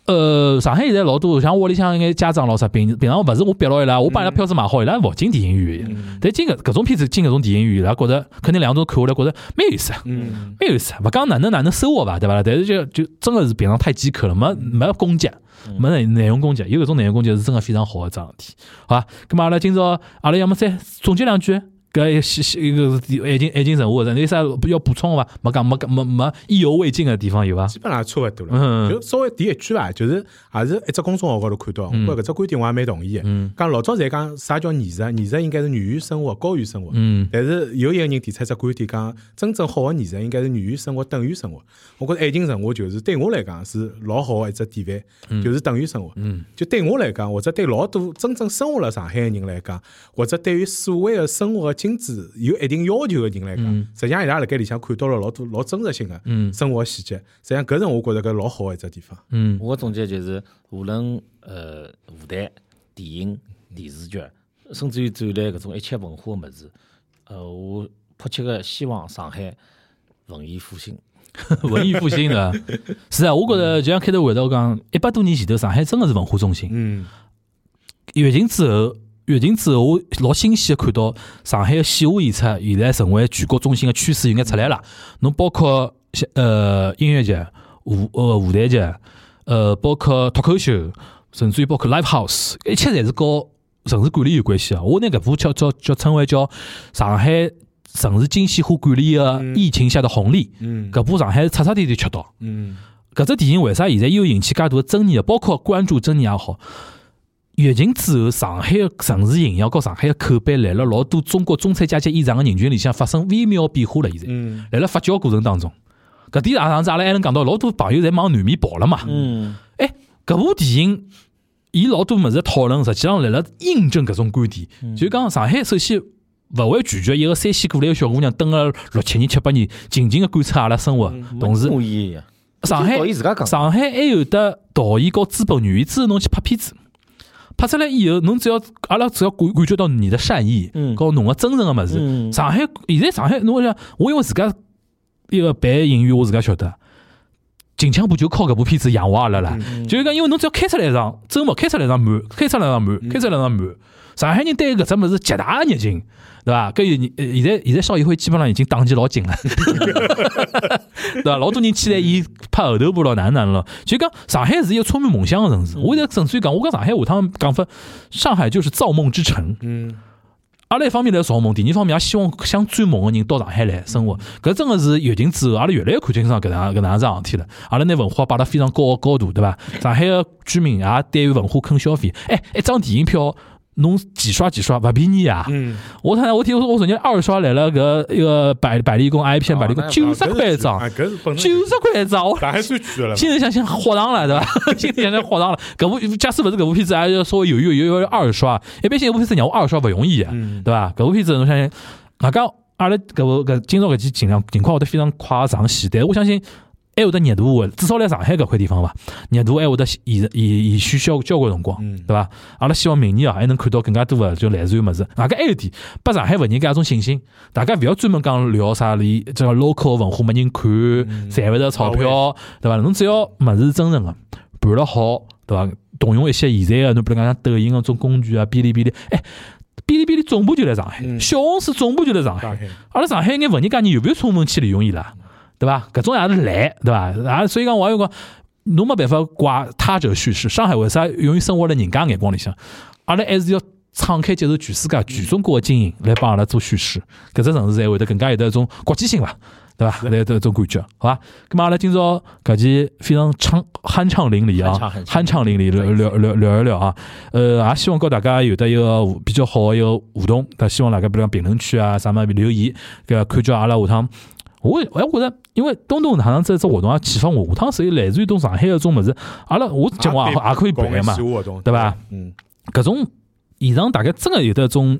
S2: 呃上海现在老多像屋里向一眼家长老啥，平平常勿是我逼牢伊拉，我帮伊拉票子买好，伊拉勿进电影院。但进搿搿种片子进搿种电影院，伊拉觉着肯定两种看下来觉着蛮有意思啊。
S3: 嗯，
S2: 蛮有意思，勿讲哪能哪能收获伐，对伐啦？但是就就真个是平常太饥渴了，没没攻击，没内内容攻击，有搿种内容攻击是真个非常好个一桩事体，好伐？咁嘛，阿拉今朝阿拉要么再总结两句，搿一西西一个爱情爱情神话，有啥要补充个伐？没讲没讲没没意犹未尽个地方有伐？
S3: 基本上也差勿多
S2: 嗯
S3: 了。就稍微提一句伐，啊就是也是一只公众号高头看到，
S2: 嗯
S3: 我觉着搿只观点我也蛮同意的。讲老早侪讲啥叫艺术，艺术应该是源于生活，高于生活。
S2: 嗯
S3: 但是有一个人提出一只观点，讲真正好的艺术应该是源于生活，等于生活。我觉着爱情神话就是对我来讲是老好的一只典范，就是等于生活。
S2: 嗯
S3: 就对我来讲，或者对老多真正生活辣上海的人来讲，或者对于所谓的生活的精致有一定要求的人来讲，
S2: 嗯
S3: 实际上伊拉辣盖里向看到了老多老真实性的
S2: 嗯
S3: 生活细节。实际上，搿是我觉着搿老好的一只地方。
S2: 嗯
S5: 我总结就是，无论呃舞台、电影、电视剧，甚至于展览搿种一切文化的物事，呃，我迫切个希望上海文艺复兴。
S2: 文艺复兴的，是啊，我觉着就像开头回到讲，一百多年前头上海真的是文化中心。
S3: 嗯，
S2: 疫情之后，疫情之后，我老欣喜的看到上海的线下演出现在成为全国中心的趋势有眼出来了。侬包括像呃音乐节、舞呃舞台节，呃包括脱口秀，甚至于包括 live house，一切侪是和城市管理有关系啊。我拿搿部叫叫叫称为叫上海城市精细化管理的疫情下的红利，
S3: 嗯
S2: 搿部上海是彻彻底底吃到。
S3: 嗯
S2: 搿只电影为啥现在又引起介大的争议啊？包括关注争议也好，疫情之后，上海的城市形象和上海的口碑，来了老多中国中产阶级以上的人群里向发生微妙变化了。现在，
S3: 嗯
S2: 辣辣发酵过程当中，搿点啊上次阿拉还能讲到，老多朋友侪往南面跑了嘛。
S5: 嗯，
S2: 哎，搿部电影，伊老多物事讨论，实际上辣辣印证搿种观点。就讲上海首先勿会拒绝一个山西过来个小姑娘，蹲了六七年、七八年，静静的观察阿拉生活，
S5: 嗯
S2: 同时
S4: 故意的。
S2: 上海
S4: 就导演自家讲
S2: 上海还有得导演和资本愿意支持侬去拍片子，拍出来以后，侬只要阿拉只要感感觉到你的善意，
S5: 嗯
S2: 和侬个真诚个物事。
S5: 嗯
S2: 上海现在上海，侬想，我因为自家一个办影院，我自家晓得。近腔部就靠搿部片子养活阿拉了，就是讲，因为侬只要开出来一场，周末开出来一场满，开出来一场满，开出来一场满，上海人对搿只物事极大个热情，对伐？搿有呃现在现在邵艺辉基本上已经档期老紧了，对伐？老多人期待伊拍后头部咯，哪能哪能咯？就讲上海是一个充满梦想的城
S3: 嗯
S2: 市。我现在纯粹讲，我讲上海下趟讲法，上海就是造梦之城。
S3: 嗯，
S2: 阿拉一方面来造梦，第二方面也希望想追梦的人到上海来生
S3: 嗯
S2: 活。搿真个是疫情之后，阿拉越来越看清爽搿能搿能样子事体了。阿拉拿文化摆得非常高个高度，对伐？上海个居民也对于文化肯消费。哎，一张电影票侬几刷几刷勿便宜啊！
S3: 嗯，
S2: 我看我听说我昨天二刷来了搿一个百百丽宫 I 片百丽
S3: 哦
S2: 宫九十块一张
S3: 啊，，搿是本 身
S2: 九十块一张，我
S3: 上海最贵的了嘛。
S2: 现在想想豁当了，对伐？现在想想豁当了。搿部假使勿是搿部片子，还要稍微犹豫犹豫二刷。一般性搿部片子让我二刷勿容易，啊
S3: 嗯
S2: 对伐？搿部片子侬相信，外加阿拉搿部搿今朝搿期尽量情况会得非常快上线，但我相信。还会得热度的，至少来上海搿块地方伐，热度还哎会得延延延续交交关辰光，
S3: 嗯
S2: 对伐？阿拉希望明年啊还能看到更加多的就来自于物事。外加还有一点，拨上海文人搿一种信心，大家勿要专门讲聊啥里，这个 local 文化没人看，
S3: 嗯
S2: 赚勿着钞票，对伐？侬只要物事是真诚个，办了好，对伐？动用一些现在个，侬比如讲像抖音搿种工具啊，哔哩哔哩，哎，哔哩哔哩总部就来上海，
S3: 嗯
S2: 小红书总部就来上海
S3: 上。海
S2: 阿拉上海眼文艺界人有没有充分去利用伊拉，对伐？搿种也是懒，对伐？啊，所以讲我也有讲，侬没办法怪他者叙事。上海为啥永远生活辣人家眼光里向？阿拉还是要敞开接受全世界、全中国的精英来帮阿拉做叙事，搿只城市才会得更加有得一种国际性伐？对伐？来得一种感觉，好伐？咁么阿拉今朝搿期非常畅酣畅淋漓啊，
S5: 酣畅
S2: 酣畅淋漓聊聊聊聊一聊啊，呃，也希望告大家有得一个互比较好的一个互动，但希望大家比如讲评论区啊啥么留言，搿个看叫阿拉下趟。我也我也觉着，因为东东堂这只活动啊，启发我，下趟是来自于东上海的种物事，阿拉我讲
S3: 啊
S2: 话也也可以办个嘛，
S3: 活动
S2: 对吧？
S3: 嗯
S2: 搿种现场大家真的有得一种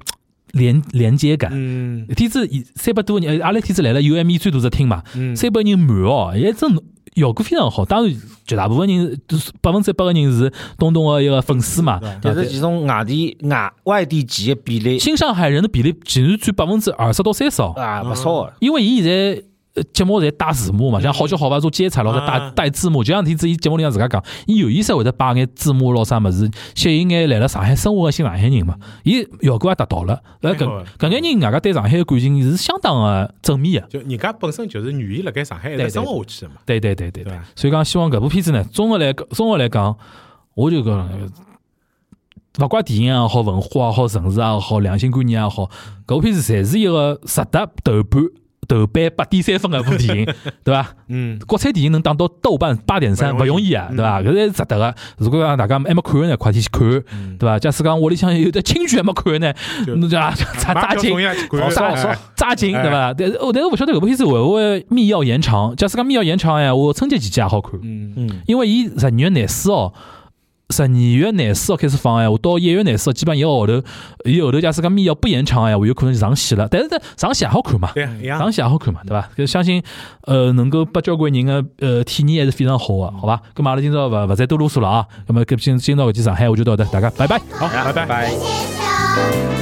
S2: 连连接感。
S3: 嗯
S2: 天子以三百多个人，呃阿拉天子来了 UME 最大只厅嘛，
S3: 嗯，
S2: 三百人满哦，也真效果非常好。当然，绝大部分人都是百分之百个人是东东的一个粉丝嘛。啊
S4: 但是
S2: 对
S4: 其中外地外外地籍的比例
S2: 新上海人的比例竟然占百分之二十到三十哦，
S4: 啊勿少的，
S2: 因为伊现在。呃节目侪带字幕嘛，像好酒好饭做接菜咯，
S3: 啊
S2: 啥带带字幕。就像天子伊节目里向自家讲，伊有意识会得摆眼字幕咯啥物事，吸引眼来了上海生活的新上海人嘛。伊效果也达到了，来
S3: 太好了
S2: 搿搿眼人外加对上海的感情是相当的正面的。
S3: 就人家本身就是愿意辣盖上海一
S2: 对
S3: 直
S2: 对
S3: 生活下去的嘛，
S2: 对对对对
S3: 对
S2: 对
S3: 吧，
S2: 所以讲希望搿部片子呢，综合来综合来讲，我就讲，勿怪电影也好，文化也好，城市也好，良心观念也好，搿部片子侪是一个值得豆瓣豆瓣八点三分个一部电影， 对伐？
S3: 嗯，
S2: 国产电影能打到豆瓣八点三，勿
S3: 不容
S2: 容
S3: 易
S2: 易啊，
S3: 嗯
S2: 对伐？搿是值得个。如果讲大家还没看个呢，快点去看，对伐？假使讲屋里向有的亲戚还没看呢，
S3: 嗯就
S2: 侬就啊扎
S3: 马
S2: 扎
S3: 上
S2: 进
S3: 冲。呀去
S2: 好
S3: 管
S2: 少
S3: 哎
S2: 少哦扎金
S3: 哎
S2: 对哦伐？但是我但是我勿晓得搿部片子会勿会密钥延长。假使讲密钥延长哎，我春节期间也好看，
S3: 嗯
S4: 嗯，
S2: 因为伊十二月廿四号，十二月廿四号开始放哎，我到一月廿四号，基本上一个号头，伊后头假使讲密钥不延长哎，我有可能就上线了。但是呢上线也好看嘛，
S3: 对啊一样
S2: 上，线也好看嘛，对伐？搿相信呃能够拨交关人个呃体验还是非常好个，啊好伐？咁嘛阿拉今朝勿勿再啊多啰嗦了啊。咁么搿今今朝搿期上海我就到这，大家拜拜。
S3: 好，拜拜。
S6: 谢谢手，